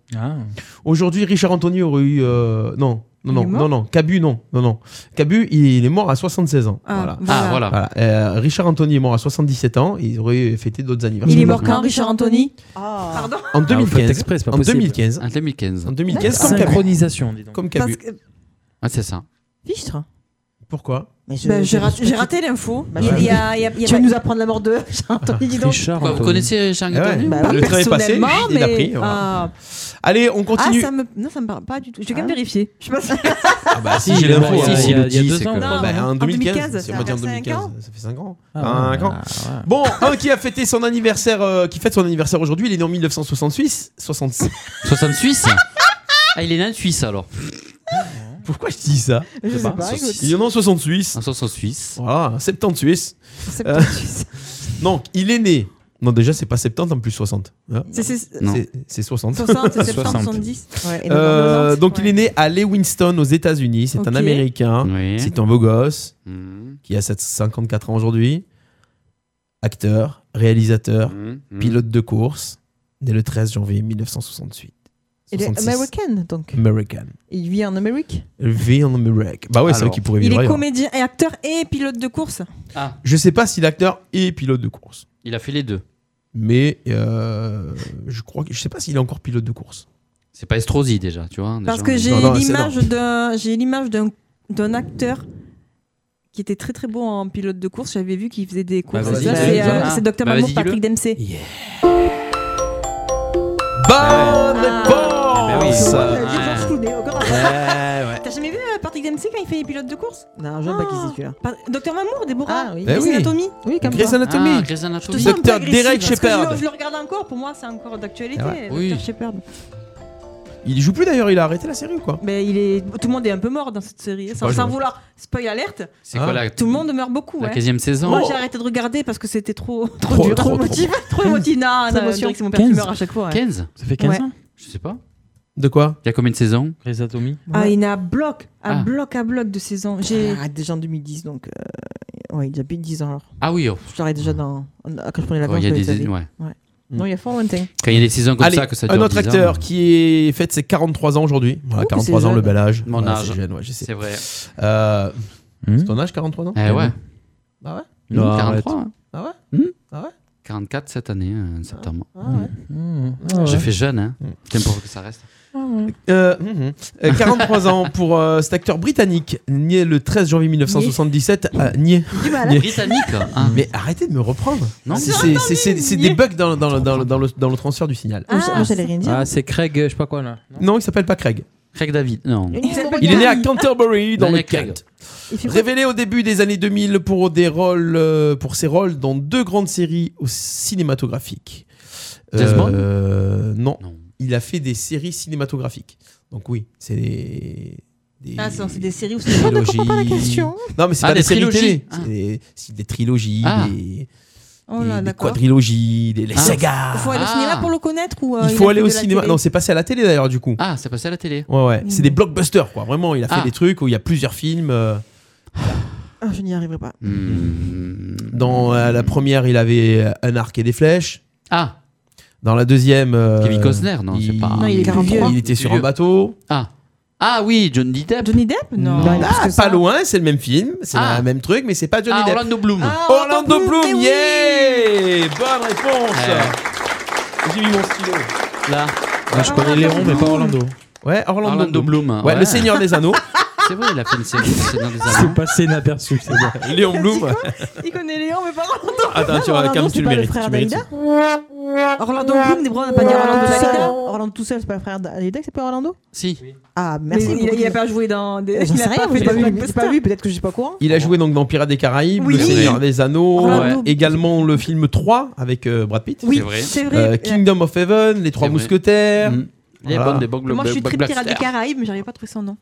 S6: Aujourd'hui, Richard Anthony aurait eu. euh, non. Non,
S8: Il
S6: non,
S8: est mort
S6: non, non, Cabu, non, non, non. Cabu, il est mort à 76 ans.
S8: Ah,
S6: voilà.
S8: voilà. Ah, voilà.
S6: Euh, Richard Anthony est mort à 77 ans. Il aurait fêté d'autres anniversaires.
S7: Il est mort quand, Richard Anthony
S4: Ah.
S7: Pardon
S6: En 2015.
S10: exprès, c'est pas
S6: en
S10: possible.
S6: 2015.
S8: En 2015.
S6: En 2015, comme Cabu.
S10: Synchronisation, dis donc.
S6: Comme Cabu.
S7: Parce
S8: Ah, c'est ça.
S4: Fichtre.
S6: Pourquoi
S7: Ben, j'ai raté- j'ai raté l'info.
S4: Bah,
S7: Il y a-
S4: ouais.
S7: il y a- il y a- il y a-
S4: Tu vas nous apprendre la mort de Richard Anthony,
S6: Ah.
S4: dis donc.
S10: Richard
S8: Quoi, vous connaissez
S6: Eh
S8: Richard Anthony
S4: Bah
S6: Le train est passé,
S7: personnellement,
S6: il l'a
S7: mais-
S6: pris. voilà.
S7: Ah.
S6: Allez, on
S7: Ah,
S6: continue.
S7: ça me... Non, ça me parle pas du tout. Je vais quand même vérifier. Je sais pas si-
S6: Ah bah si,
S10: Si,
S6: j'ai
S10: il est
S6: l'info.
S10: mort il y a-
S6: hein.
S10: il y a- il y a
S6: Si,
S10: deux
S6: c'est
S10: ans,
S6: que-
S10: trois
S6: Bah,
S7: Ah,
S10: ans.
S6: en
S10: En
S6: 2015,
S7: 2015,
S6: c'est moi dire en
S7: ça fait cinq
S6: 2015,
S7: ans.
S6: ça fait 5 ans.
S10: Ah,
S6: Cinq ans. Bon, un qui a fêté son anniversaire, euh, qui fête son anniversaire aujourd'hui, il est né en 1966. 66.
S8: 60 Suisse Ah, il est né en Suisse alors.
S6: Pourquoi je dis ça
S8: Je sais pas, écoute. Ah.
S6: Il est né en 60 Suisse.
S8: En 60 Suisse.
S6: Voilà, 70 Suisse.
S8: Septante
S6: Donc, il est né. Non, déjà, c'est pas 70 en plus 60. hein.
S7: C'est- c'est-
S6: Non.
S7: c'est-
S6: C'est 60.
S7: 60, c'est 70, 70. Ouais, et
S6: Euh,
S7: donc, en 90,
S6: donc, il est né à Lewiston, aux États-Unis. C'est un
S7: Ok.
S6: Américain. Hein C'est un beau gosse
S8: Mmh,
S6: qui a 7- 54 ans aujourd'hui. Acteur, réalisateur,
S8: mm.
S6: pilote de course. Né le 13 janvier 1968.
S4: Il est
S6: 66.
S4: American, donc.
S6: American.
S4: Il vit en Amérique
S6: Vie en Amérique. Bah ouais, c'est vrai
S8: Alors.
S6: qu'il pourrait
S7: Il
S6: vivre
S7: est
S6: ailleurs.
S7: comédien et acteur et pilote de course.
S8: Ah,
S6: Je sais pas si l'acteur est pilote de course,
S8: il a fait les deux.
S6: mais euh, je crois que je sais pas s'il est encore pilote de course.
S8: C'est pas Estrosi déjà, tu vois.
S7: Parce
S8: déjà.
S7: que j'ai
S6: Non, non, c'est
S7: l'image
S6: non.
S7: d'un j'ai l'image d'un d'un acteur qui était très très beau en pilote de course. J'avais vu qu'il faisait des courses.
S8: Bah, vas-y,
S7: Ça,
S8: dis-le,
S7: c'est
S8: dis-le.
S7: euh, c'est Docteur
S8: Bah,
S7: Mamour
S8: vas-y, dis-le.
S7: Patrick Dempsey.
S6: Bonne
S8: Eh ben
S6: réponse
S7: Euh,
S4: Ouais,
S7: oh, T'as jamais vu euh, Patrick Dempsey quand il fait les pilotes de course
S4: Non, j'aime pas qui c'est celui-là.
S7: Par- Docteur Mamour, Déborah,
S4: Ah oui.
S6: Eh
S7: Grey's
S6: oui.
S7: Anatomy.
S4: Oui, comme
S6: Grey's
S4: ça.
S6: Anatomy.
S8: Ah, Grey's Anatomy.
S7: Je te sens un peu
S6: Docteur
S7: agressive,
S6: Derek
S7: parce que
S6: Shepherd.
S7: Je, le- je le regarde encore, pour moi c'est encore d'actualité.
S6: Ah ouais.
S7: euh,
S6: Oui.
S7: Docteur Shepherd.
S6: Il joue plus d'ailleurs, il a arrêté la série ou quoi
S7: Mais Ben, il est... tout le monde est un peu mort dans cette série. Sans,
S6: pas, je
S7: sans
S6: vois.
S7: vouloir spoil alerte,
S8: C'est quoi la-
S7: tout le monde meurt beaucoup.
S8: la
S7: ouais.
S8: 15e saison
S7: Moi
S8: Oh.
S7: j'ai arrêté de regarder parce que c'était trop, trop,
S8: Trop, trop,
S7: dur, trop,
S8: trop.
S7: émotif. Trop émotif. Non,
S4: Trop
S7: non,
S4: émotion.
S7: on dirait que c'est mon père qui
S8: 15.
S7: meurt à chaque fois. ouais.
S8: 15
S10: Ça fait 15
S7: Ouais.
S10: ans
S8: Je sais pas.
S6: De quoi
S8: Il y a combien de saisons
S10: Grey's Anatomy.
S7: Ah, il est à bloc, à
S8: Ah.
S7: bloc, à bloc de saison. J'ai.
S4: Arrête Ah, déjà en 2010, donc. euh, Ouais, il a plus de 10 ans alors.
S8: Ah oui, oh.
S4: Je l'aurais déjà dans. Quand je prenais la
S8: Ouais, il y a des- ouais.
S4: Non, il y a fort longtemps.
S8: Quand il y a des saisons comme
S6: Allez,
S8: ça, que ça dure.
S6: un autre
S8: 10 ans. hein.
S6: acteur qui est fête ses 43 ans aujourd'hui. Voilà,
S8: Ouh,
S6: 43
S8: c'est
S6: ans, le
S8: jeune.
S6: bel âge.
S8: Mon
S6: Voilà,
S8: âge.
S6: c'est jeune, ouais, je sais.
S8: C'est vrai.
S6: Euh, C'est ton âge, 43 ans
S8: Eh ouais.
S6: Bah ouais.
S8: Non,
S10: Non,
S8: 43.
S10: arrête.
S8: hein.
S6: Ah ouais Ah ouais
S8: 44 cette année, euh, en septembre.
S7: Ah,
S10: Mmh.
S8: J'ai fait jeune, hein.
S6: Mm.
S8: Tiens, pour que ça reste.
S6: Euh, mhm. Euh, 43 ans pour euh, cet acteur britannique, né le 13 janvier 1977. à nier.
S4: Du mal.
S8: Britannique hein.
S6: Mais arrêtez de me reprendre.
S8: Non.
S6: C'est- c'est- c'est c'est- c'est des bugs dans, dans, dans, dans le, dans le transfert du signal.
S4: Moi, j'allais rien dire.
S10: Ah, c'est Craig, je sais pas quoi là.
S6: Non, il s'appelle pas Craig.
S8: Craig David, non.
S6: Il est né à Canterbury dans le
S8: Daniel Craig.
S6: Kent. Révélé au début des années 2000 pour, des rôles, euh, pour ses rôles dans deux grandes séries au- cinématographiques.
S8: James Bond
S6: Euh, non. Il a fait des séries cinématographiques. Donc oui, c'est des... des-
S7: Ah, c'est c'est des séries où c'est.
S6: trilogies.
S7: question.
S6: Non, mais c'est
S8: Ah,
S6: pas des,
S8: des
S6: séries
S8: trilogies.
S6: télé.
S8: Ah.
S6: C'est des, c'est des trilogies,
S8: Ah.
S6: des,
S7: Oh
S6: des-
S7: là,
S6: des
S7: d'accord.
S6: quadrilogies, des, les
S8: Ah.
S6: sagas.
S7: Il faut aller au
S8: Ah.
S7: cinéma pour le connaître ou. euh,
S6: Il
S7: a
S6: faut
S7: fait
S6: aller
S7: de
S6: au
S7: la
S6: cinéma.
S7: télé Mm.
S6: Non, c'est passé à la télé d'ailleurs du coup.
S8: Ah, c'est passé à la télé.
S6: Ouais, ouais. C'est des blockbusters, quoi. Vraiment, il a fait
S8: Ah.
S6: des trucs où il y a plusieurs films. euh,
S4: Ah, je n'y arriverai pas.
S8: Hmm.
S6: Dans euh, la première, il avait euh, un arc et des flèches.
S8: Ah,
S6: Dans la deuxième. euh,
S8: Kevin Costner, non, c'est pas- Non,
S4: il est 43.
S6: il était sur un
S8: Vieux.
S6: bateau.
S8: ah. Ah oui, Johnny Depp.
S7: Johnny Depp Non.
S4: Non, parce
S6: Ah,
S4: que ça-
S6: pas loin, c'est le même film, c'est
S8: Ah.
S6: le même truc, mais c'est pas Johnny
S8: Ah,
S6: Depp.
S8: Orlando Bloom.
S7: Ah,
S6: Orlando Bloom,
S7: eh oui.
S6: yeah Bonne réponse J'ai mis mon stylo.
S8: Là.
S10: je connais Léon, mais pas Orlando.
S6: Ouais, Orlando,
S8: Orlando Bloom, ah
S6: Ouais,
S8: ouais.
S6: le Seigneur des Anneaux.
S8: C'est vrai, il a fait une série. C'est dans des années.
S10: C'est passé inaperçu, c'est bien.
S6: Léon Bloom.
S7: Il connaît Léon, mais pas
S6: Attends, tu
S4: Non,
S6: vois,
S4: Orlando,
S6: Cam,
S4: c'est
S6: tu le
S4: pas le
S6: mérites.
S4: frère
S6: tu mérites.
S4: d'Aïda Orlando Bloom, des bras, on n'a Ah, pas dit Orlando tout seul. Orlando tout seul, c'est pas le frère d'Alida, c'est pas Orlando
S8: Si.
S4: Ah, merci.
S7: Mais il a-
S4: beaucoup.
S7: il a pas joué dans des-
S4: J'en
S7: il a
S4: sais rien,
S7: pas
S4: j'ai
S7: fait
S4: pas
S7: des
S4: vu,
S7: Black
S4: j'ai pas vu, peut-être que je suis pas au courant.
S6: Il a joué donc dans Pirates des Caraïbes,
S4: Oui.
S6: Le Seigneur des Anneaux,
S4: Orlando.
S6: ouais. également le film 3 avec euh, Brad Pitt.
S4: Oui, C'est vrai. c'est vrai.
S6: Euh, Kingdom of Heaven, Les Trois
S8: C'est vrai. Mm.
S6: Mousquetaires.
S8: Il est bon des bons-
S7: Moi, je suis très
S6: Black
S7: pirate des
S6: Star.
S7: Caraïbes, mais j'arrive pas à trouver son nom.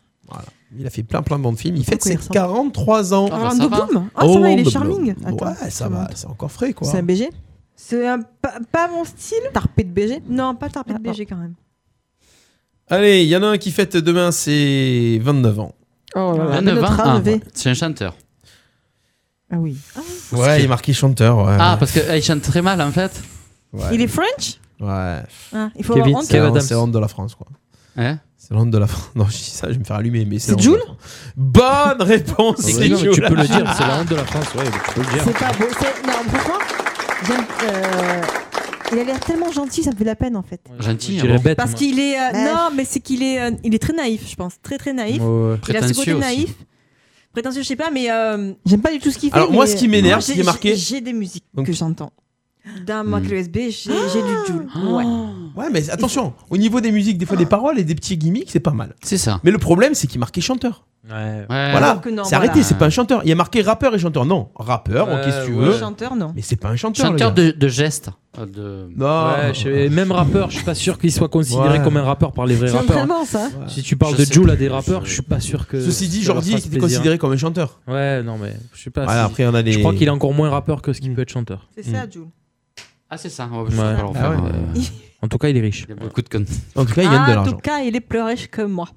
S6: Il a fait plein plein de bons films. Il fête ses 43 ans.
S7: Ah, bah, Orlando ça va. Bloom Ah, ça va, il est
S6: Oh, Orlando
S7: charming.
S6: Bloom.
S7: Attends,
S6: Ouais, ça va, c'est encore frais quoi.
S4: C'est un BG
S7: C'est un- pas, pas mon style. Ah,
S4: Tarpé de BG
S7: Non, pas tarpé de BG quand même.
S6: Allez, il y en a un qui fête demain, c'est 29 ans.
S4: Oh là là,
S8: 29
S4: notre
S8: ans,
S4: relevé.
S8: ah, c'est un chanteur.
S4: Ah oui.
S6: Ouais, il est marqué chanteur. ouais.
S8: Ah, parce qu'il chante très mal en fait.
S6: Ouais.
S7: Il est French
S6: Ouais.
S7: Ah, il faut avoir honte.
S6: C'est
S7: Kevin
S6: la-
S7: Adams.
S6: c'est la honte de la France, quoi.
S8: Hein
S6: c'est la honte de la France. Non, je dis ça, je vais me faire allumer. mais
S4: C'est
S6: la honte de
S4: Jul
S6: la France. Bonne réponse
S10: Ouais,
S6: c'est
S10: non, mais
S6: Jul.
S10: tu peux le dire, c'est la honte de la France, ouais, tu peux le dire.
S4: C'est pas beau. c'est- Non, franchement, j'aime- euh, il a l'air tellement gentil, ça me fait de la peine en fait.
S8: Gentil,
S10: Je dirais bête,
S7: Parce
S10: moi.
S7: qu'il est. euh,
S4: Ouais.
S7: non, mais c'est qu'il est, euh, il est très naïf, je pense. Très, très naïf.
S10: Ouais,
S7: Il
S10: ouais.
S7: a ce côté
S6: Prétentieux aussi.
S7: naïf. Prétentieux, je sais pas, mais. euh,
S4: J'aime pas du tout ce
S7: Ah,
S4: qu'il
S6: fait, Alors, moi, mais- ce qui m'énerve, ce qui est marqué-
S7: J'ai des musiques
S6: Donc-
S7: que j'entends. Dans ma clé USB, j'ai j'ai du Joule. Ouais.
S6: Ouais, mais attention, au niveau des musiques, des fois des paroles et des petits gimmicks, c'est pas mal.
S8: C'est ça.
S6: Mais le problème, c'est qu'il marquait chanteur.
S10: Ouais.
S6: Voilà,
S7: Alors que non,
S6: c'est arrêté,
S7: voilà.
S6: c'est pas un chanteur. Il y a marqué rappeur et chanteur. Non, rappeur,
S10: Ouais,
S6: ok, si tu
S10: ouais.
S6: veux.
S7: Chanteur, non.
S6: Mais c'est pas un chanteur.
S8: Chanteur
S6: le gars.
S8: de, de gestes. euh, De...
S6: Non.
S10: Ouais, je- même rappeur, je suis pas sûr qu'il soit considéré
S6: Ah, Ouais.
S10: comme un rappeur par les vrais
S4: C'est
S10: rappeurs. hein.
S4: vraiment ça.
S10: Si tu parles
S8: Je
S10: de
S8: sais
S10: Jules à
S8: plus,
S10: des rappeurs, je suis pas sûr que.
S6: Ceci dit,
S10: que leur
S6: Jordi
S10: fasse
S6: était
S10: plaisir.
S6: considéré comme un chanteur.
S10: Ouais, non, mais je sais pas.
S6: Voilà,
S10: si-
S6: après, on a les- Hmm.
S10: Je crois qu'il est encore moins rappeur que ce qu'il peut être chanteur.
S7: C'est ça, Joule.
S8: Ah, c'est ça. ouais,
S10: Ouais.
S8: je sais pas leur
S10: Ah
S8: faire,
S10: ouais.
S8: euh,
S10: En tout cas, il est riche.
S8: Il y a beaucoup de con.
S6: En tout cas, il gagne de
S7: Ah, en tout
S6: l'argent.
S7: cas, il est plus riche que moi.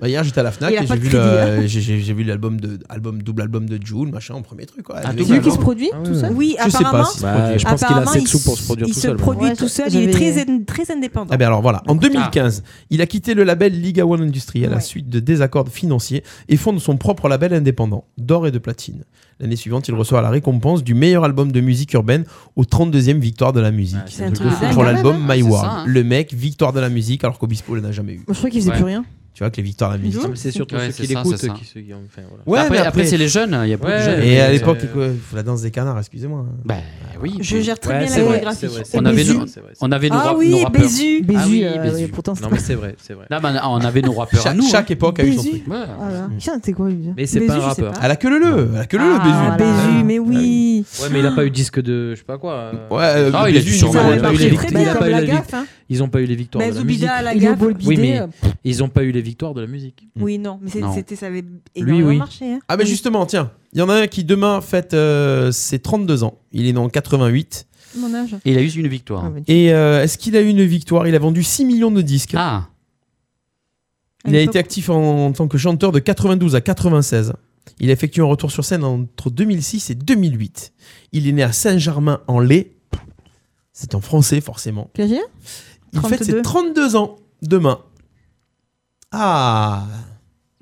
S6: Bah, hier, j'étais à la Fnac
S7: Il a
S6: et
S7: pas
S6: j'ai
S7: de
S6: vu,
S7: crédit, hein.
S6: le- j'ai- j'ai j'ai vu l'album de album double album de Jul, machin, en premier truc. quoi.
S8: Ah,
S6: Je
S8: double
S6: me
S8: C'est
S6: dis,
S8: lui qui
S6: bon.
S8: se
S7: produit tout seul Oui,
S6: Je sais pas
S7: apparemment.
S6: s'il se produit.
S10: je pense qu'il a
S7: Apparemment,
S10: assez de
S7: il
S10: sous pour
S7: s-
S10: se produire
S7: il
S10: tout
S7: se
S10: seul.
S7: produit
S4: Ouais,
S7: tout
S4: ça-
S7: seul, il est très,
S4: j'avais-
S7: in- très indépendant.
S6: Ah ben alors
S7: Bah,
S6: voilà, en 2015, il a quitté le label Liga One Industrie à la suite de désaccords financiers et fonde son propre label indépendant, d'or et de platine. L'année suivante, il reçoit la récompense du meilleur album de musique urbaine aux 32e victoires de la musique.
S7: c'est un truc de dingue.
S6: pour
S7: Quand
S6: l'album
S7: même, hein,
S6: My
S7: c'est
S6: World.
S7: ça, hein.
S6: Le mec, victoire de la musique, alors qu'Obispo n'en a jamais eu.
S4: Moi, je croyais qu'il faisait plus rien.
S6: Tu vois que les victoires de la musique.
S10: Mais C'est surtout
S8: Ouais,
S10: ceux
S8: c'est
S10: qui
S8: ça,
S10: l'écoutent
S8: c'est ça.
S10: qui se. qui ont- enfin, voilà.
S6: Ouais,
S8: Après-
S6: mais
S8: après, c'est les jeunes, il y a beaucoup de
S10: Ouais,
S8: jeunes.
S6: Et à
S8: Euh,
S6: l'époque, la danse des canards, excusez-moi. hein.
S8: Bah oui.
S7: Je gère très
S10: Ouais,
S7: bien
S10: c'est
S7: la
S10: vrai,
S7: chorégraphie.
S10: c'est vrai, c'est
S8: On
S10: vrai.
S8: avait,
S10: Bézu.
S8: nos, on avait nos,
S7: Ah
S8: rap-
S7: oui,
S8: nos rappeurs. Ah
S7: Bézu.
S8: oui,
S4: Bézu, euh,
S8: Bézu.
S4: et pourtant, c'est
S10: Non,
S4: pas-
S10: mais c'est vrai, c'est vrai.
S8: Là, bah, on avait nos rappeurs à
S6: Chaque,
S8: nous. hein.
S6: chaque époque a eu son
S4: Bézu.
S6: truc.
S8: Ouais.
S4: Ah là. Tiens, c'est quoi lui
S10: Mais c'est
S7: Bézu,
S10: pas un
S7: je sais
S10: rappeur.
S7: pas.
S6: Elle a que le le, elle a que le le, Bézu.
S7: Ah, Bézu, mais oui. Bah,
S10: Ouais, mais il a pas eu de disque de. Je sais pas quoi. euh,
S6: Ouais, euh,
S8: Ah, il a
S6: Bézu,
S8: dû
S6: ils
S8: sûrement
S6: ont-
S7: Ça
S10: il a
S7: marche
S10: pas eu les
S7: très
S10: victoires.
S7: bien
S10: Il a pas
S7: comme
S10: eu
S7: la
S10: les
S7: gaffe. hein.
S10: Ils ont pas eu les victoires.
S7: Mais
S10: de la
S7: Zoubida
S10: musique.
S7: à la
S4: Il est
S7: gaffe.
S4: beau le
S10: Oui,
S4: bidet,
S10: mais-
S4: euh,
S10: Ils ont pas eu les victoires de la musique.
S7: Oui, non, mais c'est-
S10: Non.
S7: c'était, ça avait énormément
S10: oui.
S7: marché. hein.
S6: Ah bah
S7: Oui.
S6: justement, tiens, il y en a un qui demain fête euh, ses 32 ans. Il est né en 88.
S7: Mon âge.
S8: Et il a eu une victoire.
S4: Ah, mais tu-
S6: Et euh, est-ce qu'il a eu une victoire Il a vendu 6 millions de disques.
S8: Ah,
S6: il a
S7: l'époque.
S6: été actif en, en tant que chanteur de 92 à 96. Il a effectué un retour sur scène entre 2006 et 2008. Il est né à Saint-Germain-en-Laye. C'est en français, forcément.
S4: Piaget
S6: Il fête ses
S4: 32.
S6: 32 ans demain. Ah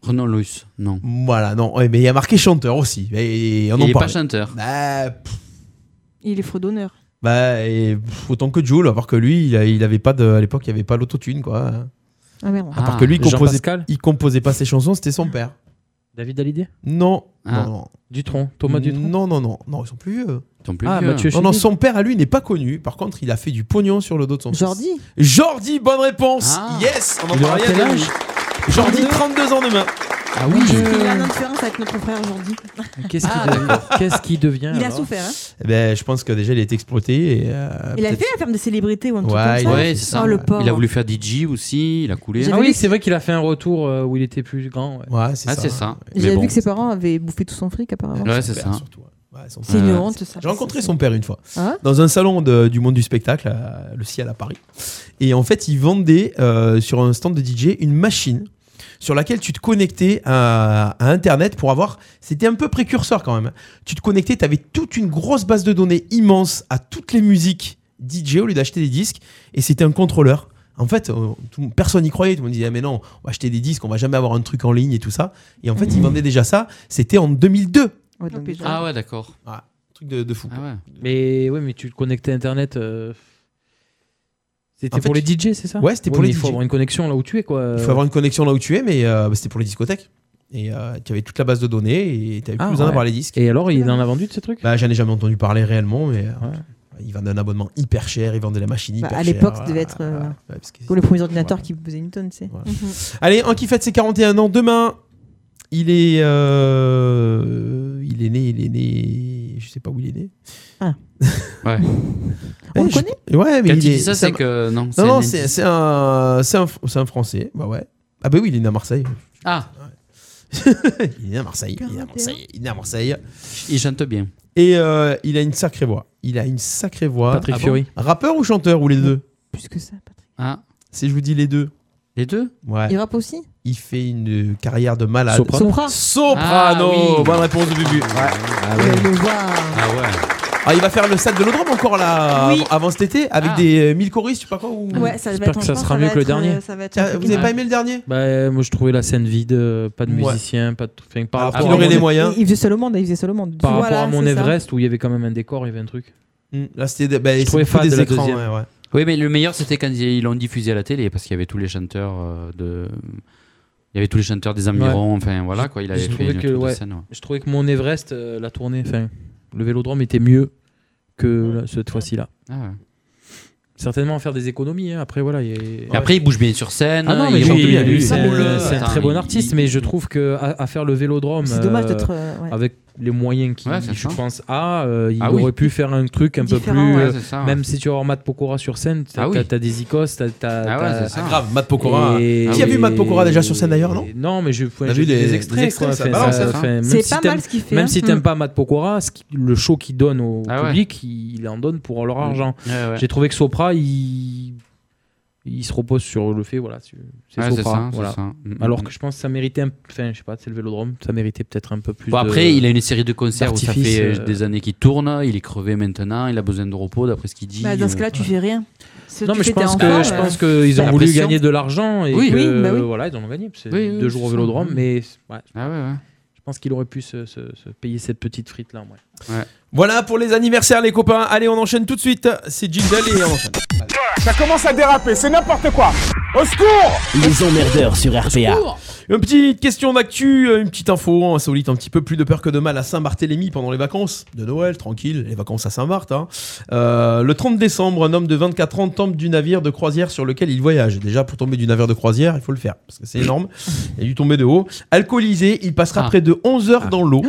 S8: Renan Luce, non.
S6: Voilà, non. Ouais, mais il y a marqué chanteur aussi. Et on en
S8: il est pas
S6: parle.
S8: chanteur.
S6: Bah, pff,
S7: Il est faux d'honneur.
S6: Bah, et, pff, autant que Jules, à part que lui, il, a- il avait pas de, à l'époque, il n'y avait pas l'autotune, quoi.
S4: Ah merde.
S6: À part que lui, il composait,
S10: Jean-Pascal
S6: il composait pas ses chansons, c'était son père.
S10: David Hallyday
S6: Non,
S8: Ah.
S6: non, non.
S10: Dutron Thomas Dutron
S6: Non, non, non, non, ils sont plus vieux.
S8: Ton plus
S10: Ah,
S8: vieux.
S10: Mathieu
S6: Non, non,
S10: Chimie.
S6: son père à lui n'est pas connu. Par contre, il a fait du pognon sur le dos de son fils.
S4: Jordi
S6: Jordi, bonne réponse
S8: Ah.
S6: Yes On en
S10: Il aura
S6: parle rien
S10: quel
S6: de lui.
S10: âge
S6: Jordi, 32 ans demain.
S10: Ah oui
S7: Il a une différence avec notre frère aujourd'hui.
S10: Qu'est-ce qu'il devient, Qu'est-ce qu'il devient
S7: Il a
S10: alors
S7: souffert. hein.
S6: Eh Ben, je pense que déjà, il a été exploité. Et, euh,
S7: Il a
S6: peut-être-
S7: fait la ferme de célébrité ou un truc
S6: Ouais, il
S7: comme
S6: a-
S7: ça.
S8: Ouais, c'est ça.
S7: Oh, le pauvre.
S8: il a voulu faire DJ aussi, il a coulé.
S10: Ah oui, c'est vrai qu'il a fait un retour euh, où il était plus grand. ouais.
S6: Ouais, c'est
S8: Ah,
S6: ça.
S8: c'est ça.
S4: J'avais
S8: Mais bon.
S4: vu que ses parents avaient bouffé tout son fric apparemment.
S8: Ouais,
S6: Son
S8: c'est
S6: père,
S8: ça.
S6: surtout, ouais. Ouais, son
S7: C'est une
S8: Euh,
S7: honte, ça.
S6: J'ai rencontré son père une fois.
S4: Ah ouais
S6: dans un salon de- du monde du spectacle, à- le ciel à Paris. Et en fait, ils vendaient euh, sur un stand de DJ une machine sur laquelle tu te connectais à, à Internet pour avoir... C'était un peu précurseur quand même. hein. Tu te connectais, tu avais toute une grosse base de données immense à toutes les musiques DJ au lieu d'acheter des disques. Et c'était un contrôleur. En fait, euh, tout- personne n'y croyait. Tout le monde disait, ah, mais non, on va acheter des disques, on va jamais avoir un truc en ligne et tout ça. Et en fait, ils vendaient déjà ça. C'était en 2002.
S4: Ouais, donc, euh, déjà.
S8: Ah ouais, d'accord.
S6: Voilà. Truc de, de fou.
S8: Ah ouais.
S10: Mais ouais, mais tu te connectais à Internet. euh, C'était
S6: En fait,
S10: pour les DJ, c'est ça
S6: ouais, c'était pour les
S10: mais Il
S6: DJ.
S10: faut avoir une connexion là où tu es, quoi.
S8: Euh,
S6: Il faut avoir une connexion là où tu es, mais euh, bah, c'était pour les discothèques. Et euh, tu avais toute la base de données et tu avais plus
S10: Ah,
S6: besoin
S10: ouais.
S6: d'avoir les disques.
S10: Et alors, il en a vendu de ce truc
S6: Bah, j'en ai jamais entendu parler réellement, mais. euh,
S10: Ouais.
S6: Ils vendent un abonnement hyper cher, ils vendent de la machine
S4: Bah,
S6: hyper
S4: à
S6: chère.
S4: l'époque, ça
S6: Ah,
S4: devait être euh,
S6: voilà.
S4: voilà.
S6: Ouais, parce que-
S4: comme le premier ordinateur qui pesait une tonne, c'est.
S7: Mhm.
S6: Allez, un qui fête ses 41 ans demain. Il est, euh, il est né, il est né. Je sais pas où il est né.
S4: Ah.
S8: Ouais.
S6: On le connaît Ouais, mais
S8: Quand
S6: il
S8: tu
S6: est-
S8: dis ça,
S6: c'est
S8: c'est
S6: un-
S8: que non.
S6: Non, non,
S8: un-
S6: c'est c'est un, c'est un, c'est un Français. Bah ouais. Ah bah oui, il est né à Marseille.
S8: Ah.
S6: il est né à Marseille. Il est né à Marseille. Il est né à Marseille.
S8: Il chante bien.
S6: Et euh, il a une sacrée voix. Il a une sacrée voix.
S8: Patrick Ah bon Fiori.
S6: Rappeur ou chanteur ou les deux
S4: Plus que ça.
S8: Ah.
S6: Si je vous dis les deux.
S8: Les deux
S6: Ouais.
S4: Il rappe aussi
S6: Il fait une euh, carrière de malade.
S4: Soprano. Sopra.
S6: Soprano.
S4: Ah oui.
S6: Bonne réponse de Bubu.
S4: Vous allez le voir.
S8: Ah ouais.
S6: Ah, il va faire le stade de l'Odrome encore là,
S4: Oui.
S6: av- avant cet été, avec
S4: Ah.
S6: des euh, 1000 choristes, je sais pas quoi. Ou...
S7: Ouais, ça va
S10: J'espère
S7: être-
S10: que
S7: je
S10: ça
S7: pense
S10: sera
S7: que
S10: mieux
S7: va
S10: que le
S7: être,
S10: dernier.
S7: euh, ça va être
S6: Tiens,
S7: un truc
S6: Ah, vous avez
S7: de-
S6: pas aimé le dernier
S10: Bah, moi je trouvais la scène vide, euh, pas de
S6: Ouais.
S10: musiciens, pas de. enfin, par
S6: Alors
S10: rapport
S6: qu'il
S10: à
S6: aurait
S10: mon-
S6: les moyens.
S4: Il faisait seul au monde, il faisait seul au monde.
S10: Par
S4: Voilà,
S10: rapport à mon
S4: c'est ça.
S10: Everest où il y avait quand même un décor, il y avait un truc.
S6: Mm, Là, c'était des, bah,
S10: Je trouvais
S6: c'était
S10: fade
S6: des
S10: la
S6: écrans.
S10: deuxième.
S6: ouais, ouais.
S8: Oui, mais le meilleur, c'était quand ils ils l'ont diffusé à la télé, parce qu'il y avait tous les chanteurs euh, de. Il y avait tous les chanteurs des environs,
S10: Ouais.
S8: enfin voilà quoi. Il avait
S10: je
S8: fait
S10: trouvais
S8: une
S10: que,
S8: tour de
S10: ouais,
S8: scène. ouais.
S10: Je trouvais que mon Everest, euh, la tournée, enfin, le vélodrome était mieux que là, cette fois-ci là.
S8: Ah ouais.
S10: Certainement faire des économies. hein. Après voilà. il y a-
S8: Et après, il bouge bien sur scène.
S10: Ah non, mais
S8: il rentre
S10: lui,
S8: bien
S10: lui,
S8: du
S10: c'est
S8: boule,
S10: un, c'est un
S8: attends,
S10: très bon
S8: euh, il-
S10: artiste,
S8: il-
S10: mais je trouve que à, à faire le Vélodrome,
S4: C'est dommage d'être, euh, ouais.
S10: avec les moyens qu'il
S8: Ouais, c'est ça.
S10: je pense a, euh, il
S8: Ah oui.
S10: aurait pu faire un truc un peu
S8: Différent,
S10: plus.
S8: ouais,
S10: euh,
S8: c'est ça, ouais.
S10: Même si tu vas voir Matt Pokora sur scène, t'as
S8: Ah oui.
S10: t'as- t'as des icos, t'as. t'as-
S8: Ah ouais,
S10: t'as-
S8: c'est ça.
S6: Ah, grave, Matt Pokora.
S10: Et-
S6: Qui a vu Matt Pokora déjà sur scène d'ailleurs, non
S10: Non, mais je
S6: On a
S10: j'ai
S6: vu
S10: vu
S6: des-
S10: des
S6: des
S10: extraits.
S6: extraits,
S10: quoi.
S6: ça
S10: Enfin,
S6: balance, hein. ça.
S10: enfin, même
S7: C'est
S10: si
S7: pas
S10: t'aimes-
S7: mal ce qu'il fait,
S10: Même
S7: hein.
S10: si
S7: Mm.
S10: t'aimes pas Matt Pokora, ce qui- le show qu'il donne au
S8: Ah ouais. Mm.
S10: public, il il en donne pour leur argent.
S8: Ouais, ouais.
S10: hein, J'ai trouvé que Sopra, il il se repose sur le fait, voilà, c'est c'est
S8: Ouais, c'est
S10: Sopra,
S8: ça, c'est
S10: voilà.
S8: ça. Mm,
S10: Alors
S8: mm,
S10: que je pense que ça méritait, un... enfin, je sais pas, c'est le Vélodrome, ça méritait peut-être un peu plus.
S8: Bon,
S10: de-
S8: après, il a une série de concerts où ça
S10: d'artifice,
S8: fait euh,
S10: euh,
S8: des années qu'il tourne, il est crevé maintenant, il a besoin de repos d'après ce qu'il dit.
S7: Bah, dans ce
S8: euh,
S7: cas-là, tu fais rien. Ce
S10: Non,
S7: tu
S10: mais je
S7: fais, t'es
S10: pense
S7: enfant,
S10: que je
S7: euh,
S10: pense qu'ils ont
S8: la
S10: voulu
S8: pression.
S10: gagner de l'argent et
S8: Oui.
S10: que,
S8: Oui, bah oui.
S10: voilà, ils en ont gagné. C'est
S8: Oui, oui,
S10: deux jours au
S8: c'est ça.
S10: Vélodrome, mais ouais,
S8: Ah, je
S10: pense qu'il aurait pu se, se- se payer cette petite frite là.
S6: Voilà pour les anniversaires, les copains. Allez, on enchaîne tout de suite. C'est Jingle et on enchaîne.
S2: Ça commence à déraper, c'est n'importe quoi. Au secours
S5: Les emmerdeurs sur RPA.
S6: Une petite question d'actu, euh, une petite info insolite, un petit peu plus de peur que de mal à Saint-Barthélemy pendant les vacances de Noël, tranquille, les vacances à Saint-Barth. hein. Euh, le 30 décembre, un homme de 24 ans tombe du navire de croisière sur lequel il voyage. Déjà, pour tomber du navire de croisière, il faut le faire, parce que c'est énorme. Il a dû tomber de haut. Alcoolisé, il passera
S8: Ah.
S6: près de 11 heures dans l'eau.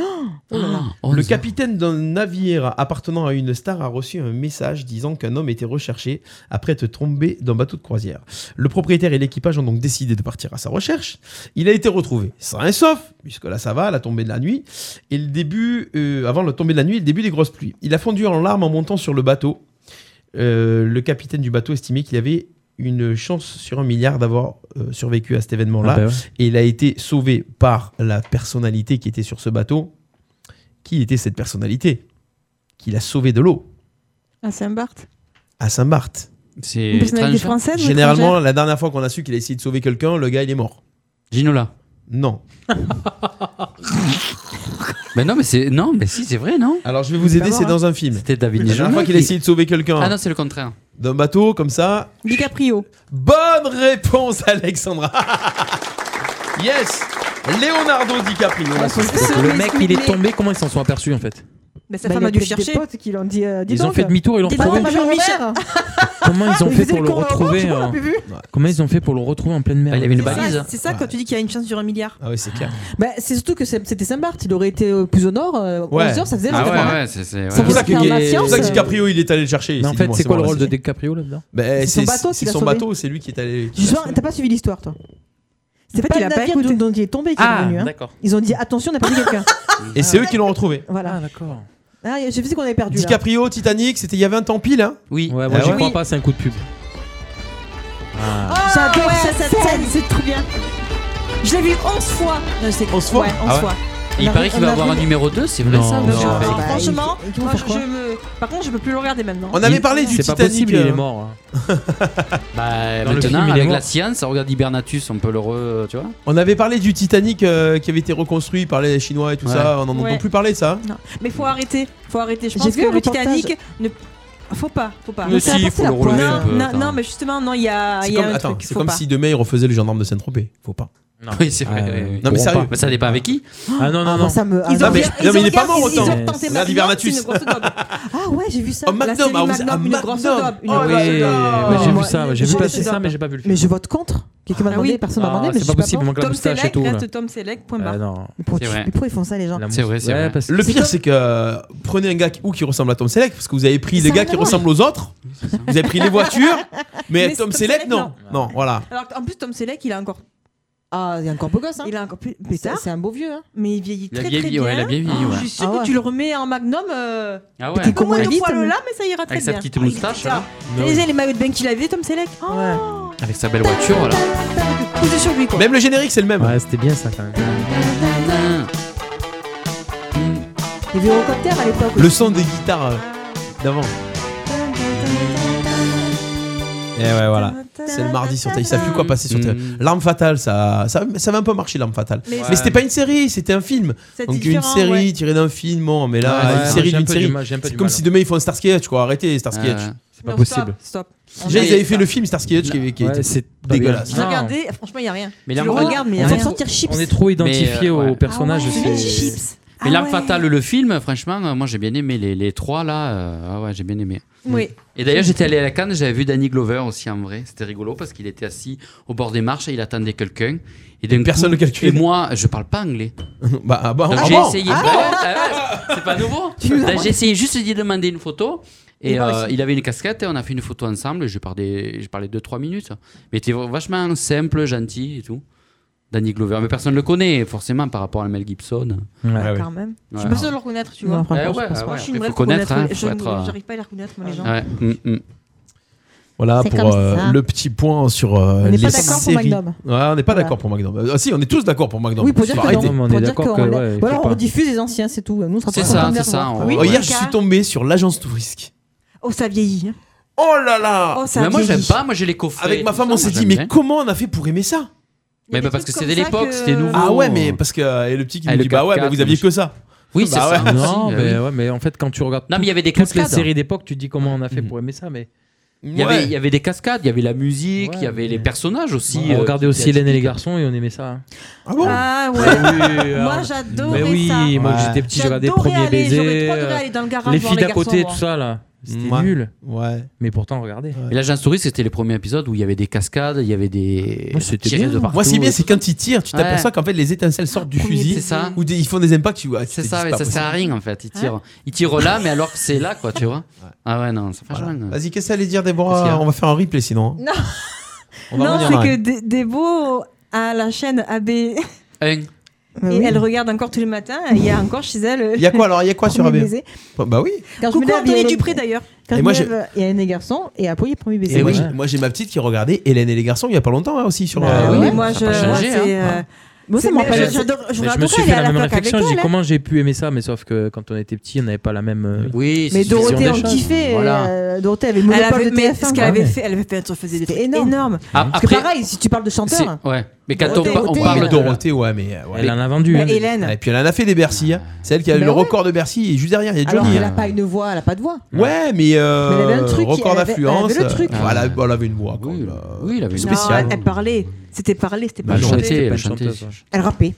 S8: Oh là là.
S6: Le capitaine d'un navire appartenant à une star a reçu un message disant qu'un homme était recherché après être tombé d'un bateau de croisière. Le propriétaire et l'équipage ont donc décidé de partir à sa recherche. Il a été retrouvé sain et sauf, puisque là ça va, à la tombée de la nuit. Et le début, euh, avant la tombée de la nuit, et le début des grosses pluies. Il a fondu en larmes en montant sur le bateau. Euh, le capitaine du bateau estimait qu'il avait une chance sur un milliard d'avoir euh, survécu à cet événement-là.
S10: Ah bah ouais.
S6: Et il a été sauvé par la personnalité qui était sur ce bateau. Qui était cette personnalité Qui l'a sauvé de l'eau
S7: À Saint-Barth.
S6: à Saint-Barth.
S8: C'est
S7: Une personnalité étrange. française ou
S6: Généralement,
S7: étrangère
S6: la dernière fois qu'on a su qu'il a essayé de sauver quelqu'un, le gars il est mort.
S8: Ginola.
S6: Non.
S8: Mais non, mais c'est non, mais si, c'est vrai, non
S6: Alors je vais hein. vous aider, c'est dans un film.
S8: C'était David
S6: La dernière
S8: Ginola.
S6: fois qu'il a essayé de sauver quelqu'un.
S8: Ah non, c'est le contraire.
S6: D'un bateau comme ça.
S7: DiCaprio.
S6: Bonne réponse, Alexandra. yes. Leonardo DiCaprio.
S10: Ah, le mec, il est tombé. Comment ils s'en sont aperçus en fait
S7: Mais
S4: sa femme Bah, a dû chercher. Des potes qui l'ont dit. euh, dis
S10: Ils ont
S4: donc,
S10: fait demi-tour et l'ont
S4: dis
S10: retrouvé.
S4: donc, Major Michel.
S10: Comment ils ont
S4: Il
S10: fait
S4: faisait
S10: pour
S4: le
S10: le
S4: con avant,
S10: retrouver
S4: tu vois, on l'a
S10: euh,
S4: plus vu.
S10: Comment ils ont fait pour le retrouver en pleine mer
S8: Ah, il avait une
S10: C'est ça,
S8: balise.
S7: C'est ça quand tu dis qu'il y a une chance sur un milliard.
S6: Ah oui, c'est clair.
S4: Bah, c'est surtout que c'est- c'était Saint-Barth. Il aurait été euh, plus au nord. euh, 11 heures, ça faisait.
S8: Ah
S4: longtemps,
S8: ouais,
S4: hein.
S8: ouais, c'est- c'est-
S4: Ça
S6: C'est pour ça
S4: faisait
S6: que
S4: faire ma
S6: c'est pour
S4: science.
S6: ça que DiCaprio il est allé le chercher.
S10: Mais en fait, c'est quoi le rôle de DiCaprio là-dedans
S6: DiCaprio
S4: C'est son
S6: C'est
S4: bateau
S6: c'est
S4: qui l'a
S6: son
S4: sauvé.
S6: bateau, c'est lui qui est allé.
S4: Tu vois, T'as pas suivi l'histoire, toi. C'est
S7: fait,
S4: pas
S7: il
S4: le
S7: a pas
S4: navire dont,
S7: écouté.
S4: dont il est tombé qui
S6: Ah,
S4: est revenu. hein.
S6: d'accord.
S4: Ils ont dit attention, on a perdu quelqu'un.
S10: Ah
S6: Et c'est eux qui l'ont retrouvé.
S4: Voilà.
S10: d'accord.
S4: Ah, j'ai vu qu'on avait perdu. là.
S6: DiCaprio, Titanic, c'était il y avait un temps pile. Hein
S8: Oui.
S10: Ouais, moi
S6: Ah
S10: j'y
S6: ouais.
S10: crois pas, c'est un coup de pub.
S4: Ah, J'adore ça, cette scène, c'est trop bien. Je l'ai vu 11 fois. Non, c'est 11
S6: fois
S4: Ouais, 11
S8: Ah ouais.
S4: fois.
S8: Et
S4: On
S8: il
S4: a
S8: paraît
S4: vu-
S8: qu'il
S4: on
S8: va
S4: a
S8: avoir
S4: vu-
S8: un numéro 2, c'est vrai
S10: Non,
S8: ça
S10: non,
S8: ou
S10: non.
S8: c'est
S10: Ah,
S8: fake
S4: bah,
S7: Franchement,
S4: il- il- il-
S7: moi,
S4: faire
S7: je
S4: quoi
S7: me. Par contre, je peux plus le regarder maintenant.
S6: On avait
S10: Il-
S6: parlé du
S10: C'est pas
S6: Titanic.
S10: possible, il
S6: euh,
S10: est mort. hein.
S8: Bah,
S10: Dans le
S8: maintenant,
S10: film, il est
S8: avec
S10: mort.
S8: la science, on regarde Hibernatus, on peut le re. euh, Tu vois
S6: On avait parlé du Titanic euh, qui avait été reconstruit par les Chinois et tout
S8: Ouais.
S6: ça. On n'en entend
S7: Ouais.
S6: plus parler de ça.
S7: Non. Mais faut arrêter, faut arrêter. Je
S4: J'ai
S7: pense
S4: vu
S7: que
S4: un
S7: le
S4: reportage.
S7: Titanic ne. Faut pas, faut pas.
S6: Mais si, faut le relever un
S7: Non,
S6: peu.
S7: non, non, mais justement, non, il y a,
S6: C'est
S7: Ah, il y a
S6: comme,
S7: un
S6: attends,
S7: truc.
S6: c'est
S7: faut
S6: comme
S7: pas.
S6: si demain ils refaisaient le gendarme de Saint-Tropez. Faut pas.
S8: Oui, c'est vrai.
S10: Ah,
S8: oui, oui.
S10: Non, mais sérieux.
S8: Mais Bah, ça dépend avec qui.
S10: Ah non, non, Ah, non. moi, ça me-
S8: Non,
S10: ah,
S8: mais,
S10: non.
S8: non, mais
S10: Ils
S8: il
S10: ont
S8: n'est pas mort
S10: regardé,
S8: autant.
S10: ils ont tenté
S8: Regarde Hibernatus.
S4: Ah ouais, j'ai vu ça.
S6: Un Magnum,
S4: La
S6: ah, vous-
S4: série
S6: un
S4: Magnum, une grosse
S6: Magnum.
S4: dope. Une
S10: Ah
S6: Oh,
S4: grosse
S6: ouais,
S4: dope.
S10: ouais, j'ai vu
S4: Moi,
S10: ça, ouais, j'ai vu
S4: je-
S10: passer
S4: je-
S10: ça, mais j'ai pas vu le
S4: Mais je vote contre. Quelqu'un m'a
S7: Ah
S4: demandé,
S7: oui.
S4: personne n'a
S10: Ah,
S4: demandé. mais
S10: c'est
S4: je
S10: pas
S4: suis
S10: possible, il manque
S4: contre.
S10: la
S7: Tom
S10: moustache et
S7: Selleck
S10: tout, là.
S7: reste Tom Selleck, point barre.
S10: Ah, non.
S4: Mais pourquoi, tu- mais pourquoi ils font ça, les gens
S10: C'est vrai, c'est vrai. parce que-
S6: Le pire, c'est que euh, prenez un gars qui- ou qui ressemble à Tom Selleck, parce que vous avez pris
S7: Ça
S6: les
S7: n'a
S6: gars
S7: rien
S6: qui
S7: à voir.
S6: ressemblent aux autres, vous avez pris les voitures, mais, Tom, Selleck, non. non. voilà.
S7: Alors en plus Tom Selleck, il a encore
S4: Ah, il est encore beau gosse.
S7: Il est encore plus
S4: C'est
S7: pétard.
S4: c'est un beau vieux. Hein.
S7: Mais il vieillit
S8: Il a
S7: très
S8: bien
S7: très
S8: vieilli,
S7: bien. Oh,
S8: ouais, il a bien vieilli,
S7: Je
S8: ouais.
S7: suis sûr
S8: Ah
S7: que
S8: ouais.
S7: tu le remets en magnum. euh,
S8: Ah ouais.
S7: petit peu moins de
S8: Avec sa
S7: poil
S8: petite-
S7: là, mais ça ira très
S8: avec
S7: bien.
S8: sa petite
S7: Ah, il est
S8: moustache,
S7: pétard.
S8: là. Ah ouais.
S7: Et les maillots de bain qu'il avait, Tom Selleck. Oh,
S8: Avec sa belle voiture, voilà.
S7: poussez sur lui quoi.
S6: Même le générique, c'est le même.
S10: Ouais, c'était bien ça quand même.
S4: Il y avait Eurocopter à l'époque.
S6: Le son des guitares euh, d'avant.
S10: Eh
S6: Et ouais, voilà. C'est le mardi sur Terre. Ils savent plus quoi passer sur Terre.
S10: Hmm.
S6: L'arme fatale, ça, ça, ça avait un peu marché, l'arme fatale.
S7: Mais-
S6: Mais,
S7: Ouais.
S6: c'était pas une série, c'était un film.
S7: C'était
S6: Donc une
S7: différent,
S6: série
S7: ouais.
S6: tirée d'un film, bon, mais
S10: Ouais,
S6: là,
S10: ouais,
S6: une série
S10: j'ai un
S6: d'une
S10: peu
S6: série.
S10: du mal, j'ai un peu
S6: C'est
S10: du
S6: comme
S10: mal.
S6: si demain ils font un Starsky et Hutch, quoi. Arrêtez Starsky et Hutch.
S8: Euh,
S10: Ouais. C'est pas Non, stop, possible.
S7: stop.
S6: Déjà,
S7: On
S6: ils
S7: a-
S6: avaient fait le film Starsky et Hutch qui, qui était
S10: c'est pas
S6: dégueulasse.
S10: bien.
S7: Regardez, franchement, il n'y a rien.
S8: Mais
S7: Tu
S8: là,
S7: le
S8: on-
S7: regardes, mais il y a
S8: on-
S7: rien.
S8: on-
S10: On est trop identifié
S8: Mais, euh,
S10: au
S8: ouais.
S10: personnage.
S8: Ah ouais,
S10: c'est-
S8: c'est les chips. Mais l'arme fatale, le film, franchement, euh, moi j'ai bien aimé les, les trois là. euh, ah ouais, j'ai bien aimé.
S7: Oui.
S8: Et d'ailleurs, j'étais allé à la Cannes, j'avais vu Danny Glover aussi en vrai. C'était rigolo parce qu'il était assis au bord des marches et il attendait quelqu'un. Et d'un
S6: Personne
S8: coup-
S6: le calculait.
S8: Et moi, je parle pas anglais.
S6: bah, ah bah,
S8: Donc
S6: ah
S8: j'ai
S6: bon
S8: essayé.
S6: Ah
S8: Bah
S6: bon
S8: ouais, ah ouais, c'est pas nouveau.
S6: Tu nous as
S8: Bah,
S6: menti.
S8: j'ai essayé juste d'y demander une photo.
S6: Et
S8: Et
S6: moi
S8: euh,
S6: aussi.
S8: il avait une casquette et on a fait une photo ensemble. Et je parlais, je parlais 2-3 minutes. Mais il était vachement simple, gentil et tout. Danny Glover. Mais personne ne le connaît, forcément, par rapport à Mel Gibson.
S10: Ouais,
S7: Quand même. Je suis
S8: Ouais.
S7: pas sûre de le reconnaître, tu vois.
S8: Non, franchement, Eh je ouais, pense pas.
S7: Moi, je suis
S8: ouais,
S7: une
S8: après,
S7: vraie
S8: faut connaître, hein,
S7: Je
S8: faut être, euh,
S7: n'arrive pas à les reconnaître, moi, les gens.
S8: Ouais. Mm, mm.
S6: Voilà
S7: C'est
S6: pour
S7: comme
S6: euh,
S7: ça.
S6: le petit point sur euh,
S7: On
S6: les
S7: n'est pas d'accord pour
S6: séries.
S7: Magnum.
S6: Ouais, on n'est pas
S4: Voilà.
S6: d'accord pour Magnum. Euh, Ah, si, on est tous d'accord pour Magnum.
S4: Oui, pour
S6: Faut
S4: dire que
S6: arrêter.
S4: non, pour dire qu'on l'a- Ou alors on rediffuse les anciens, c'est tout. Nous, on sera
S6: C'est
S4: pas
S6: ça,
S4: contents de
S6: c'est
S4: les
S6: ça.
S4: revoir.
S6: on-
S4: Oui,
S6: Oh, Hier, je
S4: Lucas.
S6: suis tombé sur l'agence touristique.
S7: Oh, ça vieillit. hein.
S6: Oh là là
S7: Oh, ça
S8: Mais moi,
S7: vieillit.
S8: j'aime pas. Moi, j'ai les coffrets.
S6: Avec ma
S8: tout
S6: femme,
S8: ça,
S6: on
S8: moi,
S6: s'est dit,
S8: j'aime
S6: mais
S8: bien.
S6: comment on a fait pour aimer ça
S8: Mais bah, parce que c'était
S6: comme ça
S8: l'époque,
S6: que-
S8: c'était nouveau.
S6: Ah ouais, mais parce que euh, et le petit qui
S8: Oh. Ah,
S6: nous
S8: le
S6: dit, bah ouais,
S8: 4x4,
S6: mais vous aviez
S8: machin.
S6: que ça.
S8: Oui, c'est
S6: Bah
S8: ça.
S6: ouais.
S10: Non,
S8: Si,
S10: mais,
S8: euh, oui.
S10: ouais, mais en fait, quand tu regardes
S8: Non, mais il y avait des
S10: toutes les
S8: cascades.
S10: séries d'époque, tu te dis comment on a fait pour aimer ça, mais.
S8: Il y, avait, il y avait des cascades, il y avait la musique, il y avait les personnages aussi.
S10: On
S8: euh,
S10: regardait
S8: qui-
S10: aussi Hélène et les garçons et on aimait ça. hein.
S6: Ah bon
S7: Ah ouais. moi, j'adorais
S10: Mais Bah oui,
S7: ça.
S10: moi j'étais petit, je regardais
S7: J'adorais
S10: Premier
S7: aller, j'aurais
S10: Baiser.
S7: trop adoré aller dans le garage
S10: les
S7: voir
S10: filles
S7: les
S10: d'à côté,
S7: garçons,
S10: tout
S7: moi.
S10: ça là. C'était
S8: Ouais.
S10: nul.
S6: Ouais.
S10: Mais pourtant, regardez.
S8: Et l'agence touriste, c'était les premiers épisodes où il y avait des cascades, il y avait des.
S10: c'était
S8: tirés
S10: bien.
S8: de partout.
S6: Moi, c'est bien, c'est quand ils tirent, tu
S8: Ouais.
S6: t'aperçois qu'en fait, les étincelles sortent du
S8: Premier
S6: fusil
S8: baiser. C'est ça.
S6: ou des- ils font des impacts, tu vois.
S8: C'est ça, mais ça sert à rien en fait.
S4: Hein
S8: Ils tirent, ils tirent là, mais alors que c'est là, quoi, tu vois. Ah ouais, non, c'est franchement.
S6: Vas-y, qu'est-ce que allait dire, Déborah
S8: Qu'est-ce
S6: On va faire un replay sinon. hein.
S7: Non,
S6: On va
S7: non
S6: revenir
S7: c'est
S6: à
S7: que
S6: elle.
S7: des, des beaux à la chaîne AB. Et
S6: oui.
S7: elle regarde encore tous les matins. et Il y a encore chez elle. euh,
S6: Il y a quoi alors Il y a quoi sur
S7: Premier
S6: AB
S7: baiser.
S6: Bah oui.
S4: Quand je
S7: Coucou
S4: me lève, il y a
S7: Anthony
S4: les-
S7: Dupré d'ailleurs.
S4: Quand
S6: Et
S4: je
S6: moi,
S4: me
S6: j'ai-
S4: lève, il y a un garçon et après, il y a premier baiser.
S6: Et moi, j'ai- moi, j'ai ma petite qui regardait Hélène et les garçons il y a pas longtemps hein, aussi sur. euh,
S7: oui,
S6: ouais.
S7: moi, Ça a pas je- changé, moi, c'est, hein. euh,
S4: Moi, ça
S7: c'est-
S4: me rappelle-
S7: mais- j'adore- je
S10: Mais je me
S7: l'adorais,
S10: suis
S7: aller
S10: fait
S7: à
S10: la
S7: la
S10: même
S7: fac avec
S10: réflexion, je
S7: elle,
S10: dis
S7: hein.
S10: comment j'ai pu aimer ça, mais sauf que quand on était petit, on n'avait pas la même. euh,
S8: Oui,
S4: Mais Dorothée, on kiffait. euh, Dorothée avait le
S7: Elle
S4: monopole
S7: avait,
S4: de
S7: mais
S4: TF1.
S7: ce qu'elle
S4: quoi.
S7: avait fait, elle avait fait, elle faisait des trucs énormes.
S8: Ah,
S4: Parce que
S8: après-
S4: pareil, si tu parles de chanteur.
S8: C'est- Ouais. Mais quand
S4: Dorothée,
S8: on, pa- on
S4: Dorothée,
S8: parle
S4: euh,
S8: de
S6: Dorothée, ouais, mais. euh, ouais.
S10: Elle en a vendu.
S4: Mais
S10: hein.
S4: Hélène.
S6: Et puis elle en a fait des Bercy. hein. C'est elle qui a eu
S4: Ben
S6: le
S4: ouais.
S6: record de Bercy. Et juste derrière, il y a
S4: Alors
S6: Johnny.
S4: qu'elle
S6: hein.
S4: n'a pas une voix, elle n'a pas de voix.
S6: Ouais, mais, euh,
S4: Mais elle avait un truc,
S6: record
S4: elle avait-
S6: d'affluence.
S4: elle avait le truc.
S6: Ah, elle, a- elle avait une voix. Oui, bah,
S8: oui, elle avait
S7: Non,
S6: spéciale.
S7: elle, elle parlait. C'était parler, c'était
S6: Bah,
S7: pas
S6: elle chantait,
S7: chanter.
S6: elle
S7: Pas
S6: chantait.
S7: chanteuse.
S4: Elle rappait.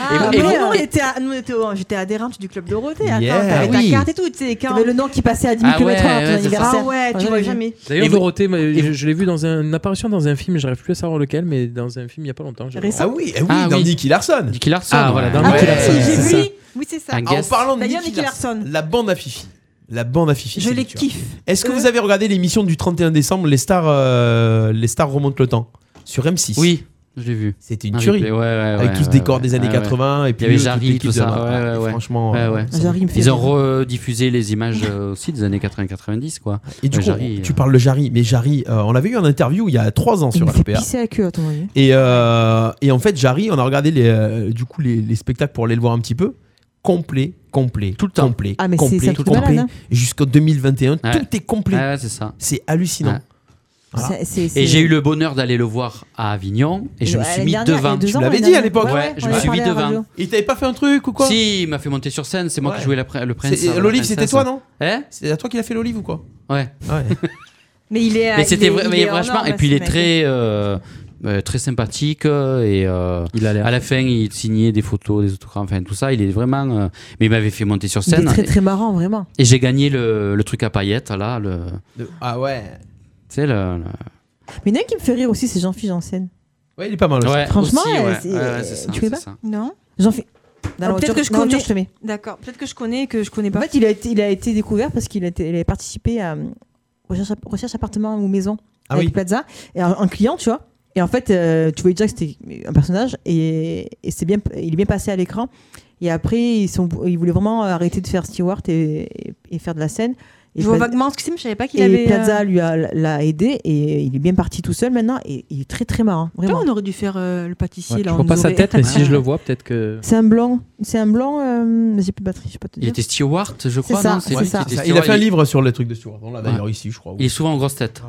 S7: Ah,
S4: Et-
S7: mais
S4: et-
S7: nous, on était à- nous, on était au- j'étais adhérente du club Dorothée. Attends,
S10: Yeah,
S7: t'avais ta
S10: oui.
S7: carte et tout. Tu sais, quand
S4: T'avais le nom qui passait à 10 000
S10: Ah
S4: km/h à
S10: ouais,
S4: ton
S10: ouais, c'est ça.
S4: anniversaire.
S7: Ah ouais, tu vois jamais.
S10: D'ailleurs, Dorothée, moi, je, je l'ai vu dans un- une apparition dans un film, j'arrive plus à savoir lequel, mais dans un film il y a pas longtemps. je-
S6: Ah oui, eh oui, dans Nicky Larson.
S8: Nicky Larson.
S10: Ah, voilà, dans Nicky Larson, c'est ça.
S7: Oui, c'est ça.
S6: Ah, en parlant de
S7: D'ailleurs,
S6: Nicky
S7: Nicky
S6: Larson, la bande à Fifi. La bande à Fifi.
S7: Je
S6: c'est
S7: les
S6: dur.
S7: kiffe.
S6: Est-ce que
S7: Euh.
S6: vous avez regardé l'émission du 31 décembre, les stars, euh, les stars remontent le temps Sur M6
S8: Oui, je l'ai vu.
S6: C'était une
S8: Un
S6: tuerie.
S8: replay, ouais, ouais,
S6: Avec
S8: ouais,
S6: tout ce
S8: ouais,
S6: décor
S8: ouais, Ah,
S6: des années
S8: ouais, ouais.
S6: 80. Et puis
S8: il y avait
S6: toute
S8: Jarry,
S6: l'équipe
S8: tout ça.
S6: de-
S8: ouais, ouais, ouais.
S6: Franchement.
S8: Ouais,
S6: euh,
S8: ouais.
S4: Jarry me fait
S8: ils ont
S4: rire.
S8: rediffusé les images euh, aussi des années 80-90, quoi.
S6: Et du
S8: Ouais,
S6: coup,
S8: Jarry,
S6: tu
S8: euh,
S6: parles de Jarry, mais Jarry, euh, on l'avait eu en interview il y a 3 ans sur RPA.
S4: Pisser la queue à ton avis.
S6: Et, euh, et en fait, Jarry, on a regardé les, euh, du coup les, les spectacles pour aller le voir un petit peu. Complet, complet, tout le temps. Complet,
S4: Ah, mais c'est- c'est
S6: complet,
S4: un truc de
S6: complet.
S4: malade,
S6: Jusqu'en 2021,
S8: Ouais.
S6: tout est complet.
S8: Ouais, c'est ça.
S6: C'est hallucinant.
S8: Ouais.
S6: Voilà.
S4: C'est- c'est- c'est-
S8: Et j'ai eu le bonheur d'aller le voir à Avignon et je
S4: Ouais,
S8: me suis
S4: l'année
S8: mis
S4: dernière, il y a
S8: devant.
S4: deux
S8: Tu
S4: ans,
S8: l'avais
S4: l'année
S8: dit à
S4: dernière.
S8: l'époque
S4: Ouais, ouais,
S8: Ouais, je
S4: on
S8: me
S4: en
S8: suis mis
S4: parlait à la
S8: devant.
S4: radio.
S6: Il t'avait pas fait un truc ou quoi
S8: Si, il m'a fait monter sur scène, c'est moi
S6: Ouais.
S8: qui jouais la prin- le prince.
S6: C'est-
S8: euh, la
S6: L'olive, c'était
S8: princesse.
S6: toi, non
S8: Hein
S6: C'est à toi qu'il a fait l'olive ou quoi
S8: Ouais.
S6: Ouais.
S7: Mais il est.
S4: Ah,
S8: mais c'était
S7: vrai
S8: vrai- mais franchement, et puis il est très. euh, euh, très sympathique euh, et euh, à la fin il signait des photos, des autographes, enfin tout ça. Il est vraiment. euh, mais il m'avait fait monter sur
S4: Il est
S8: scène.
S4: très
S10: hein.
S8: Et-
S4: très marrant, vraiment.
S8: Et j'ai gagné le, le truc à paillettes, là. Le,
S6: Ah ouais.
S8: Tu sais, le, le-
S4: Mais il y en a un qui me fait rire aussi, c'est Jean-Philippe Janssen.
S6: Ouais, il est pas mal.
S8: Ouais,
S4: Franchement,
S8: aussi,
S4: euh,
S8: ouais.
S4: c'est-
S8: Ouais, ouais, c'est ça,
S4: tu es
S8: c'est
S4: pas
S8: ça.
S7: Non.
S4: Jean-Philippe. Dans
S7: Ah,
S4: la
S7: peut-être
S4: voiture-
S7: que je
S4: dans la voiture,
S7: connais.
S4: je te mets.
S7: D'accord. Peut-être que je connais et que je connais
S4: En
S7: pas.
S4: fait, il a été, il a été découvert parce qu'il a, été- il avait participé à euh, recherche, recherche appartement ou maison
S7: Ah
S4: avec
S7: oui.
S4: Plaza et un, un client, tu vois. Et en fait, euh, tu voyais déjà que c'était un personnage et, et c'est bien, il est bien passé à l'écran. Et après, ils, sont, ils voulaient vraiment arrêter de faire Stewart et, et- et faire de la scène. Et
S7: je vois
S4: Pla-
S7: vaguement ce que c'est, mais je savais pas qu'il
S4: et
S7: avait. euh,
S4: Plaza lui a l'a aidé et il est bien parti tout seul maintenant et il est très très marrant.
S7: tu
S4: Vraiment.
S7: vois, on aurait dû faire euh, le pâtissier.
S10: Ouais,
S7: là,
S10: je
S7: on
S10: vois pas sa
S7: aurait-
S10: tête, mais si je le vois, peut-être que.
S4: C'est un blanc, c'est un blanc. euh, mais j'ai plus de batterie, je sais pas te
S8: Il
S4: dire.
S8: était Stewart, je crois.
S4: ça,
S8: non
S4: c'est
S8: lui
S4: ça.
S8: qui était
S6: Il a
S8: Stewart,
S6: fait un livre sur les trucs de Stewart. On l'a d'ailleurs
S8: Ouais.
S6: ici, je crois.
S8: Il est souvent en grosse tête.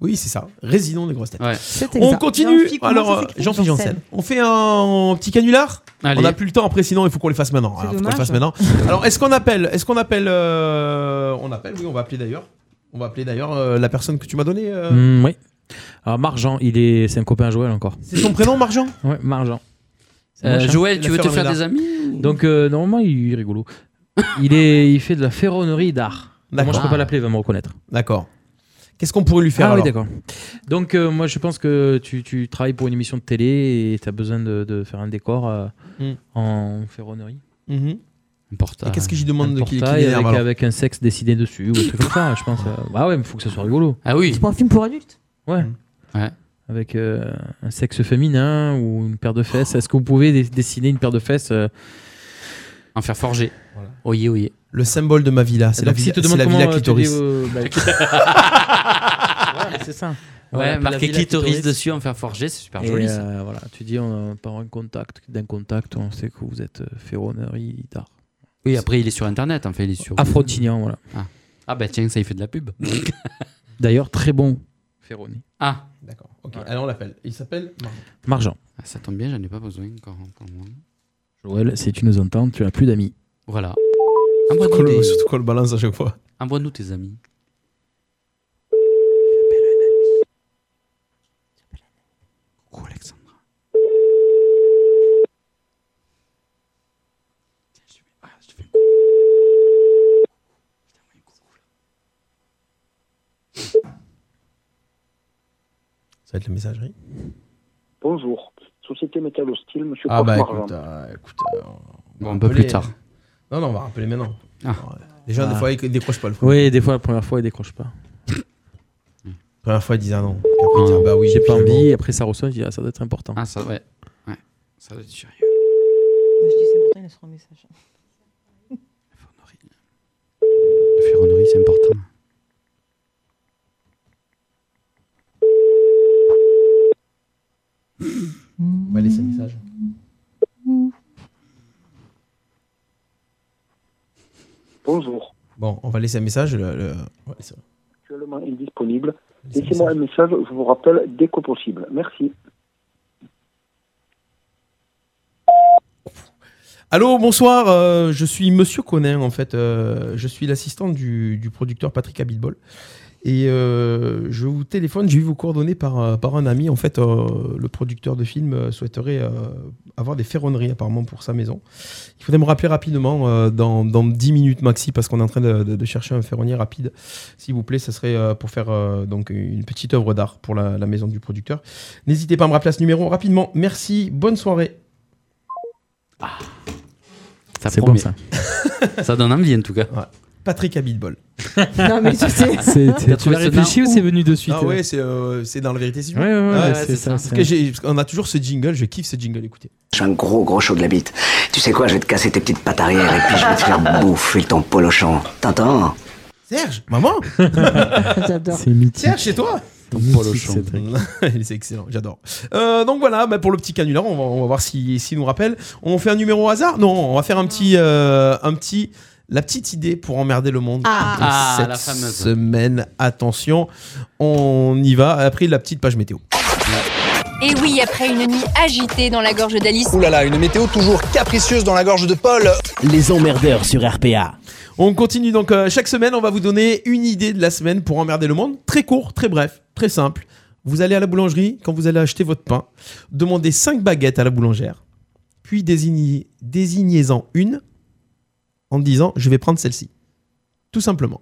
S6: Oui, c'est ça. Résident des grosses têtes. On
S8: exact.
S6: continue.
S8: Jean-Philippe, comment ça
S6: Alors, euh,
S8: s'écrit
S6: Jean-Philippe
S8: Janssen
S6: Janssen. On fait un petit canular
S8: Allez.
S6: On n'a plus le temps après, sinon il faut qu'on les fasse maintenant. Alors, faut qu'on les fasse maintenant. Alors, est-ce qu'on appelle Est-ce qu'on appelle euh, On appelle, oui, on va appeler d'ailleurs. On va appeler d'ailleurs euh, la personne que tu m'as donnée. euh.
S10: Hmm, oui. Alors, Marjan, il est... c'est un copain à Joël encore.
S6: C'est son prénom, Marjan
S10: Ouais, Marjan. C'est
S8: Euh,
S10: moche, hein.
S8: Joël, tu veux te faire des amis
S10: Donc, euh, normalement, il est rigolo. il, est... il fait de la ferronnerie d'art. Moi,
S6: D'accord.
S10: je peux pas l'appeler, il va me reconnaître.
S6: D'accord. Qu'est-ce qu'on pourrait lui faire
S10: Ah oui,
S6: alors
S10: d'accord. Donc, euh, moi, je pense que tu, tu travailles pour une émission de télé et tu as besoin de, de faire un décor euh,
S6: Hmm.
S10: en ferronnerie.
S6: Mhm.
S8: Un portail.
S6: Et qu'est-ce que j'y demande de
S10: Ah, Un
S6: qui, qui
S10: portail
S6: l'énerve,
S10: avec,
S6: alors
S10: avec un sexe dessiné dessus ou un truc comme ça, je pense. euh, Ah ouais, mais faut que ce soit rigolo.
S8: Ah oui.
S4: C'est pas un film pour adultes.
S10: Ouais.
S6: Hmm.
S10: Avec euh, un sexe féminin ou une paire de fesses. Est-ce que vous pouvez dé- dessiner une paire de fesses euh,
S8: En faire forger. Oyez, oyez.
S6: Le symbole de ma villa, c'est la,
S10: Donc, si
S6: villa-
S10: te
S6: c'est
S10: demande
S6: la villa
S10: comment, euh, tu dis,
S6: clitoris.
S10: euh, bah, Ouais, c'est ça.
S8: Ouais,
S10: Voilà,
S8: marquer
S10: la villa
S8: clitoris dessus, en faire forger, c'est super
S10: Et,
S8: joli. ça.
S10: euh, voilà, tu dis on, par un contact, d'un contact, on sait que vous êtes euh, ferronnerie d'art.
S8: Oui, après, il est sur Internet, en fait. Il est sur...
S10: Afrotignan, voilà.
S8: Ah. Ah bah tiens, ça, il fait de la pub.
S10: D'ailleurs, très bon. Ferroni.
S8: ah.
S6: D'accord. Ok, alors on l'appelle. Il s'appelle Marjan.
S10: Marjan.
S8: Ah, Ça tombe bien, j'en ai pas besoin encore. encore moins.
S10: Joël, si tu nous entends, tu n'as plus d'amis.
S8: Voilà.
S10: Ah,
S8: Envoie-nous
S6: Surtout qu'on le-
S8: tes-
S6: Surtout qu'on le balance à chaque fois.
S8: Envoie-nous tes amis. Coucou Alexandra.
S6: Ça va être la messagerie.
S15: Bonjour. Société Métal Hostile, monsieur
S6: Ah bah
S15: Coquemar.
S6: écoute, euh, écoute euh, on va
S8: un peu
S6: rappeler.
S8: plus tard.
S6: Non, non, on va rappeler maintenant.
S8: Ah.
S6: Les gens,
S10: Ah.
S6: des fois, ils décrochent pas le fou.
S10: Oui, des fois, la première fois, il décroche pas.
S6: La première fois, ils disent ah non. Puis après, ils disent ah bah oui.
S10: J'ai pas
S6: puis bon.
S10: envie, et après, ça ressonne, je dis, ah, ça doit être
S6: Hein.
S10: important.
S8: Ah, ça, ouais. Ouais. Ça doit être sérieux.
S4: Mais je dis c'est pourtant il a sur un message.
S8: La ferronnerie, c'est important.
S6: On va laisser un message.
S15: Bonjour.
S6: Bon, on va laisser un message. Le, le- ouais, c'est-
S15: Actuellement indisponible. Laissez-moi un message, je vous rappelle dès que possible. Merci.
S6: Allô, bonsoir. euh, je suis Monsieur Conin, en fait. euh, je suis l'assistant du, du producteur Patrick Abitbol. Et euh, je vous téléphone, j'ai eu vos coordonnées par, euh, par un ami. En fait, euh, le producteur de film euh, souhaiterait euh, avoir des ferronneries apparemment pour sa maison. Il faudrait me rappeler rapidement euh, dans, dans 10 minutes maxi parce qu'on est en train de, de- de chercher un ferronnier rapide. S'il vous plaît, ça serait euh, pour faire euh, donc une petite œuvre d'art pour la, la maison du producteur. N'hésitez pas à me rappeler à ce numéro rapidement. Merci, bonne soirée.
S8: Ça
S10: C'est
S8: promet.
S10: bon, ça.
S8: ça donne envie, en tout cas.
S6: Patrick Abitbol.
S4: Non, mais tu sais.
S10: C'est-
S8: T'as
S10: Tu
S8: trouvé
S10: l'as
S8: ce
S10: réfléchi
S8: nom
S10: ou
S8: où
S10: c'est venu de suite
S6: Ah
S10: là
S6: ouais, c'est euh, c'est dans la vérité si tu veux.
S10: Ouais, ouais, ouais,
S6: Ah
S10: c'est ça,
S6: Parce
S10: c'est
S6: que
S10: ça.
S6: j'ai- parce qu'on a toujours ce jingle, je kiffe ce jingle, écoutez.
S16: J'ai un gros gros chaud de la bite. Tu sais quoi, je vais te casser tes petites pattes arrière et puis je vais te faire bouffer ton polochon. T'entends
S6: Serge, maman
S4: J'adore.
S10: C'est mythique.
S6: Serge, chez toi
S10: Ton polochon.
S6: c'est excellent, j'adore. Euh, donc voilà, bah, pour le petit canular, on va, on va voir s'il s'il nous rappelle. On fait un numéro au hasard Non, on va faire un petit, euh, un petit, la petite idée pour emmerder le monde.
S8: Ah.
S6: de
S8: Ah,
S6: cette
S8: la fameuse.
S6: semaine, attention, on y va. Après la petite page météo.
S17: Et oui, après une nuit agitée dans la gorge d'Alice.
S5: Ouh là là, une météo toujours capricieuse dans la gorge de Paul. Les emmerdeurs sur RPA.
S6: On continue donc euh, chaque semaine, on va vous donner une idée de la semaine pour emmerder le monde. Très court, très bref, très simple. Vous allez à la boulangerie, quand vous allez acheter votre pain, demandez 5 baguettes à la boulangère, puis désignez- désignez-en une en disant je vais prendre celle-ci. Tout simplement.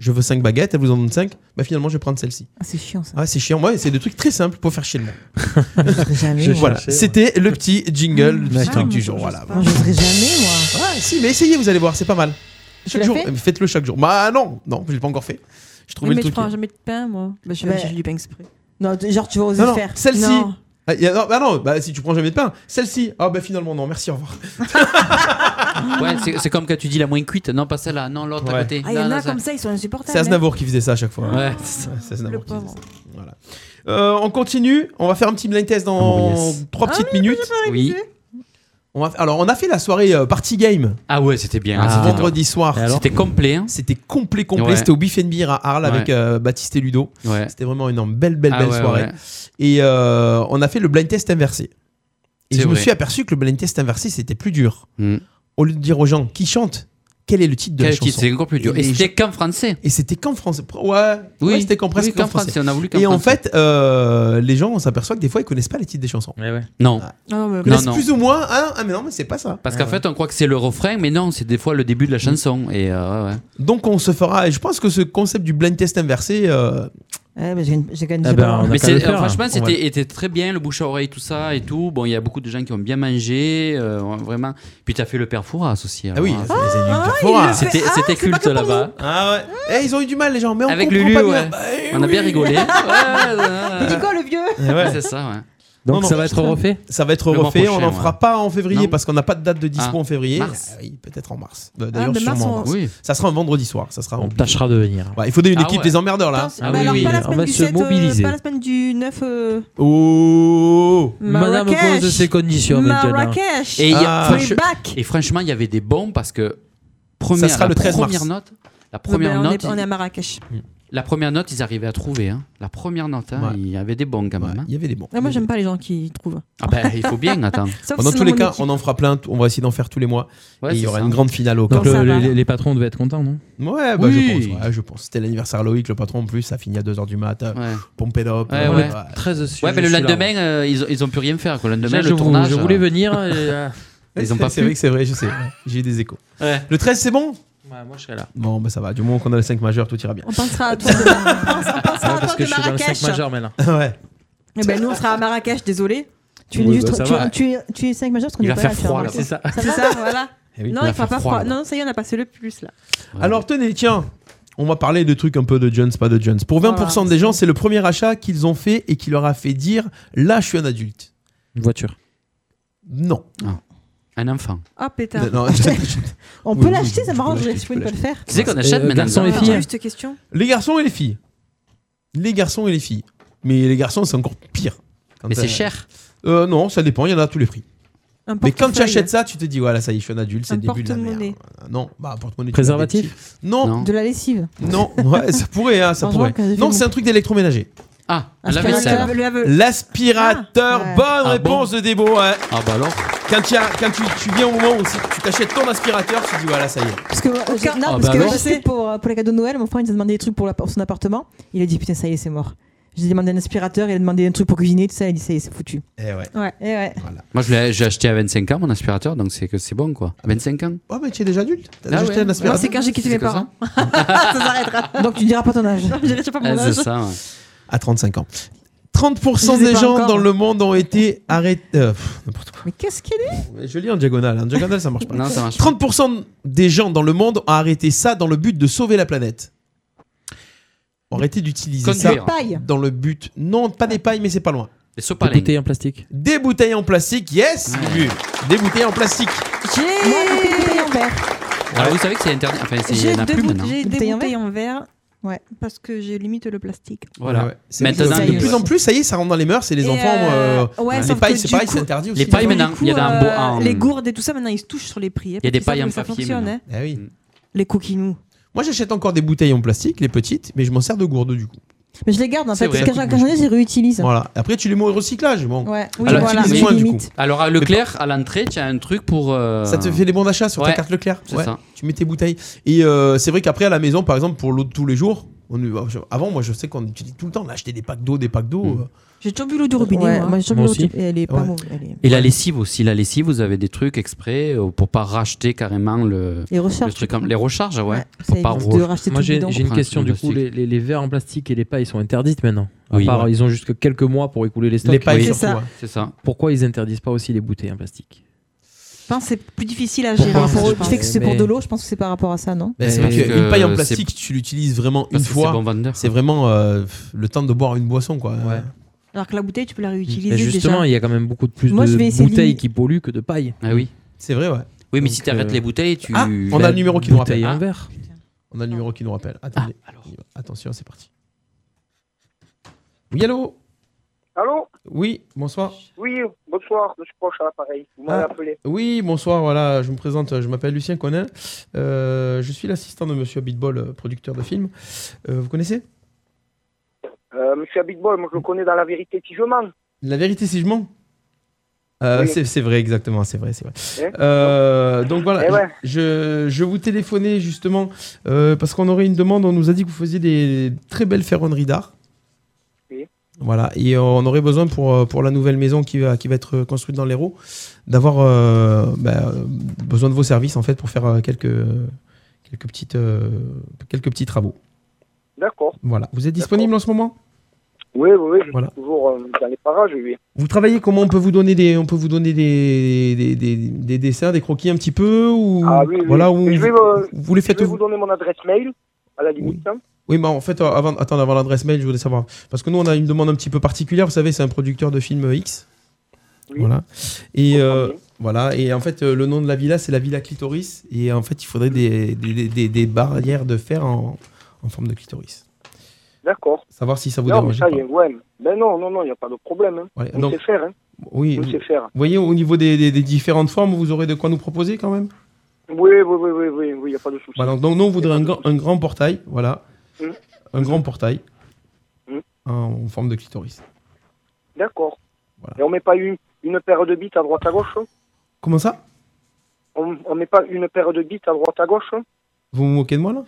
S6: Je veux 5 baguettes, elle vous en donne 5, bah finalement je vais prendre celle-ci.
S4: Ah, c'est chiant ça.
S6: Ah, c'est chiant, ouais, c'est des trucs très simples pour faire chier le monde.
S4: jamais, moi.
S6: voilà,
S4: cherchais, ouais. Mmh.
S6: c'était le petit jingle, le petit
S4: D'accord.
S6: truc du jour. Voilà.
S4: Moi, je serai jamais, moi.
S6: Ouais, si, mais essayez, vous allez voir, c'est pas mal. Chaque
S7: l'as
S6: jour,
S7: fait
S6: euh, faites-le chaque jour. Bah non, non, je l'ai pas encore fait. Je trouvais
S7: mais
S6: le
S7: je
S6: truc.
S7: prends jamais de pain, moi. Bah, je,
S4: Bah,
S7: je lis pas exprès.
S4: Non, t- genre, tu vas oser
S6: Non,
S4: le
S6: non,
S4: faire.
S6: celle-ci.
S4: Non.
S6: Ah, y a- non, bah non, bah si tu prends jamais de pain, celle-ci. Ah bah finalement non, merci, au revoir.
S8: Ouais, c'est- c'est comme quand tu dis la moins cuite. Non, pas celle-là, non, l'autre à
S6: Ah. Ouais.
S8: côté.
S4: Ah, il y
S8: Non,
S4: en
S8: non,
S4: a comme Ah, ça, ils sont insupportables.
S6: C'est
S4: hein.
S6: Aznavour qui faisait ça à chaque fois.
S8: Ouais.
S6: Ouais, c'est Aznavour qui faisait ça.
S4: pauvre.
S6: Voilà. Euh, on continue, on va faire un petit blind test dans
S8: Oh, yes.
S7: Ah,
S6: trois petites minutes.
S8: Oui.
S6: On va- alors on a fait la soirée euh, party game.
S8: Ah ouais, c'était bien. hein,
S6: Ah,
S8: c'était
S6: vendredi
S8: top.
S6: soir.
S8: Et alors C'était complet. hein.
S6: C'était complet, complet.
S8: Ouais.
S6: C'était au Beef and Beer à Arles
S8: Ouais.
S6: avec euh, Baptiste et Ludo.
S8: Ouais.
S6: C'était vraiment énorme. Belle, belle,
S8: Ah
S6: belle
S8: ouais,
S6: soirée.
S8: ouais.
S6: Et euh, on a fait le blind test inversé. Et
S8: C'est
S6: je me
S8: vrai.
S6: suis aperçu que le blind test inversé, c'était plus dur.
S8: Mm.
S6: Au lieu de dire aux gens qui chantent, quel est le titre de
S8: Quel
S6: la
S8: titre
S6: chanson
S8: C'est encore plus dur.
S6: les
S8: Et c'était
S6: gens-
S8: qu'en français.
S6: Et c'était qu'en français. Ouais,
S8: Oui.
S6: ouais, c'était qu'en
S8: Oui,
S6: presque
S8: qu'en
S6: qu'en français.
S8: français. On a voulu qu'en
S6: Et en
S8: français.
S6: fait, euh, les gens, on s'aperçoit que des fois, ils connaissent pas les titres des chansons.
S8: Non.
S6: Ah,
S8: non, mais-
S6: Ils connaissent
S8: Non, non.
S6: plus ou moins. Ah, ah, Mm. mais non, mais c'est pas ça.
S8: Parce qu'en fait, on croit que c'est le refrain, mais non, c'est des fois le début de la chanson. Et euh, ouais, ouais.
S6: Donc on se fera. Et je pense que ce concept du blind test inversé. euh,
S4: Ouais, mais j'ai une- j'ai quand même
S6: Ah
S4: des
S6: ben,
S4: erreurs.
S6: on a
S8: Mais
S6: qu'à le
S8: c'est-
S6: faire,
S8: euh,
S6: hein.
S8: franchement,
S6: On va-
S8: c'était était très bien, le bouche à oreille, tout ça et tout. Bon, il y a beaucoup de gens qui ont bien mangé, euh, vraiment. Puis tu as fait le père Fouras aussi. alors,
S6: oui,
S8: hein.
S6: ça, c'est du Ah, père Fouras. il le fait-
S8: C'était
S6: ah,
S8: c'était
S6: c'est pas
S8: culte là-bas.
S6: Ah ouais. Eh, ils ont eu du mal, les gens. Mais on
S8: Avec
S6: comprend
S8: Lulu,
S6: pas
S8: ouais.
S6: bien. Bah, eh
S8: On a
S6: oui.
S8: bien
S6: Eh
S8: rigolé.
S4: Mais dis quoi, le vieux
S8: Ouais, c'est ça, ouais.
S10: Donc, ça va être refait
S6: Ça va être
S10: Le mois
S6: refait. On
S10: prochain,
S6: n'en
S10: ouais.
S6: fera pas en février
S10: Non.
S6: parce qu'on n'a pas de date de dispo
S10: Ah,
S6: en février.
S10: mars.
S6: Ah oui, peut-être en mars. Bah,
S10: Ah,
S6: D'ailleurs,
S10: mais mars,
S6: sûrement en
S10: on-
S6: mars.
S10: Oui.
S6: Ça sera un vendredi soir. Ça sera.
S10: On tâchera de venir.
S6: Ah, Ouais, il faut donner une
S10: Oh, Ah
S6: équipe
S10: ouais.
S6: des emmerdeurs là. hein.
S10: Ah oui,
S7: alors,
S10: oui,
S7: pas la
S10: on
S7: semaine
S10: va
S7: du
S10: se
S7: 7, euh,
S10: mobiliser.
S7: pas la semaine du 9. euh,
S6: Oh
S10: Madame
S7: Marrakech.
S10: cause de ses conditions maintenant.
S7: Marrakech.
S8: Et, il y a-
S7: Ah.
S8: franch-
S7: Playback.
S8: et franchement, il y avait des bons parce que première,
S6: sera
S8: la
S6: le 13 mars.
S8: première note, la première
S7: Ben, on,
S8: note,
S7: est, on est à Marrakech.
S8: la première note, ils arrivaient à trouver. hein. La première note, hein, il y avait des bons quand même. hein.
S6: Il y avait des bons.
S7: Ah, moi, j'aime pas les gens qui trouvent.
S8: Ah ben, il faut bien attendre.
S7: Sauf
S6: Bon, dans
S7: si
S6: tous les
S7: mon
S6: cas,
S7: équipe-
S6: on en fera plein. t- On va essayer d'en faire tous les mois.
S8: Ouais,
S6: et il y
S8: c'est
S6: aura
S8: ça.
S6: une grande finale au
S10: Donc
S6: camp.
S10: le- les, les patrons devaient être contents, non
S6: Ouais, bah,
S10: Oui.
S6: je pense. ouais, je pense. C'était l'anniversaire à Loïc, le patron en plus. Ça finit à 2h du mat. euh, Pompé d'op.
S8: Ouais,
S6: euh,
S8: ouais.
S10: Très
S8: Ouais, mais le lendemain, euh, ils, ont, ils ont pu rien faire. Quoi. Le lendemain,
S10: Je-
S8: le
S10: je vou-
S8: tournage.
S10: je
S8: euh,
S10: voulais venir et, euh,
S8: Ils ont pas
S6: C'est
S8: pu.
S6: vrai que c'est vrai, je sais. J'ai eu des échos.
S8: Ouais.
S6: Le 13, c'est bon
S10: Ouais, moi je serai là.
S6: Bon, bah ça va. Du moment qu'on a les 5 majeurs, tout ira bien.
S7: On pensera à toi demain. On pensera- on pensera à
S10: Ouais, parce
S7: toi
S10: que
S7: de
S10: je suis dans le
S7: Marrakech.
S10: 5 majeur maintenant.
S6: ouais.
S7: Eh ben, nous, on sera à Marrakech, désolé.
S4: Tu es
S10: Oui,
S4: juste-
S10: bah, ça
S4: tu-
S10: va.
S4: tu es- tu es 5 majeurs parce qu'on
S10: Il
S4: est
S10: va
S4: pas
S10: faire
S4: là, tu
S10: froid,
S4: remarqué.
S10: là, c'est ça.
S7: C'est ça, voilà.
S6: Eh oui,
S7: non,
S6: il va
S7: il fera
S6: faire
S7: pas
S6: froid,
S7: froid.
S6: là.
S7: Non, ça y est, on a passé le plus là.
S6: Alors tenez, tiens, on va parler de trucs un peu de Jones, pas de Jones. Pour 20% des gens, c'est le premier achat qu'ils ont fait et qui leur a fait dire là, je suis un adulte.
S10: Une voiture.
S6: Non.
S8: Un enfant.
S7: Ah, pétard.
S6: Non, non, je- je-
S4: On
S6: Oui,
S4: peut
S6: oui,
S4: l'acheter,
S6: je
S4: ça
S6: peux
S4: m'arrangerait
S6: l'acheter, je
S4: si
S6: peux
S4: vous ne pas le
S6: l'acheter.
S4: faire.
S8: Tu sais qu'on achète
S10: euh,
S8: maintenant. Ah.
S10: garçons et
S8: des
S10: filles.
S8: enfants.
S7: Tiens, Juste question.
S6: Les garçons et les filles. Les garçons et les filles. Mais les garçons, c'est encore pire. Quand,
S8: Mais c'est
S6: euh,
S8: cher.
S6: euh, non, ça dépend, il y en a à tous les prix.
S7: Un
S6: Mais quand tu
S7: portefeuille.
S6: achètes ça, tu te dis, voilà, ça y est, je suis un adulte, c'est
S7: Un
S6: le début de la merde.
S7: porte-monnaie.
S6: Non, bah, porte-monnaie. tu
S10: Préservatif
S6: l'as des petits.
S8: oh,
S6: Non.
S4: De la lessive.
S6: Non, ouais, ça pourrait, hein, ça
S4: Heureusement
S6: pourrait.
S4: qu'on avait fait
S6: Non,
S4: le
S6: c'est un truc d'électroménager.
S8: Ah, un
S4: Aspirateur.
S8: lave-vaisselle.
S7: Le lave-
S6: L'aspirateur,
S4: Ah, ouais.
S6: bonne
S8: bon
S6: réponse de hein. Débo. ouais.
S8: Ah bah alors.
S6: Quand, tu as- quand tu, tu viens au moment où si tu t'achètes ton aspirateur, tu dis voilà, ça y est.
S4: Parce que, euh, j'ai- non,
S8: Ah,
S4: parce
S8: bah
S4: que
S8: alors.
S4: je sais, pour, euh, pour les cadeaux de Noël, mon frère il nous a demandé des trucs pour, la- pour son appartement. Il a dit putain, ça y est, c'est mort. J'ai demandé un aspirateur, il a demandé un truc pour cuisiner, tout ça. Il a dit ça y est, c'est foutu.
S6: Eh ouais.
S4: Ouais, et ouais.
S8: Moi, je l'ai j'ai acheté à 25 ans mon aspirateur, donc c'est que c'est bon quoi. À 25 ans.
S6: Oh, mais tu es déjà adulte T'as déjà
S8: Ah
S6: acheté
S8: ouais.
S6: un
S7: Non,
S6: aspirateur
S7: c'est quand j'ai quitté mes
S8: que ça
S7: parents. Ah, ça s'arrêtera.
S4: Donc tu diras pas ton âge.
S7: Je dirais pas
S8: Ah,
S7: mon
S8: c'est
S7: âge.
S8: ça. ouais.
S6: À 35 ans.
S4: Je
S6: 30%
S4: les ai
S6: des
S4: pas
S6: gens
S4: encore.
S6: dans le monde ont été arrêtés. euh, pff, n'importe quoi.
S4: Mais qu'est-ce qu'elle est
S6: Je lis en diagonale. hein. En diagonale, ça marche pas.
S8: Non, ça marche.
S6: 30% des gens dans le monde ont arrêté ça dans le but de sauver la planète. Ont arrêté d'utiliser ça
S8: Conduire. Des
S4: pailles.
S6: dans le but. Non, pas des pailles, mais c'est pas loin.
S8: Les
S10: Des
S8: sopalins.
S10: bouteilles en plastique.
S6: Des bouteilles en plastique, yes Lulu. Des bouteilles en plastique.
S4: Moi, j'ai fait des pailles en verre.
S8: Alors vous savez que c'est interdit. Enfin, c'est- il y
S7: J'ai
S8: en a
S7: deux
S8: plus
S7: boute-
S8: maintenant.
S7: j'ai des
S4: Bouteille en
S7: bouteilles en verre
S4: Ouais.
S7: parce que je limite le plastique.
S8: Voilà.
S6: Ouais, ouais. C'est-
S8: Maintenant,
S6: de
S4: sérieux.
S6: plus en plus, ça y est, ça rentre dans les mœurs et les
S7: Et,
S6: enfants.
S7: euh,
S6: euh,
S7: ouais,
S6: les
S7: sauf
S6: pailles,
S7: que
S6: c'est
S7: du
S6: pareil,
S7: coup-
S6: c'est interdit aussi.
S8: Les pailles,
S7: Du
S8: maintenant,
S7: coup,
S8: il y en a un beau.
S7: euh,
S8: un-
S7: Les gourdes et tout ça, maintenant, ils se touchent sur les prix.
S8: Il y a des pailles en
S7: Ça
S8: papier,
S7: fonctionne,
S8: maintenant.
S7: hein.
S6: Eh oui.
S7: Les coquinous.
S6: Moi, j'achète encore des bouteilles en plastique, les petites, mais je m'en sers de gourde du coup.
S4: Mais je les garde en
S8: C'est
S4: fait. Parce
S8: vrai.
S4: que quand j'en- quand j'en ai, je les réutilise.
S6: Voilà. Après, tu les mets au recyclage. Bon.
S4: Ouais, oui,
S8: Alors,
S4: voilà.
S6: utilise
S4: Tu
S6: moins, du
S4: limites.
S8: Alors à Leclerc, à l'entrée, tu as un truc pour. euh,
S6: Ça te fait les bons d'achat sur ta
S8: Ouais.
S6: carte Leclerc.
S8: C'est ça.
S6: Tu mets tes bouteilles. Et euh, c'est vrai qu'après, à la maison, par exemple, pour l'eau de tous les jours, On, ne- je- avant, moi, je sais qu'on utilise tout le temps. On achetait des packs d'eau, des packs d'eau.
S8: Mmh.
S6: euh.
S7: J'ai toujours vu l'eau du robinet.
S4: Ouais,
S7: moi.
S4: moi, j'ai toujours
S8: Moi
S4: vu
S8: aussi.
S4: l'eau du- et elle est pas
S6: Ouais.
S4: mauvaise. elle est-
S8: Et la lessive aussi. La lessive, vous avez des trucs exprès euh, pour pas racheter carrément le.
S4: Les recharges,
S8: le truc en- les recharges, ouais.
S4: ça
S8: Pour pas
S4: évite de
S7: Ah,
S8: re-
S4: racheter
S10: Moi j'ai j'ai
S8: Ah,
S10: une question du coup, les, les- les verres en plastique et les pailles sont interdites maintenant. À
S8: Oui.
S10: part, ils ont jusque quelques mois pour écouler les stocks.
S6: Les pailles, C'est surtout, hein. ça. ouais.
S8: C'est ça.
S10: Pourquoi ils interdisent pas aussi les bouteilles en plastique
S7: Je pense que c'est plus difficile à gérer.
S4: Pour-
S7: ça, je
S4: pour-
S7: pense.
S4: je sais que c'est pour
S10: Mais-
S4: de l'eau, je pense que c'est par rapport à ça, non
S6: Ben, c'est
S10: Mais
S6: vrai
S10: parce
S6: qu'une
S10: que
S6: paille en
S10: c'est-
S6: plastique, tu l'utilises vraiment une
S8: Parce que c'est
S6: fois.
S8: bon vendeur.
S6: C'est vraiment euh, pff, le temps de boire une boisson, quoi.
S7: Alors que la bouteille, tu peux la réutiliser.
S10: Mais Justement,
S7: déjà.
S10: il y a quand même beaucoup de plus
S7: Moi, je vais
S10: de
S7: essayer
S10: bouteilles
S7: de-
S10: qui polluent que de pailles.
S8: Ah oui.
S6: C'est vrai, ouais.
S8: Oui, mais si tu arrêtes
S10: euh,
S8: les bouteilles, tu. ben,
S6: Ah, on a le numéro qui nous
S10: bouteille
S6: rappelle.
S10: en
S6: Ah.
S10: verre.
S6: On a le numéro qui nous rappelle. Attendez. on y va. Attention, c'est parti. Oui, allô
S9: Allô
S6: Oui, bonsoir.
S9: Oui, bonsoir, je suis proche à l'appareil. Vous m'avez
S6: Ah,
S9: appelé.
S6: Oui, bonsoir, voilà, je me présente, je m'appelle Lucien Conin. Euh, je suis l'assistant de Monsieur Bitball, euh, producteur de films. Euh, vous connaissez
S9: Euh, monsieur Abitbol, moi je le connais dans la vérité si je mens.
S6: La vérité, si je mens Euh,
S9: Oui.
S6: c'est- C'est vrai, exactement, c'est vrai, c'est vrai.
S9: Eh
S6: Euh, donc voilà,
S9: Eh ouais.
S6: je, je vous téléphonais justement euh, parce qu'on aurait une demande, on nous a dit que vous faisiez des très belles ferronneries d'art.
S9: Oui.
S6: Voilà, et on aurait besoin pour, euh, pour la nouvelle maison qui va, qui va être construite dans l'Hérault d'avoir euh, bah, euh, besoin de vos services en fait pour faire euh, quelques, quelques, petites, euh, quelques petits travaux.
S9: D'accord.
S6: Voilà, vous êtes disponible en ce moment
S9: Oui, oui, oui, je
S6: Voilà.
S9: suis toujours euh, dans les parages, lui.
S6: Vous travaillez comment On peut vous donner des, on peut vous donner des, des, des- des dessins, des croquis un petit peu ou
S9: Ah oui, oui.
S6: voilà
S9: Mais
S6: où
S9: je vais,
S6: vous,
S9: euh,
S6: vous les faites
S9: Je vais
S6: où
S9: vous donner mon adresse mail, à la limite. hein.
S6: Oui, mais en fait, euh, avant, attends, avant l'adresse mail, je voulais savoir parce que nous on a une demande un petit peu particulière. Vous savez, c'est un producteur de films euh, X. Voilà. Et euh, voilà. Et en fait, euh, le nom de la villa, c'est la Villa Clitoris. Et en fait, il faudrait des, des, des- des- des barrières de fer en, en forme de clitoris.
S9: D'accord.
S6: Savoir si ça vous
S9: Non, mais
S6: dérange.
S9: ça y est, ouais. Ben non, non, non, il n'y a pas de problème. Hein.
S6: Ouais,
S9: on
S6: donc-
S9: sait faire. Hein.
S6: Oui.
S9: On
S6: vous-
S9: sait faire.
S6: Vous voyez, au niveau des, des- des différentes formes, vous aurez de quoi nous proposer quand même.
S9: Oui, oui, oui, oui, oui, oui, il n'y a pas de souci.
S6: Voilà, donc, donc nous, on voudrait un, grand- un grand portail, voilà.
S9: Mm.
S6: Un grand portail
S9: Mm.
S6: en forme de clitoris.
S9: D'accord. Et on met pas une, une paire de bites à droite à gauche hein
S6: Comment ça
S9: On on met pas une paire de bites à droite à gauche hein
S6: Vous vous moquez de moi là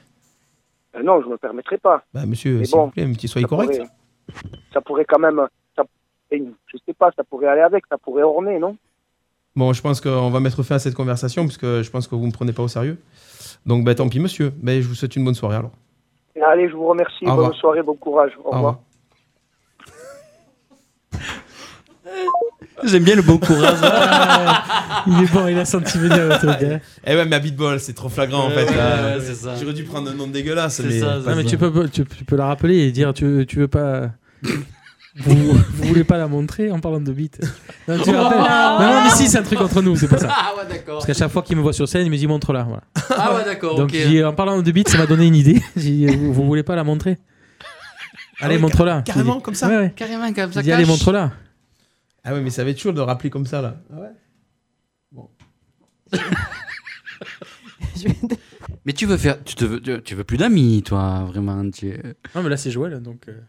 S9: Euh, Non, je ne me permettrai pas.
S6: Bah monsieur,
S9: Mais
S6: s'il
S9: bon,
S6: vous plaît, un petit soyez
S9: ça
S6: correct.
S9: pourrait- hein. ça pourrait quand même. euh, Ça, Eh, je sais pas, ça pourrait aller avec, ça pourrait orner, non
S6: Bon, je pense qu'on va mettre fin à cette conversation puisque je pense que vous me prenez pas au sérieux. Donc bah tant pis monsieur, bah, je vous souhaite une bonne soirée alors.
S9: Allez, je vous remercie.
S6: Au
S9: Bonne
S6: revoir.
S9: soirée, bon courage. Au,
S6: revoir.
S9: revoir.
S6: J'aime bien le bon courage.
S10: il est bon, il a senti venir le truc. hein.
S6: eh ouais, mais à beatball, c'est trop flagrant en fait. hein.
S8: Ouais,
S6: là.
S8: ouais, c'est ça.
S6: J'aurais dû prendre un nom dégueulasse.
S8: C'est
S6: mais...
S8: ça,
S10: Non, mais tu peux, tu, tu peux la rappeler et dire tu, tu veux pas. Vous, vous voulez pas la montrer en parlant de bite non, tu
S8: Oh.
S10: rappelles. non, non, mais si, c'est un truc entre nous, c'est pas ça.
S8: Ah ouais, d'accord.
S10: Parce qu'à chaque fois qu'il me voit sur scène, il me dit montre-la. Voilà.
S8: Ah ouais, d'accord.
S10: Donc
S8: ok.
S10: j'ai dit, en parlant de bite, ça m'a donné une idée. J'ai dit, vous, vous voulez pas la montrer Allez,
S6: ouais,
S10: montre-la.
S6: car- carrément,
S10: Il dit-
S6: comme ça
S10: Ouais, ouais.
S8: Carrément, comme
S10: Il
S8: ça.
S10: dit allez,
S8: cache.
S10: montre-la.
S6: Ah ouais, mais ça va être chaud de le rappeler comme ça là. Ah ouais.
S8: Mais tu veux faire. Tu, te veux, tu- tu veux plus d'amis, toi, vraiment. Tu...
S10: Non, mais là, c'est Joël, donc. euh,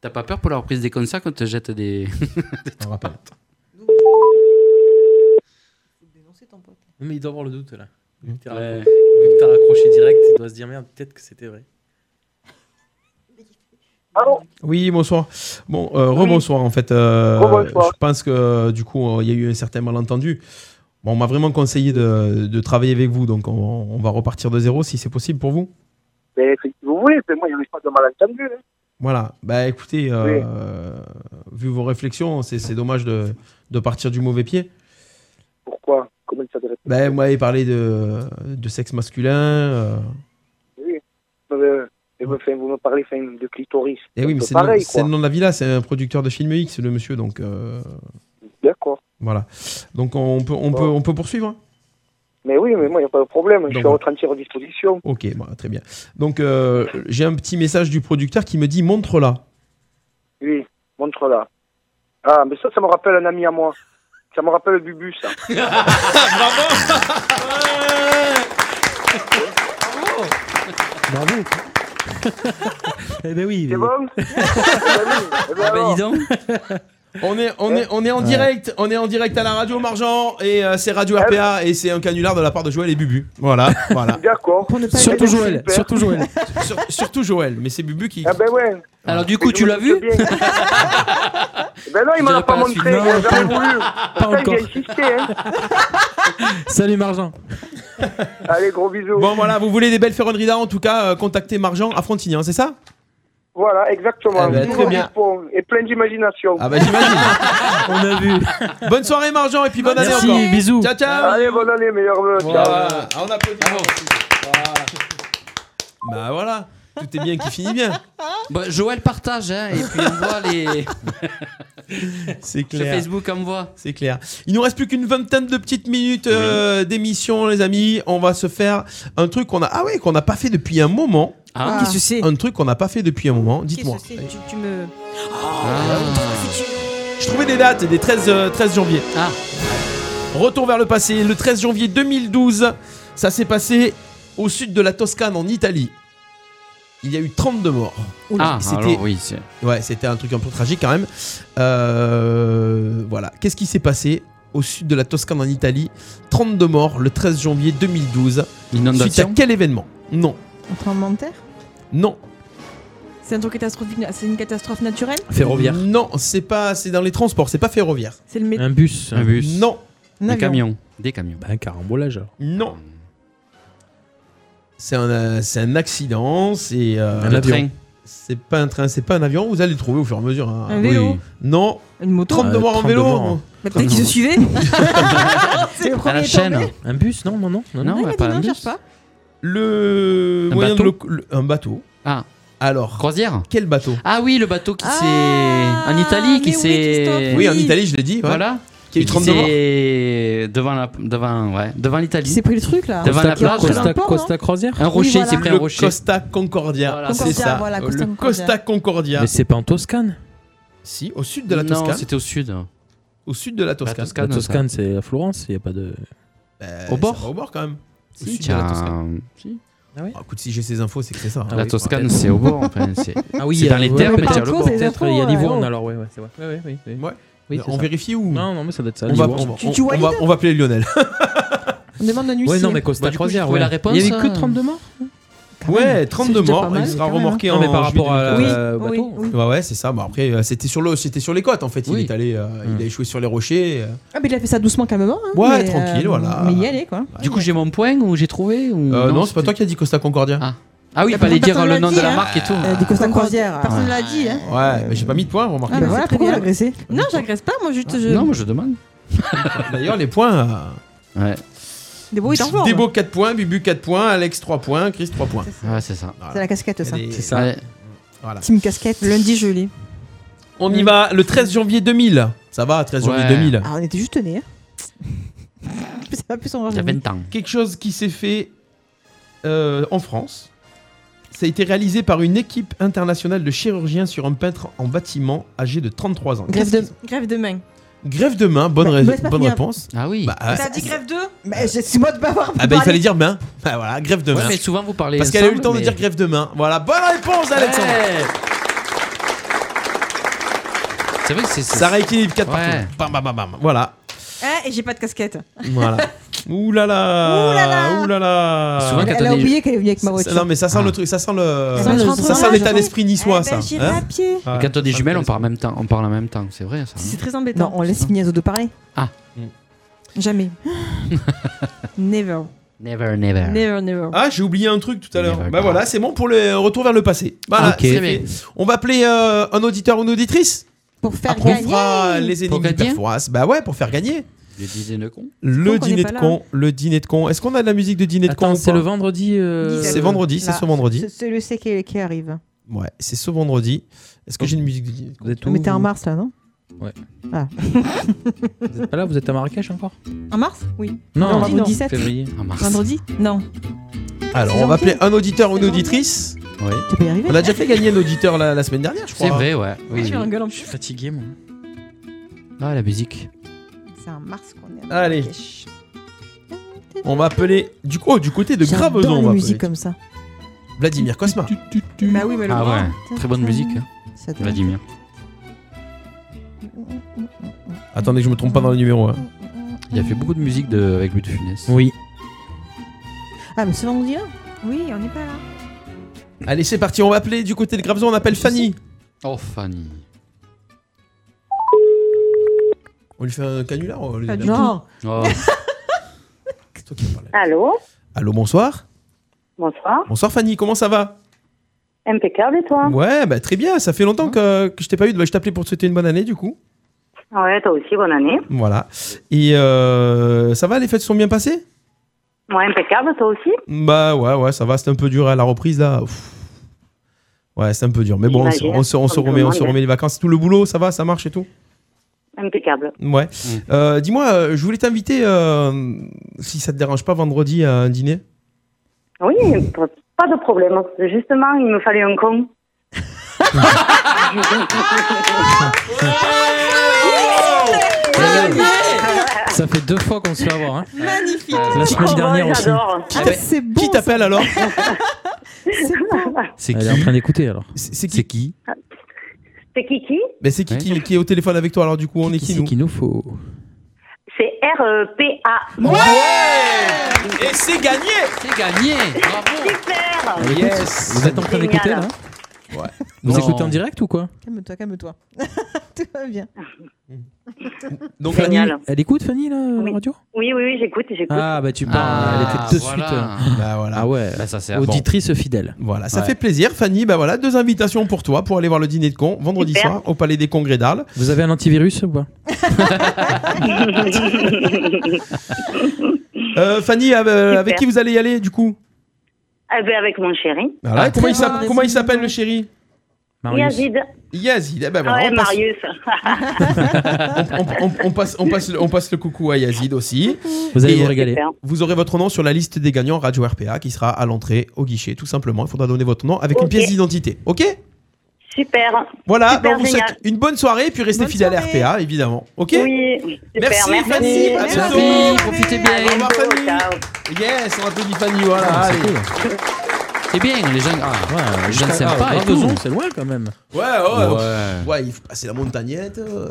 S8: T'as pas peur pour la reprise des concerts quand te jette des.
S6: On rappelle.
S10: Mais il doit avoir le doute là. Vu que t'as
S8: Ouais.
S10: raccro- vu que t'as raccroché direct, il doit se dire merde, peut-être que c'était vrai.
S6: Oui, bonsoir. Bon, euh, rebonsoir en fait. Euh,
S9: Rebonsoir.
S6: Je pense que du coup, euh, il y a eu un certain malentendu. Bon, on m'a vraiment conseillé de, de travailler avec vous, donc on, on va repartir de zéro si c'est possible pour vous.
S9: Mais si vous voulez, mais moi, il n'y a pas de malentendu. Hein.
S6: Voilà. Bah écoutez, euh, vu vos réflexions, c'est c'est dommage de, de partir du mauvais pied.
S9: Pourquoi Comment ça devrait
S6: Bah, vous m'avez parlé de, de sexe masculin. euh,
S9: oui. Mais, euh, mais, enfin, vous me parlez enfin, de clitoris. C'est
S6: Eh oui,
S9: un
S6: mais
S9: peu
S6: c'est le, nom-
S9: pareil,
S6: c'est
S9: quoi.
S6: le nom de la villa, c'est un producteur de films X, le monsieur, donc euh,
S9: D'accord.
S6: voilà. Donc on peut, on peut, on peut poursuivre. hein.
S9: Mais oui, mais moi, il n'y a pas de problème. Je
S6: Donc,
S9: suis à votre entière disposition.
S6: Ok, bon, très bien. Donc, euh, j'ai un petit message du producteur qui me dit montre-la.
S9: Oui, montre-la. Ah, mais ça, ça me rappelle un ami à moi. Ça me rappelle Bubu,
S6: Ah,
S9: ça.
S10: Bravo Eh ben oui.
S9: C'est
S8: Ah, ben,
S9: bon Eh ben oui. Eh ben alors.
S6: On est, on est, on est en direct, on est en direct à la radio Marjan et euh, c'est Radio RPA et c'est un canular de la part de Joël et Bubu. Voilà, voilà.
S9: D'accord.
S6: Surtout
S9: Eh ben,
S6: Joël,
S9: super.
S6: surtout Joël. Sur- surtout Joël, mais c'est Bubu qui.
S9: Ah ben ouais.
S8: Alors du coup,
S9: Et je
S8: tu
S9: me
S8: l'as
S9: doute
S8: vu
S9: bien. Ben non, il m'en a
S8: dirais pas
S9: pas
S8: la suite.
S9: montré,
S8: Non,
S9: il a
S8: pas-
S9: jamais voulu. Pourtant, il
S10: encore.
S9: a insisté, hein.
S10: Salut Marjan.
S9: Allez, gros bisous.
S6: Bon voilà, vous voulez des belles ferronneries d'art en tout cas, euh, contactez Marjan à Frontignan, c'est ça
S9: Voilà, exactement.
S6: Eh ben,
S9: Toujours
S6: très bien.
S9: dispo Et plein d'imagination.
S6: Ah bah j'imagine. on a vu. Bonne soirée Marjan et puis bonne année
S9: Merci,
S6: encore.
S9: bisous.
S6: Ciao ciao.
S9: Allez, bonne année, meilleurs vœux. Ciao.
S6: Voilà. Ah, On applaudit. Bah voilà, tout est bien qui finit bien.
S8: Bah, Joël partage, hein, et puis envoie les.
S6: C'est
S8: Sur
S6: clair.
S8: Facebook envoie.
S6: C'est clair. Il nous reste plus qu'une vingtaine de petites minutes euh, d'émission, les amis. On va se faire un truc qu'on a, ah ouais, qu'on n'a pas fait depuis un moment.
S7: Ah. Qu'est-ce que c'est
S6: Un truc qu'on n'a pas fait depuis un moment. Dites-moi.
S7: Qu'est-ce que c'est Tu- Tu me.
S8: Ah.
S6: Je trouvais des dates des 13, euh, 13 janvier. Retour vers le passé. Le 13 janvier 2012, ça s'est passé au sud de la Toscane en Italie. Il y a eu 32 morts.
S8: Ah,
S6: C'était-
S8: alors oui, c'est-
S6: Ouais, c'était un truc un peu tragique quand même. Euh, voilà. Qu'est-ce qui s'est passé au sud de la Toscane en Italie 32 morts le 13 janvier 2012. Suite à
S4: Inondation
S6: quel événement Non.
S4: Un tremblement de terre
S6: Non.
S7: C'est un truc catastrophique. C'est une catastrophe naturelle
S6: Ferroviaire. Non, c'est pas. C'est dans les transports. C'est pas ferroviaire.
S7: C'est le métro.
S10: Un bus.
S8: Un bus.
S6: Non.
S8: Un camion. Des camions.
S10: un carambolage.
S6: Non. C'est un, euh, c'est un accident, c'est... euh,
S10: Un avion. train.
S6: C'est pas un train, c'est pas un avion, vous allez le trouver au fur et à mesure. hein.
S7: Un vélo. Oui.
S6: Non.
S7: Une moto.
S6: 30 de
S7: Euh,
S6: morts en
S7: 30
S6: vélo.
S7: de Mmh. morts. Mais peut-être qu'ils se suivaient. C'est le
S6: À la
S7: premier
S6: chaîne.
S7: tombé.
S10: Un bus Non, non, non.
S6: Non,
S7: il
S6: bah,
S7: a
S6: pas
S7: dit
S6: un
S7: non,
S6: bus.
S7: cherche pas.
S6: Le
S8: Un
S6: moyen de
S8: bateau
S6: loc- le- Un bateau.
S8: Ah.
S6: Alors.
S8: Croisière
S6: Quel bateau
S8: Ah oui, le bateau qui s'est. En Italie, qui s'est.
S6: Ah, Oui, en Italie, je l'ai dit. ouais.
S8: Eh Voilà.
S6: Qui a eu 32 morts.
S8: s'est- devant la devant ouais devant l'Italie.
S6: Il s'est pris le truc, là.
S8: Devant
S6: Costa-
S8: la plage.
S6: Costa-
S8: là.
S6: Costa
S10: Croisière
S8: Un rocher,
S6: Oui, voilà.
S8: il s'est pris
S6: Le
S8: un rocher.
S6: Costa Concordia.
S8: Voilà,
S6: c'est
S8: Concordia,
S6: ça.
S8: voilà,
S6: le
S8: Costa Concordia.
S6: Costa Concordia.
S10: Mais c'est pas en Toscane
S6: Si, au sud de la
S8: Non,
S6: Toscane.
S8: c'était au sud.
S6: Au sud de la Toscane.
S10: La Toscane, c'est à Florence, il n'y a pas de.
S6: Euh,
S10: Au bord
S6: ça va Au bord quand même. Au
S10: Si,
S6: sud de la
S10: tiens.
S6: Toscane.
S8: Si.
S10: Ah oui.
S6: Ah, écoute, si j'ai ces infos, c'est que c'est ça.
S10: Ah La oui, Toscane, peut-être. c'est au bord, enfin, c'est- Ah oui, c'est il y a- dans les ouais, termes, mais mais c'est par le contre, bord. les Peut-être, infos, il y a l'Ivoire, ouais. alors, ouais, ouais, c'est vrai. Ouais, ouais, ouais.
S6: Ouais.
S10: Oui, c'est
S6: on
S10: ça.
S6: vérifie ou
S10: Non, non, mais ça doit être ça,
S6: On va,
S10: l'Ivoire.
S6: on va-
S10: Tu- tu
S6: on- on
S10: valides
S6: va- on va appeler Lionel.
S4: On demande un huissier.
S10: Ouais, non, mais Costa
S8: Bah, du coup, j'ai
S10: Croisière,
S8: trouvé
S10: ouais.
S8: la réponse,
S10: Il y avait que
S8: euh.
S10: 32 morts
S6: Ouais,
S10: C'est
S6: 32
S10: déjà
S6: morts.
S10: pas mal,
S6: il sera
S10: quand même,
S6: remorqué
S10: hein.
S6: en
S10: Non, mais par
S6: juillet
S10: rapport à la-
S6: 2014.
S10: euh, Oui, bateau. oui.
S6: Ouais, ouais, c'est ça. Bon, après, euh, c'était sur, le, c'était sur les côtes en fait. Il est allé, euh, il a échoué sur les rochers. euh.
S4: Ah, mais il a fait ça doucement, calmement. hein,
S6: Ouais,
S4: mais,
S6: tranquille, voilà.
S4: Mais y aller, quoi.
S8: Du coup, j'ai mon point ou j'ai trouvé ou
S6: Euh, non, c'est pas toi qui as dit Costa Concordia.
S8: Ah, ah oui,
S4: Ah,
S8: il
S4: par
S8: fallait
S4: contre,
S8: dire
S4: personne
S8: le
S4: l'a
S8: nom
S4: dit,
S8: de la
S4: hein.
S8: marque et tout.
S6: Ah.
S4: Euh, des Costa Croisière. Personne
S8: Ouais.
S4: l'a dit, hein.
S6: Ouais, mais j'ai pas mis de points, remarquez.
S4: Ah, bah voilà, pourquoi vous
S7: bien.
S4: l'agressez
S7: Non, j'agresse pas, moi juste. Je...
S8: Ah. Non, moi je demande.
S6: D'ailleurs, les points. euh,
S8: Ouais.
S7: Débrouille t'en forme.
S6: Débo 4 points, Bubu 4 points, Alex 3 points, Chris 3 points.
S8: Ouais, c'est ça.
S4: C'est la casquette, ça.
S6: C'est
S8: ça.
S6: Voilà.
S4: Team casquette. Lundi, je l'ai.
S6: On y va le 13 janvier 2000. Ça va, 13 janvier
S8: Ouais.
S6: 2000.
S4: Ah, on était juste nés. hein. C'est pas plus en
S8: Il y a 20 ans.
S6: Quelque chose qui s'est fait euh, en France. Ça a été réalisé par une équipe internationale de chirurgiens sur un peintre en bâtiment âgé de 33 ans.
S7: Grève de... Grève de main.
S6: Grève de main, bonne,
S7: Bah,
S6: ré-
S7: bah, c'est pas
S6: bonne
S7: fini, hein.
S6: réponse.
S8: Ah oui.
S6: Bah,
S7: T'as dit grève 2
S4: Mais c'est moi de pas avoir.
S6: ah bah il fallait dire main. Bah voilà, grève de
S8: Ouais,
S6: main.
S8: mais souvent, vous parlez
S6: Parce qu'elle a eu le
S8: ensemble,
S6: temps de
S8: mais-
S6: dire grève de main. Voilà, bonne réponse Alexandre.
S8: Ouais. C'est vrai que c'est.
S6: Ça rééquilibre 4
S8: Ouais.
S6: partout. Bam bam bam bam. Voilà.
S7: Ah, et j'ai pas de casquette.
S6: Voilà. Ouh là là. Ouh là là.
S8: Souvent,
S4: Elle a oublié qu'elle est venue avec ma voiture.
S6: Non mais ça sent
S8: Ah.
S6: le truc, ça sent le,
S4: Ça sent le
S6: ça sent
S4: rentre-rentre.
S6: l'état d'esprit niçois
S4: Eh ben,
S6: ça. hein.
S4: j'irai
S8: hein.
S4: à pied.
S8: Et
S6: Ouais.
S8: Quand on est jumelles, on parle en même temps. On parle en même temps. C'est vrai ça. hein.
S7: C'est très embêtant.
S4: Non, on laisse finir de parler.
S8: Ah.
S7: Jamais. never.
S8: Never, never.
S7: Never, never.
S6: Ah, j'ai oublié un truc tout à l'heure. Bah voilà, c'est bon pour le retour vers le passé. Voilà,
S8: Ok.
S6: Ah, c'est
S8: Très
S6: fait.
S8: bien.
S6: On va appeler euh, un auditeur ou une auditrice
S4: pour faire
S6: Après, on fera les énigmes
S8: Pour
S6: du
S8: gagner
S6: Père Fouras. Bah ouais, pour faire gagner.
S8: Les dizaines de cons.
S6: Le
S8: Donc, on
S6: dîner
S8: est
S6: de
S8: pas là.
S6: con, le dîner de con. Est-ce qu'on a de la musique de dîner de con
S10: Attends,
S6: ou
S10: c'est
S6: pas
S10: le vendredi. euh,
S6: C'est vendredi, c'est
S4: Là,
S6: ce vendredi.
S4: C'est c'est le C qui, qui arrive.
S6: Ouais, c'est ce vendredi. Est-ce que j'ai une musique de dîner de con
S4: Ah, Mais t'es en mars là, non
S10: Ouais.
S4: Ah.
S10: Vous êtes pas là, vous êtes à Marrakech encore
S7: En mars Oui.
S10: Non,
S7: Vendredi,
S10: non.
S7: non. 17.
S10: Février.
S8: Ah,
S10: En mars.
S7: Vendredi Non.
S4: Ah,
S6: Alors, on va appeler un auditeur ou une auditrice.
S8: Oui.
S4: Tu peux y arriver.
S6: On a déjà fait gagner un auditeur la, la semaine dernière, je crois.
S8: C'est vrai, ouais. Oui, oui.
S7: Je
S10: suis fatigué, moi.
S8: Ah, la musique.
S4: C'est en mars qu'on est.
S6: Allez. On va appeler du, oh, du côté de Graveson.
S4: J'adore
S6: on
S4: les
S6: va
S4: musiques
S6: appeler.
S4: comme ça.
S6: Vladimir Cosma.
S7: Bah oui, mais le
S8: Ah
S7: bras.
S8: ouais. Très bonne musique. hein.
S4: Ça te-
S8: Vladimir.
S6: Attendez que je me trompe pas dans le numéro. hein.
S8: Il a fait beaucoup de musique de... avec Louis de Funès.
S6: Oui.
S4: Ah, mais c'est vendredi là
S7: Oui, on n'est pas là.
S6: Allez, c'est parti, on va appeler du côté de Graveson, on appelle Fanny.
S8: Oh, Fanny.
S6: On lui fait un canular on lui
S8: Pas
S6: donne
S8: du
S6: un
S8: tout.
S6: coup
S8: Oh.
S6: C'est toi qui me parles.
S12: Allô
S6: Allô, bonsoir.
S12: Bonsoir.
S6: Bonsoir Fanny, comment ça va
S12: Impeccable et toi Hein
S6: Ouais, bah très bien, ça fait longtemps que, que je t'ai pas eu. Bah, je t'appelais pour te souhaiter une bonne année du coup.
S12: Ouais, toi aussi, bonne année.
S6: Voilà. Et euh, ça va, les fêtes se sont bien passées
S12: Moi, impeccable, toi aussi
S6: Bah ouais, ouais, ça va, c'était un peu dur à la reprise là. Ouf. Ouais, c'est un peu dur. Mais bon, on, se-
S12: J'imagine,
S6: on se, on se
S12: comme tout le
S6: remet, on
S12: monde,
S6: se
S12: hein.
S6: remet les vacances. Tout le boulot, ça va, ça marche et tout
S12: Impeccable.
S6: Ouais. Euh, Dis-moi, euh, je voulais t'inviter, euh, si ça te dérange pas, vendredi à un dîner.
S12: Oui, pr- pas de problème. hein. Justement, il me fallait un con.
S10: Eh ben, Ça fait deux fois qu'on se fait avoir. Hein.
S4: Magnifique.
S10: La
S12: Oh,
S10: semaine dernière aussi.
S6: Qui
S12: Ah,
S6: t'a- qui t'appelle alors
S8: C'est
S10: Elle est en train d'écouter alors.
S6: C'est qui,
S12: C'est Kiki
S6: Mais c'est qui, qui qui est au téléphone avec toi alors du coup On est qui nous
S10: qui nous faut
S12: C'est R-E-P-A.
S6: Et c'est gagné
S8: C'est gagné
S12: Super
S6: Yes.
S10: Vous êtes en train
S12: Génial.
S10: d'écouter là
S6: Ouais.
S10: Vous
S6: Non.
S10: écoutez en direct ou quoi
S4: Calme-toi, calme-toi. Tout va bien.
S6: Donc
S10: Fanny, elle écoute Fanny là
S12: Oui,
S10: radio
S12: oui, oui, j'écoute, j'écoute.
S10: Ah bah tu parles,
S6: Ah,
S10: elle était de
S6: voilà.
S10: suite.
S6: Bah, voilà.
S10: Ah ouais.
S8: ça, c'est-
S10: Auditrice fidèle.
S6: Voilà, ça
S10: Ouais.
S6: fait plaisir, Fanny. Bah voilà, deux invitations pour toi pour aller voir le dîner de con vendredi
S12: Super.
S6: soir au Palais des Congrès d'Arles.
S10: Vous avez un antivirus ou pas
S6: Euh, Fanny, euh,
S12: Super.
S6: avec qui vous allez y aller du coup
S12: Eh ben, avec mon chéri.
S6: Voilà, et Comment il s'appelle- comment il s'appelle le chéri
S12: Yazid.
S6: Yazid. Eh ben voilà,
S12: Ouais,
S6: on, passe,
S12: Marius.
S6: on- on- on passe, on passe le- on passe le coucou à Yazid aussi.
S10: Vous allez
S6: Et,
S10: vous
S6: euh,
S10: régaler.
S6: Vous aurez votre nom sur la liste des gagnants Radio RPA qui sera à l'entrée au guichet, tout simplement. Il faudra donner votre nom avec une
S12: Ok.
S6: pièce d'identité. Ok
S12: Super.
S6: Voilà,
S12: Super,
S6: bah, on vous
S12: génial.
S6: souhaite une bonne soirée, puis restez fidèles à RPA, évidemment. Ok
S12: Oui, super.
S6: Merci,
S12: Merci,
S6: Fanny. À
S12: Merci.
S6: bientôt.
S12: Merci.
S8: Ah, Profitez bien.
S12: À bientôt,
S8: Au revoir, Fanny.
S12: ciao.
S6: Yes, on applaudit Fanny, voilà.
S8: Ah, c'est
S6: allez.
S8: C'est bien, les gens. Ah, les gens sympas et tout.
S10: C'est loin quand même.
S6: Ouais, ouais,
S8: Ouais.
S6: ouais. il faut passer la montagnette. euh,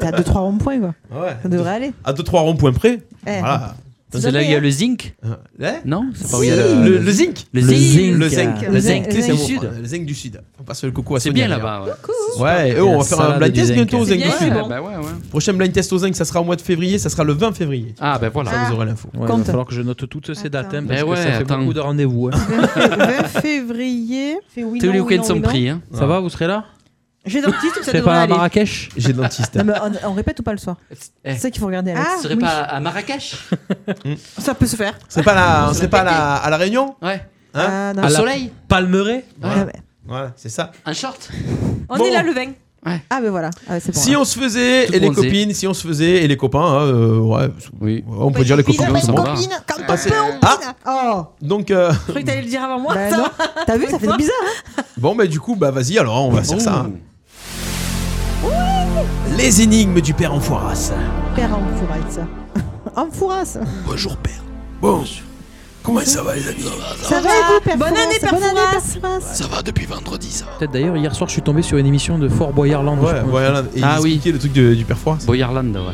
S4: T'as 2-3 ronds-points quoi.
S6: Ouais.
S4: Ça devrait aller.
S6: À 2-3 ronds-points près.
S4: Eh.
S6: Voilà.
S8: C'est là où il y a le zinc
S6: Ouais.
S8: Non C'est pas
S6: Bah
S8: où
S6: Oui,
S8: il y a
S6: le,
S8: le,
S6: le zinc.
S8: Le zinc.
S6: Le zinc.
S8: Le zinc
S6: Le zinc
S8: du sud.
S6: Le zinc du sud. On passe le coucou à
S8: C'est
S6: Sonia,
S8: bien
S6: d'ailleurs.
S8: là-bas. ouais.
S6: Ouais, et eux, on va faire un blind test bientôt aux
S8: C'est
S6: Zinc
S8: bien,
S6: du Sud.
S8: ouais, bah ouais, ouais.
S6: Prochain blind test aux Zinc, ça sera au mois de février, ça sera le 20 février.
S8: Ah, ben voilà.
S6: Ça, vous aurez l'info.
S10: Ouais, il va
S4: Compte.
S10: falloir que je note toutes ces dates hein, parce
S8: Eh
S10: que
S8: ouais,
S10: ça fait
S8: attends.
S10: beaucoup de rendez-vous. hein.
S4: 20 février. Fais oui,
S8: Tous
S4: non,
S8: les
S4: oui,
S8: week-ends
S4: non,
S8: sont
S4: oui, non.
S8: pris. Hein.
S10: Ça va, vous serez là
S4: J'ai dentiste, ça
S10: C'est
S4: devrait
S10: pas à
S4: aller.
S10: Marrakech
S6: J'ai dentiste.
S4: Non, mais on, on répète ou pas le soir
S8: Eh.
S4: C'est ça qu'il faut regarder. Alex.
S8: Ce serait
S4: Oui.
S8: pas à Marrakech
S4: Ah, Ça peut se faire.
S6: C'est pas là, c'est pas là à la Réunion
S8: Ouais.
S6: Hein
S4: Ah, non.
S8: Au
S10: À la-
S8: soleil
S10: Palmeret
S4: Ah, ouais.
S6: Voilà, c'est ça.
S8: Un short
S7: On
S6: Bon.
S7: est là le 20.
S4: Ah, ben voilà. Ah, c'est bon.
S6: Si on se faisait
S8: Tout
S6: et les
S8: bronzé.
S6: copines, si on se faisait et les copains, hein, euh, ouais,
S8: Oui.
S6: on peut dire les copains.
S8: pas
S6: c'est
S8: de
S6: bon.
S8: copines.
S4: Quand on
S6: Ah, c'est-
S4: peut, on
S6: Ah.
S4: pine. Oh
S6: Donc euh,
S7: Je croyais que t'allais le dire avant moi.
S4: Bah
S7: ça.
S4: non. T'as vu, ça fait bizarre. hein
S6: bon, bah du coup, bah vas-y, alors on va faire
S8: Oh.
S6: ça. hein. Les énigmes du père Enfoiras.
S4: Père en fourrasse. En fourrasse.
S6: Bonjour père. Bonjour. Comment ça va les amis
S4: Ça va, et vous, Père
S7: Bonne année,
S4: Fourrasse
S7: Père
S4: Bonne année, Père
S7: Fourrasse.
S4: Fourrasse.
S6: Ça va depuis vendredi, ça va.
S10: Peut-être d'ailleurs, hier soir, je suis tombé sur une émission de Fort Boyardland. je
S6: Ouais,
S10: crois.
S6: voilà. Et
S8: Ah
S6: il
S8: oui.
S6: expliquait le truc de- du père Enfoiras.
S8: Boyarland, ouais.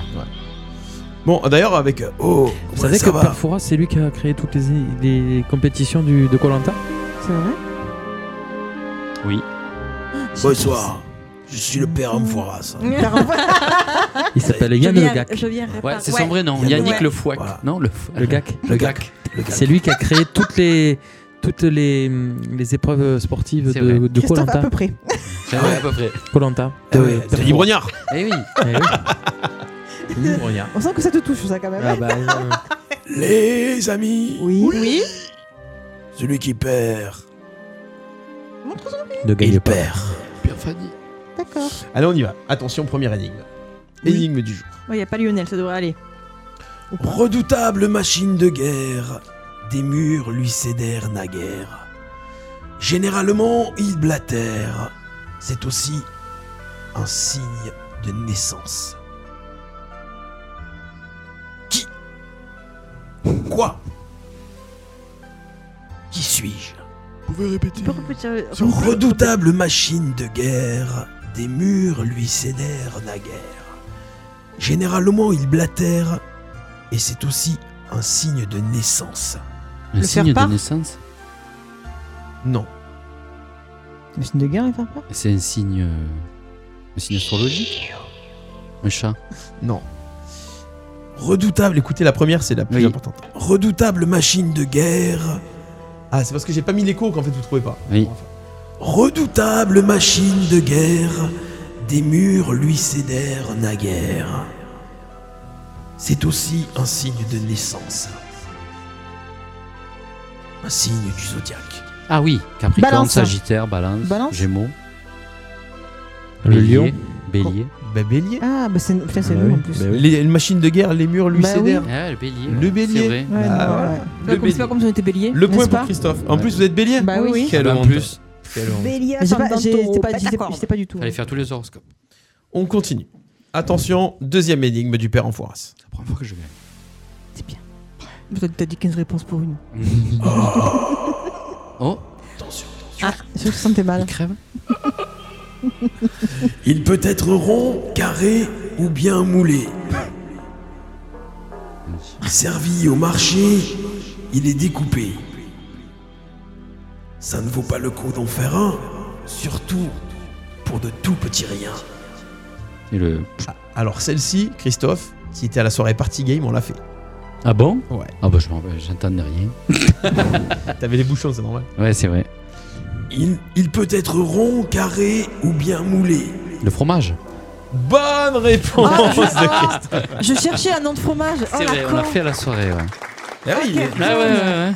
S6: Bon, d'ailleurs, avec. euh, Oh,
S10: Vous
S6: comment
S10: savez
S6: ça
S10: que
S6: va
S10: Perfora, c'est lui qui a créé toutes les, les compétitions du, de Colanta
S4: C'est vrai
S8: Oui.
S6: Bonsoir. Je suis le père Enfoiras.
S4: Père en fourrasse. Ah,
S10: Il s'appelle
S7: Je
S10: Yann Le
S7: viens,
S10: Gac.
S7: je viens réparer.
S8: Ouais, c'est son vrai nom.
S6: Ouais.
S8: Yannick Le Fouac.
S6: Voilà.
S8: Non, le Fouac.
S10: Le Gac.
S6: Le gac. Le gac.
S10: C'est lui qui a créé toutes les, toutes les, les épreuves sportives
S8: C'est vrai.
S10: de, de
S4: Christophe, à
S10: Colanta.
S4: peu près.
S8: C'est vrai, à peu près.
S10: Colanta.
S6: Ah ouais, Denis Brognard.
S8: Eh oui.
S4: On sent que ça te touche, ça, quand même.
S10: Ah bah, euh,
S6: Les amis.
S4: Oui. Oui.
S6: Celui qui perd.
S10: ne gagnez pas.
S8: Bien Fanny.
S4: D'accord.
S6: Allez, on y va. Attention, première énigme. Énigme du jour.
S7: Ouais, y a pas Lionel, ça devrait aller.
S6: Redoutable machine de guerre, des murs lui cédèrent naguère. Généralement, il blatère. C'est aussi un signe de naissance. Qui Quoi Qui suis-je
S7: Tu peux euh, répéter le-
S6: Sur redoutable machine de guerre, des murs lui cédèrent naguère. Généralement, il blatère et c'est aussi un signe de naissance.
S8: Un
S4: Le signe faire de part
S8: naissance
S6: Non.
S4: Un signe de guerre, il fait peur
S8: C'est un signe. euh, Un signe astrologique Un chat
S6: Non. Redoutable, écoutez, la première, c'est la plus importante. Redoutable machine de guerre. Ah, c'est parce que j'ai pas mis l'écho qu'en fait vous trouvez pas.
S8: Oui.
S6: Redoutable machine de guerre, des murs lui cédèrent naguère. C'est aussi un signe de naissance. Un signe du zodiaque.
S8: Ah oui, Capricorne,
S6: Balance.
S8: Sagittaire, Balance,
S6: Balance.
S8: Gémeaux.
S10: Le
S8: Bélier,
S10: lion.
S8: Bélier.
S6: Bah, bélier.
S4: Ah, bah c'est putain, c'est nous en plus.
S6: Les, les machines de guerre, les murs lui
S4: Bah oui.
S6: cédèrent.
S8: Ah, le bélier.
S6: Le bélier.
S8: C'est vrai. Ah
S6: Bah, voilà. Le
S4: C'est pas,
S6: bélier.
S4: comme si on était bélier.
S6: Le point
S4: n'est-ce
S6: pour
S4: pas
S6: Christophe. En plus, vous êtes bélier
S4: Bah oui, oui.
S6: Quelle
S8: Bah, en
S6: honte.
S8: plus.
S6: Quelle honte.
S4: Bélier, Mais j'ai pas- ascendant, j'ai- j'étais pas- j'étais-
S8: d'accord.
S4: j'étais pas du tout. hein.
S8: Fallait faire tous les horoscopes.
S6: On continue. Attention, deuxième énigme du père Enfoiras.
S8: La première fois que je gagne.
S4: T'as- T'as dit 15 réponses pour une.
S8: Oh
S4: Ah, je me sentais mal.
S6: Il peut être rond, carré ou bien moulé. Servi au marché, il est découpé. Ça ne vaut pas le coup d'en faire un, surtout pour de tout petits riens.
S8: Et le.
S6: Ah, Alors celle-ci, Christophe, qui était à la soirée Party Game, on l'a fait.
S8: Ah bon
S6: Ouais.
S8: Ah bah je m'en- j'entendais rien.
S6: Ah. T'avais les bouchons, c'est normal.
S8: Ouais, c'est vrai.
S6: Il, il peut être rond, carré ou bien moulé.
S8: Le fromage.
S6: Bonne réponse
S4: Ah,
S6: de
S4: ah,
S6: Christophe.
S4: Je cherchais un nom de fromage. Oh,
S7: Eh,
S8: C'est
S4: la
S8: vrai, on
S4: con.
S8: l'a fait à la soirée, ouais.
S6: Ah oui, il est-
S8: Ah ouais, ouais, ouais.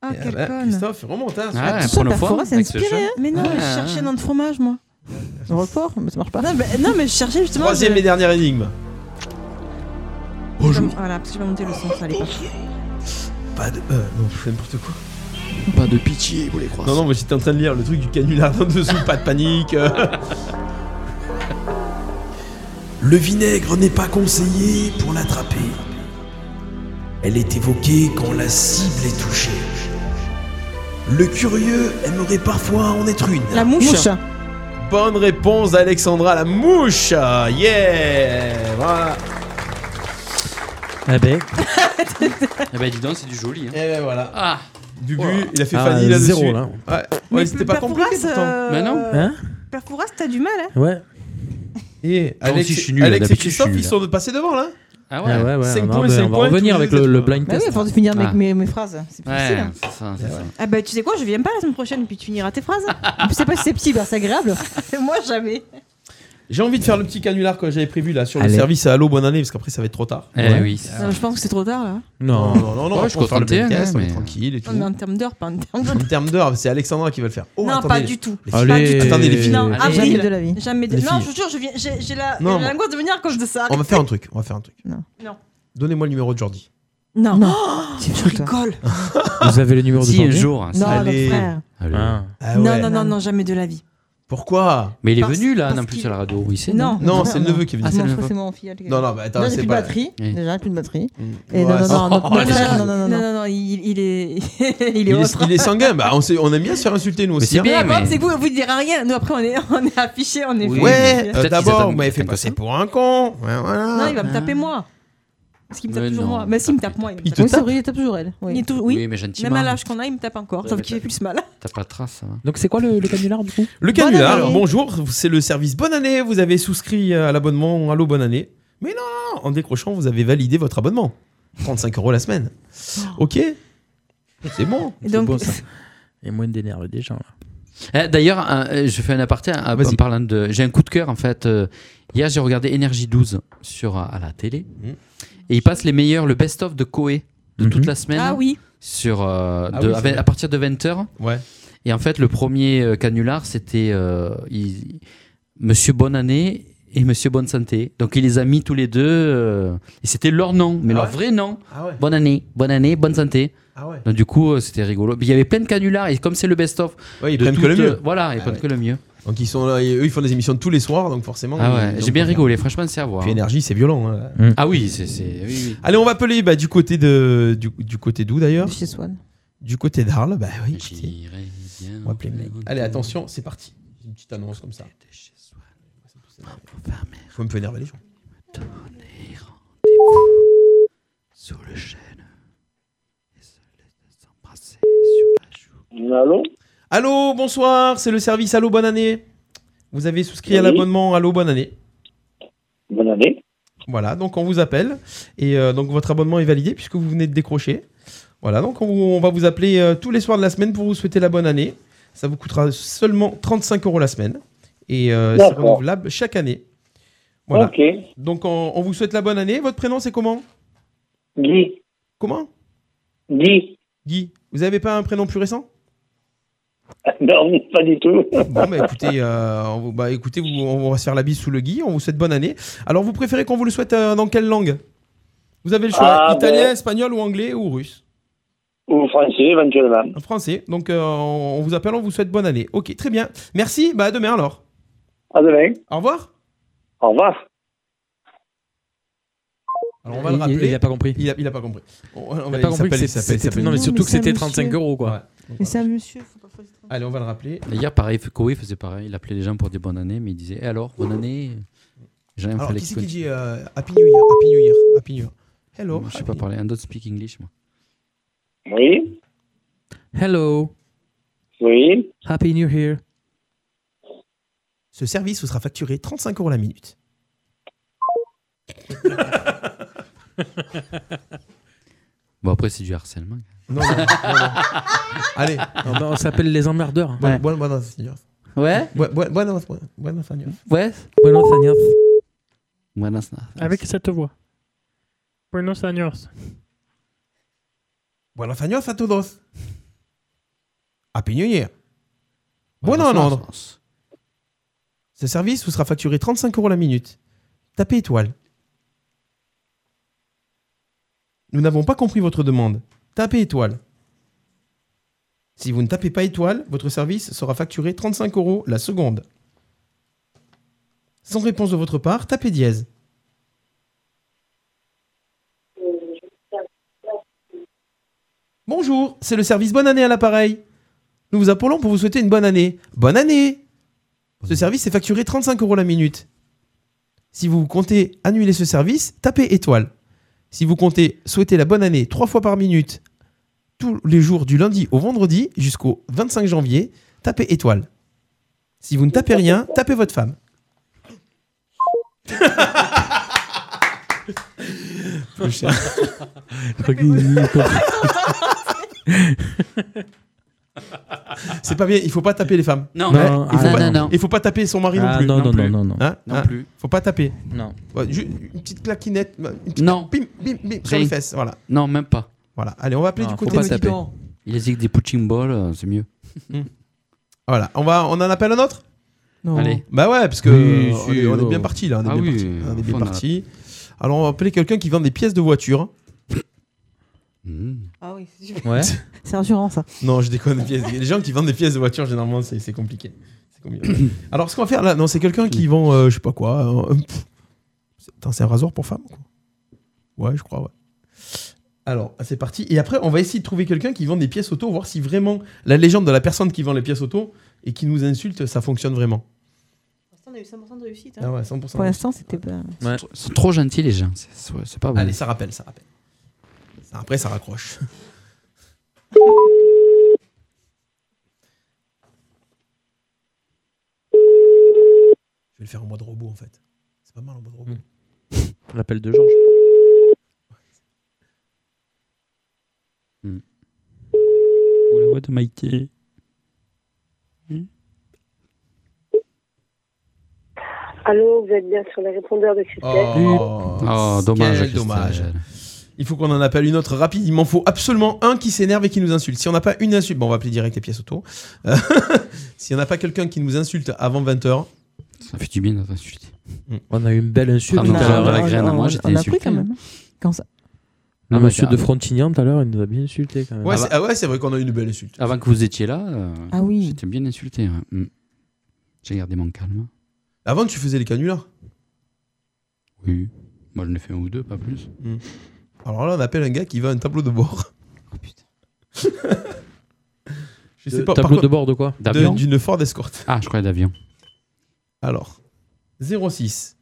S4: Ah,
S6: Ah
S4: quel
S6: bah,
S4: con.
S6: Christophe, remonte, hein.
S8: Ah,
S6: Ah,
S8: la
S6: tout ça,
S8: première
S6: t'as
S8: fois.
S6: foiré,
S4: C'est
S8: avec ce
S4: inspiré,
S8: jeu.
S4: hein. Mais non,
S8: Ouais,
S4: je
S8: ouais.
S4: cherchais un nom de fromage, moi. Le report, mais ça marche pas.
S7: Non, mais, non, mais je cherchais justement.
S6: Troisième
S7: je-
S6: et dernière énigme. Bonjour.
S7: Voilà, parce que je vais monter le son, ça allait
S4: Ah
S7: pas.
S6: Pas de. Euh, non, c'est n'importe quoi.
S8: Pas de pitié, vous les croire.
S6: Non, non, mais j'étais en train de lire le truc du canular en dessous, pas de panique. le vinaigre n'est pas conseillé pour l'attraper. Elle est évoquée quand la cible est touchée. Le curieux aimerait parfois en être une.
S4: La mouche. Mouche.
S6: Bonne réponse Alexandra, la mouche Yeah Voilà
S10: Eh ben,
S8: Eh ben dis donc, c'est du joli. Hein.
S6: Et ben voilà.
S8: Ah
S6: Dubu,
S8: Voilà.
S6: il a fait
S10: Ah,
S6: Fanny là-dessus.
S10: zéro, là.
S6: Ouais, ouais c'était pas compliqué
S7: Perforas,
S6: pourtant.
S7: euh,
S8: Mais non.
S10: Hein
S7: Perforas, t'as du mal, hein
S10: ouais.
S6: Et
S8: Non,
S6: Alex,
S8: si, ah, je suis nul,
S6: Alex et
S8: d'habitude, je suis
S6: Christophe,
S8: nul.
S6: ils sont passés devant là
S8: Ah
S10: Ah ouais, ouais,
S6: Cinq
S10: on,
S6: points,
S10: va,
S6: cinq
S10: on va
S6: points,
S10: revenir
S6: tous
S10: avec
S6: les
S10: le, le
S6: autres.
S10: blind
S4: Bah oui,
S10: test.
S4: à force de finir
S8: Ah.
S4: avec mes, mes phrases. C'est plus
S8: Ouais,
S4: facile. hein.
S8: c'est ça, c'est ça.
S7: Ah bah, tu sais quoi, je viens pas la semaine prochaine, puis tu finiras tes phrases.
S4: Je sais pas si c'est petit, bah, c'est agréable.
S7: Moi, jamais.
S6: J'ai envie de faire le petit canular que j'avais prévu là sur le
S8: Allez.
S6: service à l'eau bonne année parce qu'après ça va être trop tard.
S8: Eh
S6: Ouais.
S8: oui.
S7: Non, je pense que c'est trop tard, là.
S6: non,
S10: Non.
S6: non, non,
S8: Ouais,
S6: on
S8: je
S6: peut faire le
S8: contentais,
S6: podcast,
S8: hein,
S6: on est
S8: mais-
S6: tranquille et tout.
S7: Non, mais en termes d'heures, pas en termes d'heures.
S6: En termes d'heures, c'est Alexandra qui va le faire. Oh,
S7: non,
S6: attendez,
S7: pas
S6: les-
S7: du tout.
S6: les-
S10: Allez.
S6: Attendez, les filles.
S7: Non,
S8: Allez.
S7: avril.
S4: Jamais de la vie.
S7: Jamais de-
S6: Les
S7: Non,
S6: filles.
S7: je vous jure, je viens- j'ai j'ai la,
S6: Non,
S7: j'ai la
S6: mais- Oh.
S7: angoisse de venir à cause de ça.
S6: On va faire un truc, on va faire un truc.
S4: Non.
S7: Non.
S6: Donnez-moi le numéro de Jordi.
S7: Non.
S4: Non.
S7: Oh,
S4: Tu
S7: je
S4: fais toi.
S7: rigole.
S10: Vous avez le numéro de
S8: Si un
S10: Jordi
S8: jour. hein,
S4: Non,
S8: ça-
S6: Allez.
S4: notre frère.
S8: Allez.
S10: Ah.
S6: Ah
S7: Non,
S6: ouais.
S7: non, non, non, jamais de la vie.
S6: Pourquoi
S8: Mais il est
S7: Parce-
S8: venu là,
S7: parce
S8: non plus
S7: qu'il-
S8: à la radio. Il sait,
S4: Non.
S6: Non, c'est le neveu qui est
S8: Ah,
S6: venu.
S4: Moi, je
S8: c'est le
S4: crois que
S8: neveu.
S4: c'est mon filleul. qui-
S6: Non, non, bah attends,
S4: Déjà,
S6: c'est
S4: j'ai plus de
S6: pas.
S4: batterie.
S8: Oui.
S4: Déjà, j'ai plus de batterie.
S6: Mm.
S4: Et
S6: Ouais,
S4: non, non,
S6: c'est-
S4: non, notre
S8: Oh,
S4: notre
S8: déjà.
S4: frère, non, non, non,
S7: Non,
S4: non.
S7: non, non, il, il est. il
S6: Il
S7: est
S6: est,
S7: autre.
S6: il est sanguin, bah on, sait- on aime bien se faire insulter nous
S8: Mais
S6: aussi.
S8: c'est
S6: hein.
S8: bien,
S7: La
S8: mais-
S7: preuve, c'est que vous, vous ne direz rien. Nous, après, on est, on est affichés, on est
S8: Oui.
S6: Ouais,
S8: Peut-être
S6: euh,
S8: qu'ils
S6: d'abord
S8: attendent
S6: vous m'avez fait
S8: quelqu'un
S6: passer
S8: d'autre.
S6: pour un con. Ouais, voilà.
S7: Non, il va me taper moi. Parce qu'il me tape
S8: Mais
S7: toujours
S8: non,
S7: moi. Mais si, il me tape
S8: tape-
S7: moi. Il me
S6: il
S7: tape.
S6: te
S4: Oui, c'est
S6: tape.
S4: vrai, il tape toujours elle.
S7: Il est
S4: Oui.
S7: tout,
S8: Oui,
S7: oui.
S8: mais gentiment.
S7: Même à l'âge qu'on a, il me tape encore.
S8: Ouais,
S7: sauf
S8: mais
S7: qu'il fait
S8: tape.
S7: plus mal.
S8: T'as pas de trace. ça va.
S10: Donc c'est quoi le, le canular du coup
S6: Le
S4: Bonne
S6: canular,
S4: année.
S6: bonjour, c'est le service Bonne année, vous avez souscrit euh, à l'abonnement Allô Bonne année. Mais non, en décrochant, vous avez validé votre abonnement. 35 euros la semaine. Ok C'est bon.
S7: Oh. Et donc,
S10: beau, ça. Il y a moins d'énerve des hein. gens là.
S8: Eh, D'ailleurs, euh, euh, je fais un aparté hein,
S6: Vas-y.
S8: en parlant de. J'ai un coup de cœur en fait. Euh, Hier, j'ai regardé Énergie 12 sur, euh, à la télé.
S6: Mhm.
S8: Et ils passent les meilleurs, le best-of de Koé de
S10: Mhm.
S8: toute
S6: Mmh.
S8: la semaine.
S7: ah oui.
S8: Sur, euh,
S6: Ah
S8: de-
S6: oui, c'est
S8: avec-
S6: vrai.
S8: à partir de 20h.
S6: Ouais.
S8: Et en fait, le premier euh, canular, c'était euh, il- Monsieur Bonne Année et Monsieur Bonne Santé. Donc, il les a mis tous les deux. euh, et c'était leur nom, mais
S6: Ah
S8: leur
S6: ouais
S8: vrai nom.
S6: Ah ouais.
S8: Bonne année, bonne année, bonne santé.
S6: Ah ouais.
S8: Donc, du coup, euh, c'était rigolo. Mais Il y avait plein de canulars. Et comme c'est le best-of.
S6: Ouais, ils
S8: de
S6: prennent que
S8: toute,
S6: le
S8: euh,
S6: mieux.
S8: Voilà, ils
S6: Ah
S8: prennent
S6: ouais.
S8: que le mieux.
S6: Donc ils sont là, et eux ils font des émissions de tous les soirs, donc forcément.
S8: Ah
S6: ils-
S8: ouais,
S6: ils
S8: j'ai bien
S6: ont-
S8: rigolé, franchement, c'est à voir.
S6: Puis énergie, c'est violent. hein.
S8: Ah oui, c'est. c'est- oui, oui.
S6: Allez, on va appeler bah, du côté de du, du côté d'où d'ailleurs
S4: Chez Swan.
S6: Du côté d'Arles, bah oui. putain.
S8: J'irai bien
S6: On va appeler le mec.
S8: au
S6: Allez,
S8: bout
S6: attention, c'est parti. Une petite annonce comme ça.
S8: de chez soi. Enfin, mais-
S6: Faut un peu énerver les gens.
S8: Sous le chêne.
S6: Allô Allô, bonsoir, c'est le service Allô, bonne année. Vous avez souscrit à
S18: Oui.
S6: l'abonnement Allô, bonne année.
S18: Bonne année.
S6: Voilà, donc on vous appelle. Et euh, donc votre abonnement est validé puisque vous venez de décrocher. Voilà, donc on, vous- on va vous appeler euh, tous les soirs de la semaine pour vous souhaiter la bonne année. Ça vous coûtera seulement 35 euros la semaine. Et euh, c'est
S18: D'accord.
S6: renouvelable chaque année. Voilà.
S18: Ok.
S6: Donc on, on vous souhaite la bonne année. Votre prénom c'est comment
S18: Guy.
S6: Comment
S18: Guy.
S6: Guy. Vous n'avez pas un prénom plus récent
S18: Non, pas du tout.
S6: Bon, bah écoutez, euh, on, vous- bah, écoutez vous- on va se faire la bise sous le Guy. On vous souhaite bonne année. Alors vous préférez qu'on vous le souhaite euh, dans quelle langue Vous avez le choix
S18: Ah,
S6: italien,
S18: ben.
S6: espagnol ou anglais ou russe
S18: Ou français, éventuellement.
S6: En français. Donc euh, on on vous appelle, on vous souhaite bonne année. Ok, très bien. Merci, bah à demain alors.
S18: À demain.
S6: Au revoir.
S18: Au revoir.
S6: Alors on va le
S10: Il- il-
S6: rappeler.
S10: il a pas compris.
S6: Il a, il a pas compris. On- on
S10: Il a
S6: va-
S10: pas compris que
S6: s'appelle-
S10: c'est-
S6: il s'appelle- il
S10: c'était-
S6: s'appelle-
S10: non, mais Non, surtout mais que c'est un c'était monsieur. 35 euros, quoi.
S6: Ouais.
S4: Mais c'est un monsieur.
S6: Allez, on va le rappeler.
S8: Mais Hier, pareil, Foucault, il faisait pareil. Il appelait les gens pour dire bonne année, mais il disait Eh alors, bonne année. J'aime
S6: Alors qui c'est qui dit euh, Happy New Year Happy New Year. Happy New Year. Hello.
S8: Je sais pas parler. Un d'autre speak English, moi.
S18: Oui.
S10: Hello.
S18: Oui.
S10: Happy New Year.
S6: Ce service vous sera facturé 35 euros la minute.
S8: Bon, après, c'est du harcèlement.
S6: Non, non, non, non. Allez.
S10: Non, mais on s'appelle les emmerdeurs.
S6: Bon,
S8: Eh.
S10: Ouais.
S6: bon, buenos años.
S8: Ouais
S6: Bu- bu- buenos- bu- buenos años.
S8: Ouais.
S10: Buenos años.
S8: Buenas
S19: Avec cette voix. Buenos años.
S6: Buenos años a todos. Happy New Year. Bon, non,
S8: Buenos
S6: non,
S8: años.
S6: non. Ce service vous sera facturé 35 euros la minute. Tapez étoile. Nous n'avons pas compris votre demande. Tapez étoile. Si vous ne tapez pas étoile, votre service sera facturé 35 euros la seconde. Sans réponse de votre part, tapez dièse. Bonjour, c'est le service Bonne année à l'appareil. Nous vous appelons pour vous souhaiter une bonne année. Bonne année Ce service est facturé 35 euros la minute. Si vous comptez annuler ce service, tapez étoile. Si vous comptez souhaiter la bonne année trois fois par minute, tous les jours du lundi au vendredi jusqu'au 25 janvier, tapez étoile. Si vous ne tapez rien, tapez votre femme. Plus cher. C'est pas bien, il faut pas taper les femmes.
S8: Non. Non,
S6: il faut
S8: ah,
S6: pas,
S8: non, non.
S6: il faut pas taper son mari
S10: Ah,
S6: non plus.
S10: non, non,
S6: plus.
S10: non, non, non.
S6: Hein
S10: Non
S6: Hein
S10: plus.
S6: Faut pas taper.
S10: Non.
S6: Ouais, ju- une petite claquinette. une petite-
S8: Non.
S6: Bim, bim, bim, sur
S8: Rien.
S6: les fesses. Voilà.
S8: Non, même pas.
S6: Voilà. Allez, on va appeler
S8: Non,
S6: du
S8: faut
S6: côté
S8: pas
S6: des
S8: taper.
S6: auditeurs.
S8: Il existe des punching balls, euh, c'est mieux.
S6: Voilà. On, va, on en appelle un autre
S8: Non. Allez.
S6: Bah ouais, parce que
S8: Oui,
S6: euh,
S8: oui,
S6: on est
S8: oh.
S6: bien parti là. On est
S8: Ah
S6: bien
S8: oui,
S6: parti. On est bien
S8: enfin, on a-
S6: parti. Alors on va appeler quelqu'un qui vend des pièces de voiture.
S7: Hmm.
S4: Ah oui, c'est sûr.
S6: Ouais.
S4: C'est rassurant ça.
S6: Non, je déconne. des pièces- Les gens qui vendent des pièces de voiture, généralement, c'est c'est compliqué. C'est compliqué. Alors, ce qu'on va faire là, non, c'est quelqu'un qui vend, euh, je sais pas quoi. euh, pff. C'est- Attends, c'est un rasoir pour femme quoi Ouais, je crois, ouais. Alors, c'est parti. Et après, on va essayer de trouver quelqu'un qui vend des pièces auto, voir si vraiment la légende de la personne qui vend les pièces auto et qui nous insulte, ça fonctionne vraiment.
S4: On a eu 100% de réussite.
S6: hein. Ah ouais, 100% de
S4: Pour l'instant, c'était pas.
S8: Ils sont- sont trop gentils, les gens. C'est- C'est c'est pas bon.
S6: Allez, ça rappelle, ça rappelle. Ça- Après, ça raccroche. Je vais le faire en mode robot en fait. C'est pas mal en mode
S8: Mm.
S6: robot.
S10: L'appel de Georges. Hmm.
S8: Ou la voix de Mikey.
S20: Allô, vous êtes bien sur le répondeur de Christelle.
S8: Oh,
S6: Quel
S8: dommage, Christelle.
S6: dommage. Il faut qu'on en appelle une autre rapide. Il m'en faut absolument un qui s'énerve et qui nous insulte. Si on n'a pas une insulte, bon, on va appeler direct les pièces auto. Euh, si on n'a pas quelqu'un qui nous insulte avant 20h.
S8: Ça fait du bien d'être insulté.
S10: On a eu une belle insulte
S8: Ah,
S10: tout
S8: non,
S10: à l'heure.
S8: la graine à moi, j'étais
S4: On a pris
S8: insulté.
S4: quand même. hein. Quand ça...
S10: Le
S8: Ah, bah,
S10: monsieur de
S8: grave.
S10: Frontignan tout à l'heure, il nous a bien insulté quand même. bah,
S6: Ouais, c'est- ah ouais, c'est vrai qu'on a eu une belle insulte.
S8: Avant que vous étiez là, euh,
S4: Ah oui.
S8: j'étais bien insulté. ouais. Mm. J'ai gardé mon calme.
S6: Avant, tu faisais les canulars.
S8: Oui. Moi, j'en ai fait un ou deux, pas plus.
S6: Alors là, on appelle un gars qui veut un tableau de bord. Je sais
S10: De-
S6: pas.
S10: tableau
S6: par
S10: de bord de quoi
S8: D'avion
S6: D'une Ford Escort.
S8: Ah, je croyais d'avion.
S6: Alors, 06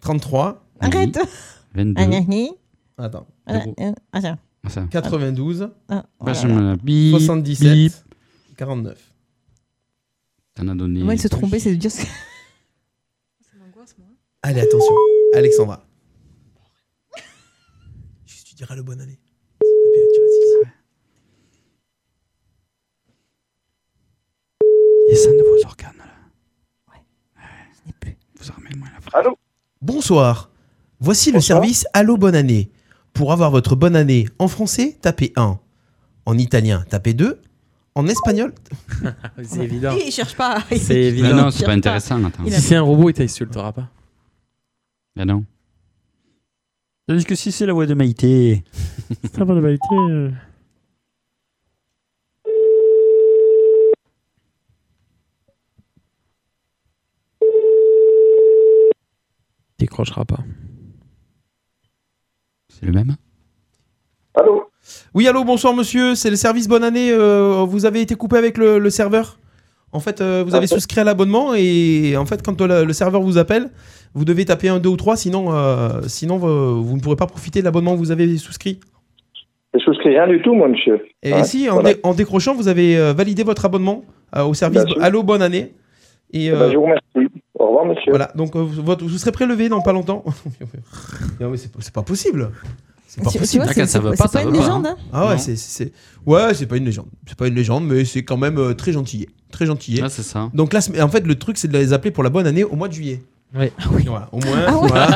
S6: 33.
S4: Arrête Ah,
S8: 22.
S6: Attends.
S4: Voilà, euh, attends.
S8: Attends.
S6: 92.
S4: Ah,
S8: voilà. Vachement la bip,
S6: 77.
S8: bip.
S6: 49.
S8: T'en as donné.
S4: Moi, il se trompait, c'est de dire. ce-
S6: Allez, attention. Alexandra. Juste, tu diras le bonne année. Il est sain de vos organes, là.
S9: Allô
S6: Bonsoir. Voici le service Allô Bonne Année. Pour avoir votre bonne année en français, tapez 1. En italien, tapez 2. En espagnol.
S10: c'est évident.
S7: Il cherche pas.
S10: C'est évident.
S8: non, c'est pas intéressant. Attends.
S10: Si c'est un robot, il t'insultera pas.
S8: Ben non. Parce que si c'est la voix de Maïté.
S19: Ça va de vérité, euh,
S10: Décrochera pas.
S8: C'est le même
S6: Allô Oui, allô, bonsoir monsieur. C'est le service Bonne Année. euh, vous avez été coupé avec le, le serveur. En fait, euh,
S18: Ah,
S6: vous avez souscrit à l'abonnement et en fait, quand euh, le, le serveur vous appelle, vous devez taper un, deux ou trois, sinon, euh, sinon vous, vous ne pourrez pas profiter de l'abonnement que vous avez souscrit.
S18: Je souscris rien du tout, mon monsieur.
S6: Et
S18: Hein,
S6: si, en,
S18: voilà.
S6: dé- en décrochant, vous avez euh, validé votre abonnement euh, au service
S18: Bien sûr.
S6: Allô Bonne Année. Et,
S18: Eh ben, je vous remercie. Au revoir, monsieur.
S6: Voilà, donc euh, vous, votre- vous serez prélevé dans pas longtemps. non, mais c'est pas- c'est pas possible. C'est pas
S4: Tu- tu
S6: possible.
S4: vois, Ah, c'est- quand ça veut c'est pas, pas- ça c'est pas veut une pas, légende, hein. hein.
S6: Ah ouais,
S4: Non.
S6: c'est- c'est c'est- ouais, c'est pas une légende. C'est pas une légende, mais c'est quand même euh, très gentil. Très gentil.
S8: Ah, c'est ça.
S6: Donc là, c'est- en fait, le truc, c'est de les appeler pour la bonne année au mois de juillet. Voilà, au moins,
S8: Ah ouais.
S6: voilà.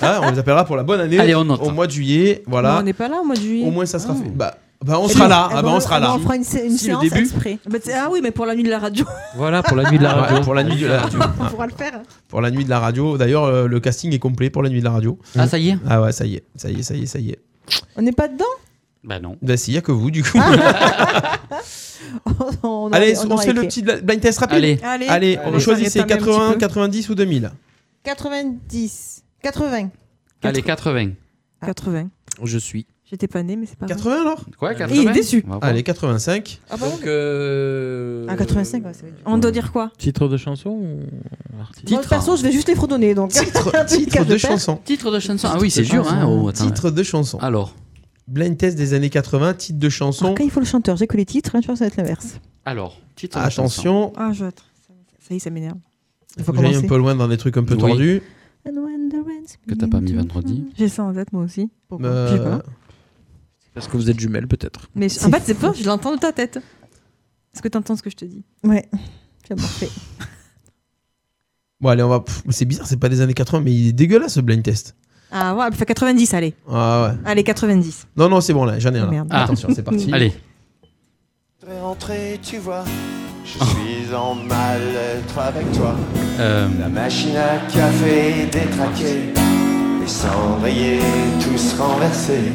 S6: Ah, on les appellera pour la bonne année
S8: Allez, on
S6: au mois de juillet. Voilà.
S7: Non, on n'est pas là au mois de juillet.
S6: Au moins, ça sera
S7: Ah.
S6: fait. Bah, bah, on
S7: Eh
S6: sera
S7: ben,
S6: là.
S7: eh
S6: Ah, bah,
S7: ben,
S6: on sera
S7: eh ben,
S6: là.
S7: On fera une, sé- une
S6: Si, le
S7: séance
S6: début.
S7: exprès. Bah, t'sais, ah oui, mais pour la nuit de la radio.
S10: Voilà, pour la nuit de la
S6: Ouais,
S10: radio.
S6: pour la nuit de la radio.
S7: On pourra le
S4: hein.
S7: faire.
S6: Pour la nuit de la radio. D'ailleurs, euh, le casting est complet pour la nuit de la radio.
S8: Ah, ça y est
S6: Ah ouais, ça y est, ça y est, ça y est, ça y est.
S4: On n'est pas dedans
S8: Bah non.
S6: Bah si, y a que vous du coup.
S7: Ah,
S4: On aurait-
S6: Allez,
S4: on
S6: on,
S4: aurait
S6: se fait le
S4: été.
S6: petit blind test rapide.
S4: Allez. Allez.
S6: on
S4: Allez,
S6: choisissez
S4: on va réparer un
S6: 80,
S4: petit peu.
S6: 90 ou 2000.
S4: 90. 80.
S8: Allez, 80.
S7: 80.
S6: Je suis.
S7: J'étais pas né, mais c'est pas
S6: 80 alors
S8: Quoi,
S7: Et il est déçu.
S6: Allez, 85.
S10: Donc, euh,
S7: Ah, 85, ouais, c'est vrai. On doit dire quoi
S10: Titre de chanson ou
S4: Moi, perso, je vais juste les fredonner. Donc.
S6: Titre,
S4: titre
S6: de chanson.
S8: Titre de chanson. Ah oui, c'est dur, hein. Oh, attends.
S6: titre de chanson.
S8: Alors.
S6: Blind test des années 80, titre de chanson.
S4: Quand il faut le chanteur, j'ai que les titres. Là, tu vois, ça va être l'inverse.
S8: Alors, titre de chanson.
S6: Attention,
S7: Ah, je... Ça y est, ça m'énerve.
S6: faut que j'aille un peu loin dans des trucs un peu
S8: Oui.
S6: tordus.
S7: And when the rain's
S8: Que t'as pas mis vendredi.
S7: J'ai ça en tête, moi aussi.
S4: hein.
S7: Pourquoi
S6: Euh,
S7: Je sais pas.
S10: Parce que vous êtes jumelles, peut-être.
S7: Mais en fait, c'est pas, je l'entends de ta tête. Est-ce que t'entends ce que je te dis
S4: Ouais. C'est parfait.
S6: Bon, allez, on va. pff, C'est bizarre, c'est pas des années 80, mais il est dégueulasse ce blind test.
S7: Ah, ouais, fais 90, allez.
S6: Ah ouais.
S7: Allez, 90.
S6: Non, non, c'est bon là, j'en ai un. là.
S7: Merde.
S8: Ah.
S6: Attention, c'est parti.
S8: Allez.
S21: Rentrer, tu vois, je suis en mal être avec toi.
S8: Euh,
S21: La machine à café détraquée, les cendriers tous renversés.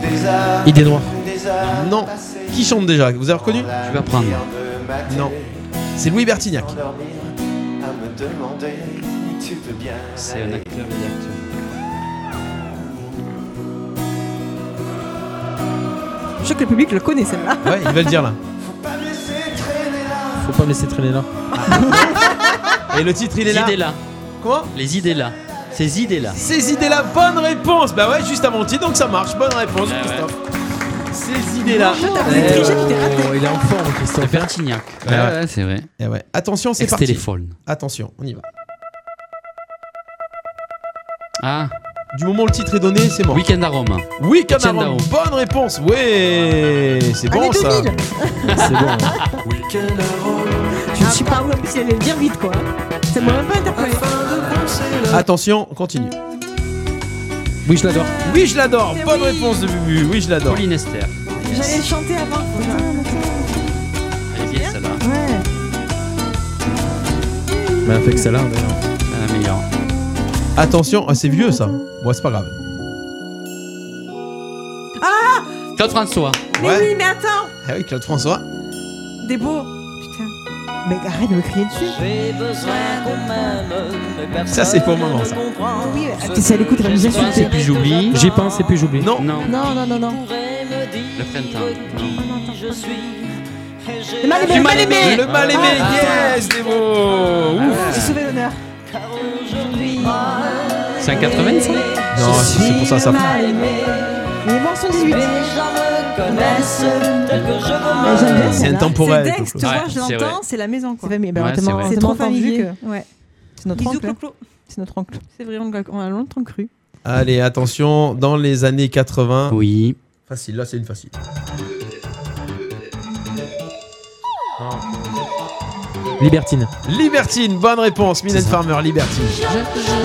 S21: Des heures,
S6: Idée noire.
S21: des heures
S6: Non. Qui chante déjà Vous avez
S8: Oh
S6: reconnu Je
S8: vais prendre.
S21: de matin,
S6: Non. C'est Louis Bertignac.
S21: endormir, à me demander, tu peux bien.
S8: c'est un acteur et acteur.
S7: Je sais que le public le connaît, celle-là.
S6: Ouais, il va le dire là.
S10: Faut pas me laisser traîner là.
S6: Et le titre, il est
S8: Les
S6: là.
S8: idées là.
S6: Comment
S8: Les idées là. Ces idées là.
S6: Ces idées-là, bonne réponse. Bah ouais, juste avant le titre, donc ça marche. Bonne réponse,
S10: Eh
S8: Ah ouais.
S6: Christophe. Ces idées-là. Eh ouais.
S10: Oh, il est en forme,
S8: C'est
S10: Christophe.
S8: Bertignac.
S6: Ouais, ouais.
S8: c'est vrai.
S6: Eh ouais. Attention, c'est parti.
S8: Ex-téléphone.
S6: Attention, on y va.
S8: Ah.
S6: Du moment où le titre est donné, c'est mort.
S8: Weekend à Rome.
S6: Oui, Weekend à
S8: Weekend à
S6: Rome. Bonne réponse. Ouais, c'est bon
S4: Allez,
S6: ça.
S4: 2000.
S6: C'est bon.
S10: hein.
S4: Je ne sais pas où, Ah, en plus, il allait le dire vite, quoi. Ça m'a même pas interpellé.
S6: Attention, on continue.
S10: Oui, je l'adore.
S6: Oui, je l'adore. Bonne réponse de Bubu. Oui, je l'adore.
S8: Pauline Esther.
S4: Ah,
S7: J'allais le chanter avant.
S8: Elle est vieille celle-là.
S7: Ouais.
S10: Mais avec celle-là, d'ailleurs.
S8: Ah, La meilleure.
S6: Attention, ah, c'est vieux ça. Bon, c'est pas grave.
S7: Ah
S8: Claude François.
S7: Mais
S6: Ouais.
S7: oui, mais attends
S6: Ah oui, Claude François.
S7: Des beaux. Putain.
S4: Mais arrête de me crier dessus.
S6: Ça, c'est pour le moment ça.
S4: Ah Oui, t'es si à l'écoute, elle va nous
S8: J'y pense et
S4: insulter.
S8: puis j'oublie.
S10: J'y pense et puis j'oublie.
S6: Non.
S8: Non.
S4: Non, non, non, non.
S8: Le printemps. Non.
S4: Le mal aimé.
S10: Ah,
S4: Ah,
S6: Le mal aimé, yes, Démo. Ouf.
S4: J'ai sauvé l'honneur.
S8: C'est un 80 ça
S10: ah.
S6: Non, c'est pour ça, ça.
S4: Il est mort en 118.
S6: C'est intemporel.
S7: Ce texte, tu vois, je l'entends, c'est la maison. quoi.
S4: Ouais, c'est vrai.
S7: C'est trop familier. Ouais.
S4: C'est notre
S7: Bisous,
S4: oncle. hein. C'est notre oncle.
S7: C'est vrai, on l'a- on l'a longtemps cru.
S6: Allez, attention, dans les années 80.
S8: Oui.
S6: Facile, là c'est une facile.
S10: Libertine.
S6: Libertine, bonne réponse, Mylène Farmer, Libertine.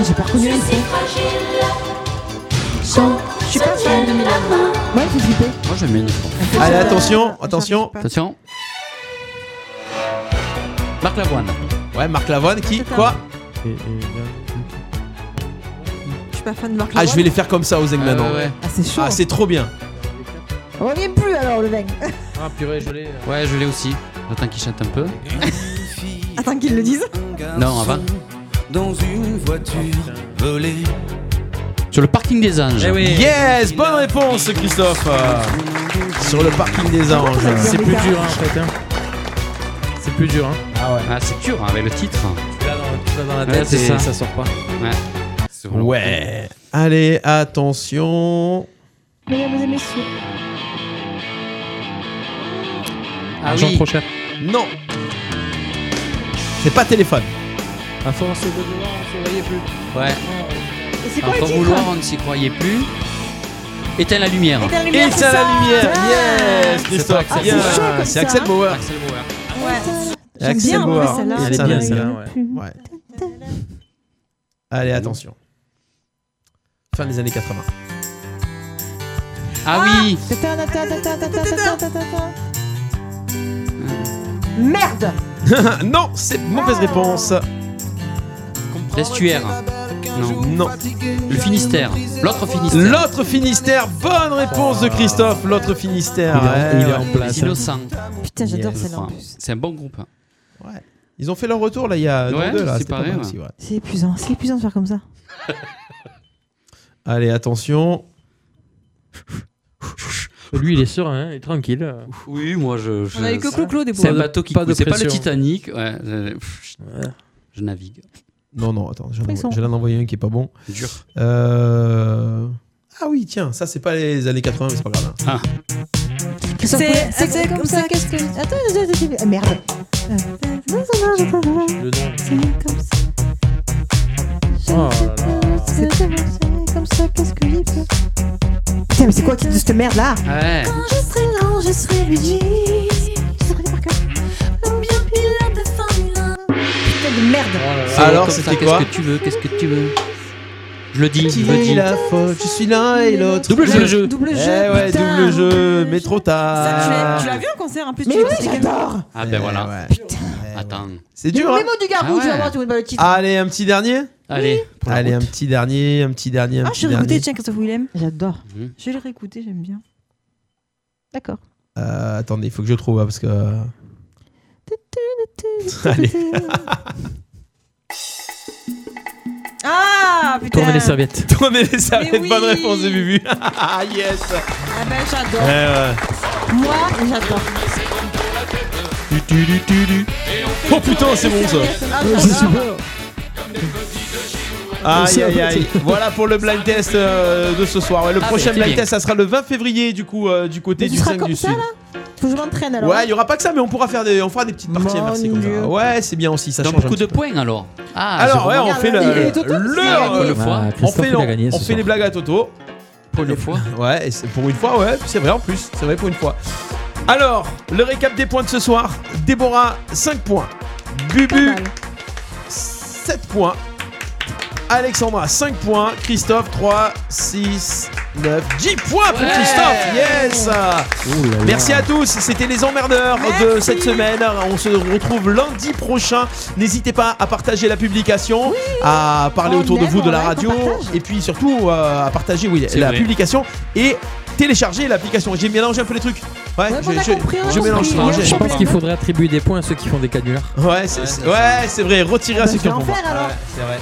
S4: J'ai pas reconnu. Je suis pas fan de mes larmes. Ouais, j'ai flippé.
S8: Moi j'aime bien les enfants.
S6: Allez, attention, attention.
S8: Attention. Marc Lavoine.
S6: Ouais, Marc Lavoine qui Quoi
S7: Je suis pas fan de Marc
S6: Ah, je vais les
S7: Lavoine.
S6: faire comme ça aux
S8: Ah,
S6: maintenant.
S8: ouais, ouais.
S4: Ah, c'est chaud.
S6: Ah, c'est trop bien.
S4: On revient plus alors, le mec.
S10: Ah, purée, je l'ai.
S8: Ouais, je l'ai aussi. J'attends qu'il chante un peu.
S7: Attends qu'ils le disent.
S8: Non, avant.
S1: Dans une voiture volée.
S8: Sur le parking des anges.
S6: Yes, bonne réponse, Christophe. Euh, Sur le parking des anges.
S10: C'est plus dur, hein, en fait. hein. C'est plus dur, hein.
S8: Ah ouais. Ah, c'est dur hein, avec le titre.
S10: Tu l'as dans- tu l'as dans la tête et ça sort pas.
S8: Ouais. C'est vraiment-
S6: Ouais. Allez, attention.
S4: Mesdames et messieurs.
S8: Ah
S10: Jean
S8: oui.
S10: Prochet.
S6: Non. C'est pas téléphone.
S10: À force de devoir, on ne voyait plus.
S8: Ouais.
S4: Et c'est
S8: Encore
S4: quoi le titre
S8: vouloir, on ne s'y croyait plus. Éteins la lumière.
S4: Éteins la
S6: Et
S4: lumière,
S6: c'est
S4: c'est
S6: la
S4: ça. Ah
S6: lumière.
S4: Ouais.
S6: Yes,
S8: pas
S6: Christophe.
S8: Axel
S6: bien.
S8: Bauer. Ah,
S6: C'est Axel Bauer.
S8: Axel Bauer.
S4: J'aime
S6: Axel
S4: hein. bien, en
S6: Bauer.
S4: plus, celle-là.
S6: Il y a
S10: C'est
S6: des
S10: bien,
S6: biens,
S10: celle-là,
S6: ouais. Ouais. Allez, attention. Fin des années 80.
S8: Ah oui.
S4: Tata, tata, tata, tata, tata, tata, tata. Merde
S6: non, c'est mauvaise réponse.
S8: L'estuaire. Non.
S6: Non.
S8: Le Finistère. L'autre Finistère.
S6: L'autre Finistère, bonne réponse de Christophe. L'autre Finistère.
S10: Il est en- il est en
S6: ouais.
S10: place,
S8: Les innocents.
S4: Putain, j'adore
S6: Yes.
S4: celle-là en
S8: Enfin,
S4: plus.
S8: C'est un bon groupe.
S6: Ils ont fait leur retour là il y a
S8: Ouais,
S6: deux, deux, là.
S8: c'est
S6: C'était pas
S8: pareil,
S6: mal
S8: ouais.
S6: aussi, ouais.
S4: C'est épuisant, c'est épuisant de faire comme ça.
S6: Allez, attention.
S10: Lui, il est serein, hein, il est tranquille.
S8: Oui, moi je. je-
S7: On a eu que Clo-Clo, des
S8: C'est un
S10: fois.
S8: bateau qui
S10: Pas de
S8: coule. C'est pas le
S10: pression.
S8: Titanic. Ouais, euh, pff, je-
S10: Ouais.
S8: Je navigue.
S6: Non, non, attends, je
S4: Frisson.
S6: vais en envoyer un qui est pas bon.
S8: Dur.
S6: Euh, Ah oui, tiens, ça c'est pas les années 80, mais c'est pas grave. hein.
S8: Ah.
S4: Christophe
S7: C'est-
S4: Colomb, C'est
S7: c'est
S4: comme ça, qu'est-ce que. Attends, attends, attends, attends, ah, merde. Non, ça va, je comprends pas.
S10: Le nom.
S4: C'est comme ça.
S10: Oh là là.
S4: C'est c'est comme ça, comme ça, qu'est-ce que j'ai fait Putain, mais c'est quoi le titre de cette merde là
S8: Ouais.
S14: Quand je serai l'ange, je serai Luigi.
S4: Je connais par cœur.
S14: Ou bien pilote de Formule 1.
S4: Putain de merde
S8: C'est
S6: Alors,
S8: comme ça,
S6: c'était quoi
S8: Qu'est-ce que tu veux Qu'est-ce que tu veux Je le dis, je le
S6: Dis
S8: dis.
S6: la faute, je suis l'un et l'autre.
S8: Double jeu, le jeu.
S4: Double
S6: Eh
S4: jeu
S6: ouais,
S4: putain.
S6: double jeu, mais trop
S7: Ça, tu l'as-
S6: tard.
S7: tu l'as vu en concert en plus
S4: Ah. Mais
S7: tu-
S4: oui,
S7: c'est-
S4: j'adore
S8: Ah ben
S6: Eh
S8: voilà.
S6: ouais. Eh
S8: Attends.
S6: C'est
S4: Le
S6: dur, hein
S4: mémo du garou, tu
S8: Ah
S4: vas
S8: ouais.
S4: voir, tu vois pas le titre.
S6: Allez, un petit dernier
S8: Allez. pour la
S6: Allez,
S8: route.
S6: un petit dernier, un petit dernier, un
S7: Ah,
S6: petit
S7: je vais réécouter
S6: dernier.
S7: tiens, Christophe Willem.
S4: J'adore.
S8: Hmm.
S7: Je vais le réécouter, j'aime bien.
S4: D'accord.
S6: Euh, attendez, il faut que je trouve, hein, parce que... Allez.
S7: Ah putain
S10: Tourner les serviettes.
S6: Tournez les serviettes,
S7: oui.
S6: bonne réponse de Bubu. Ah, yes
S7: Ah ben j'adore.
S6: Ouais, Eh ouais.
S7: Moi, j'adore.
S6: Du, du, du, du, du. Oh putain, c'est bon ça
S7: Ah, j'adore.
S6: Aïe aïe aïe Voilà pour le blind test euh, de ce soir. Ouais, le
S8: Ah,
S6: prochain
S8: mais c'est
S6: blind
S8: bien.
S6: test, ça sera le 20 février du coup euh, du côté
S4: Mais
S6: du
S4: tu seras
S6: 5
S4: comme
S6: du
S4: ça,
S6: sud.
S4: Faut que je m'entraîne alors.
S6: Ouais, il y aura pas que ça mais on pourra faire des on fera des petites parties
S4: Mon
S6: inversées comme
S4: Dieu.
S6: ça. Ouais, c'est bien aussi, ça
S8: Donc
S6: change un
S8: beaucoup de
S6: petit peu.
S8: points alors. Ah,
S6: Alors
S8: je
S6: ouais, on
S4: regarde,
S6: fait le,
S4: il est Toto, parce qu'il a
S6: le-
S4: gagné.
S8: le foie.
S10: Ah,
S6: on
S10: Christophe,
S6: fait,
S10: il a
S6: on-
S10: gagné ce
S6: on fait les
S10: soir.
S6: blagues à Toto.
S8: pour le foie.
S6: Ouais, et c'est pour une fois, ouais, c'est vrai en plus, c'est vrai pour une fois. Alors, le récap des points de ce soir. Déborah 5 points. Bubu 7 points. Alexandra 5 points. Christophe 3, 6, 9, 10 points pour
S8: Ouais.
S6: Christophe. Yes Merci à tous, c'était les emmerdeurs de cette semaine. On se retrouve lundi prochain. N'hésitez pas à partager la publication, à parler
S4: On
S6: autour de
S4: aime,
S6: vous de
S4: on
S6: la
S4: like,
S6: radio
S4: on partage.
S6: et puis surtout euh, à partager oui,
S8: C'est
S6: la
S8: vrai.
S6: publication et télécharger l'application. J'ai mélangé un peu les trucs. Ouais,
S4: Ouais,
S6: je,
S4: on a
S6: je-
S4: compris, on a
S6: je mélange.
S4: compris.
S6: mélange.
S4: Il y a
S10: Je
S4: un
S10: pense qu'il faudrait attribuer des points à ceux qui font des canulars.
S6: Ouais, c'est ouais, c'est vrai, retirer à
S4: Bah,
S6: ceux
S4: je
S6: qui
S4: vais
S6: en
S4: en
S6: font.
S4: faire alors.
S6: C'est vrai.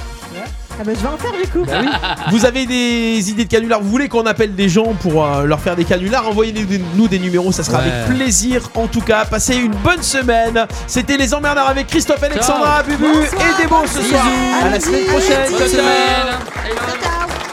S4: Ah bah je vais en faire du coup.
S6: Vous avez des idées de canulars Vous voulez qu'on appelle des gens pour euh, leur faire des canulars Envoyez-nous des, nous des numéros, ça sera
S8: Ouais.
S6: avec plaisir. En tout cas, passez une bonne semaine. C'était les emmerdeurs avec Christophe, Alexandra,
S8: Ciao.
S6: Bubu et Débo ce soir.
S8: Bisous.
S6: À la semaine
S8: Bisous.
S6: prochaine.
S8: Bonne
S6: Ciao, ciao.
S8: semaine.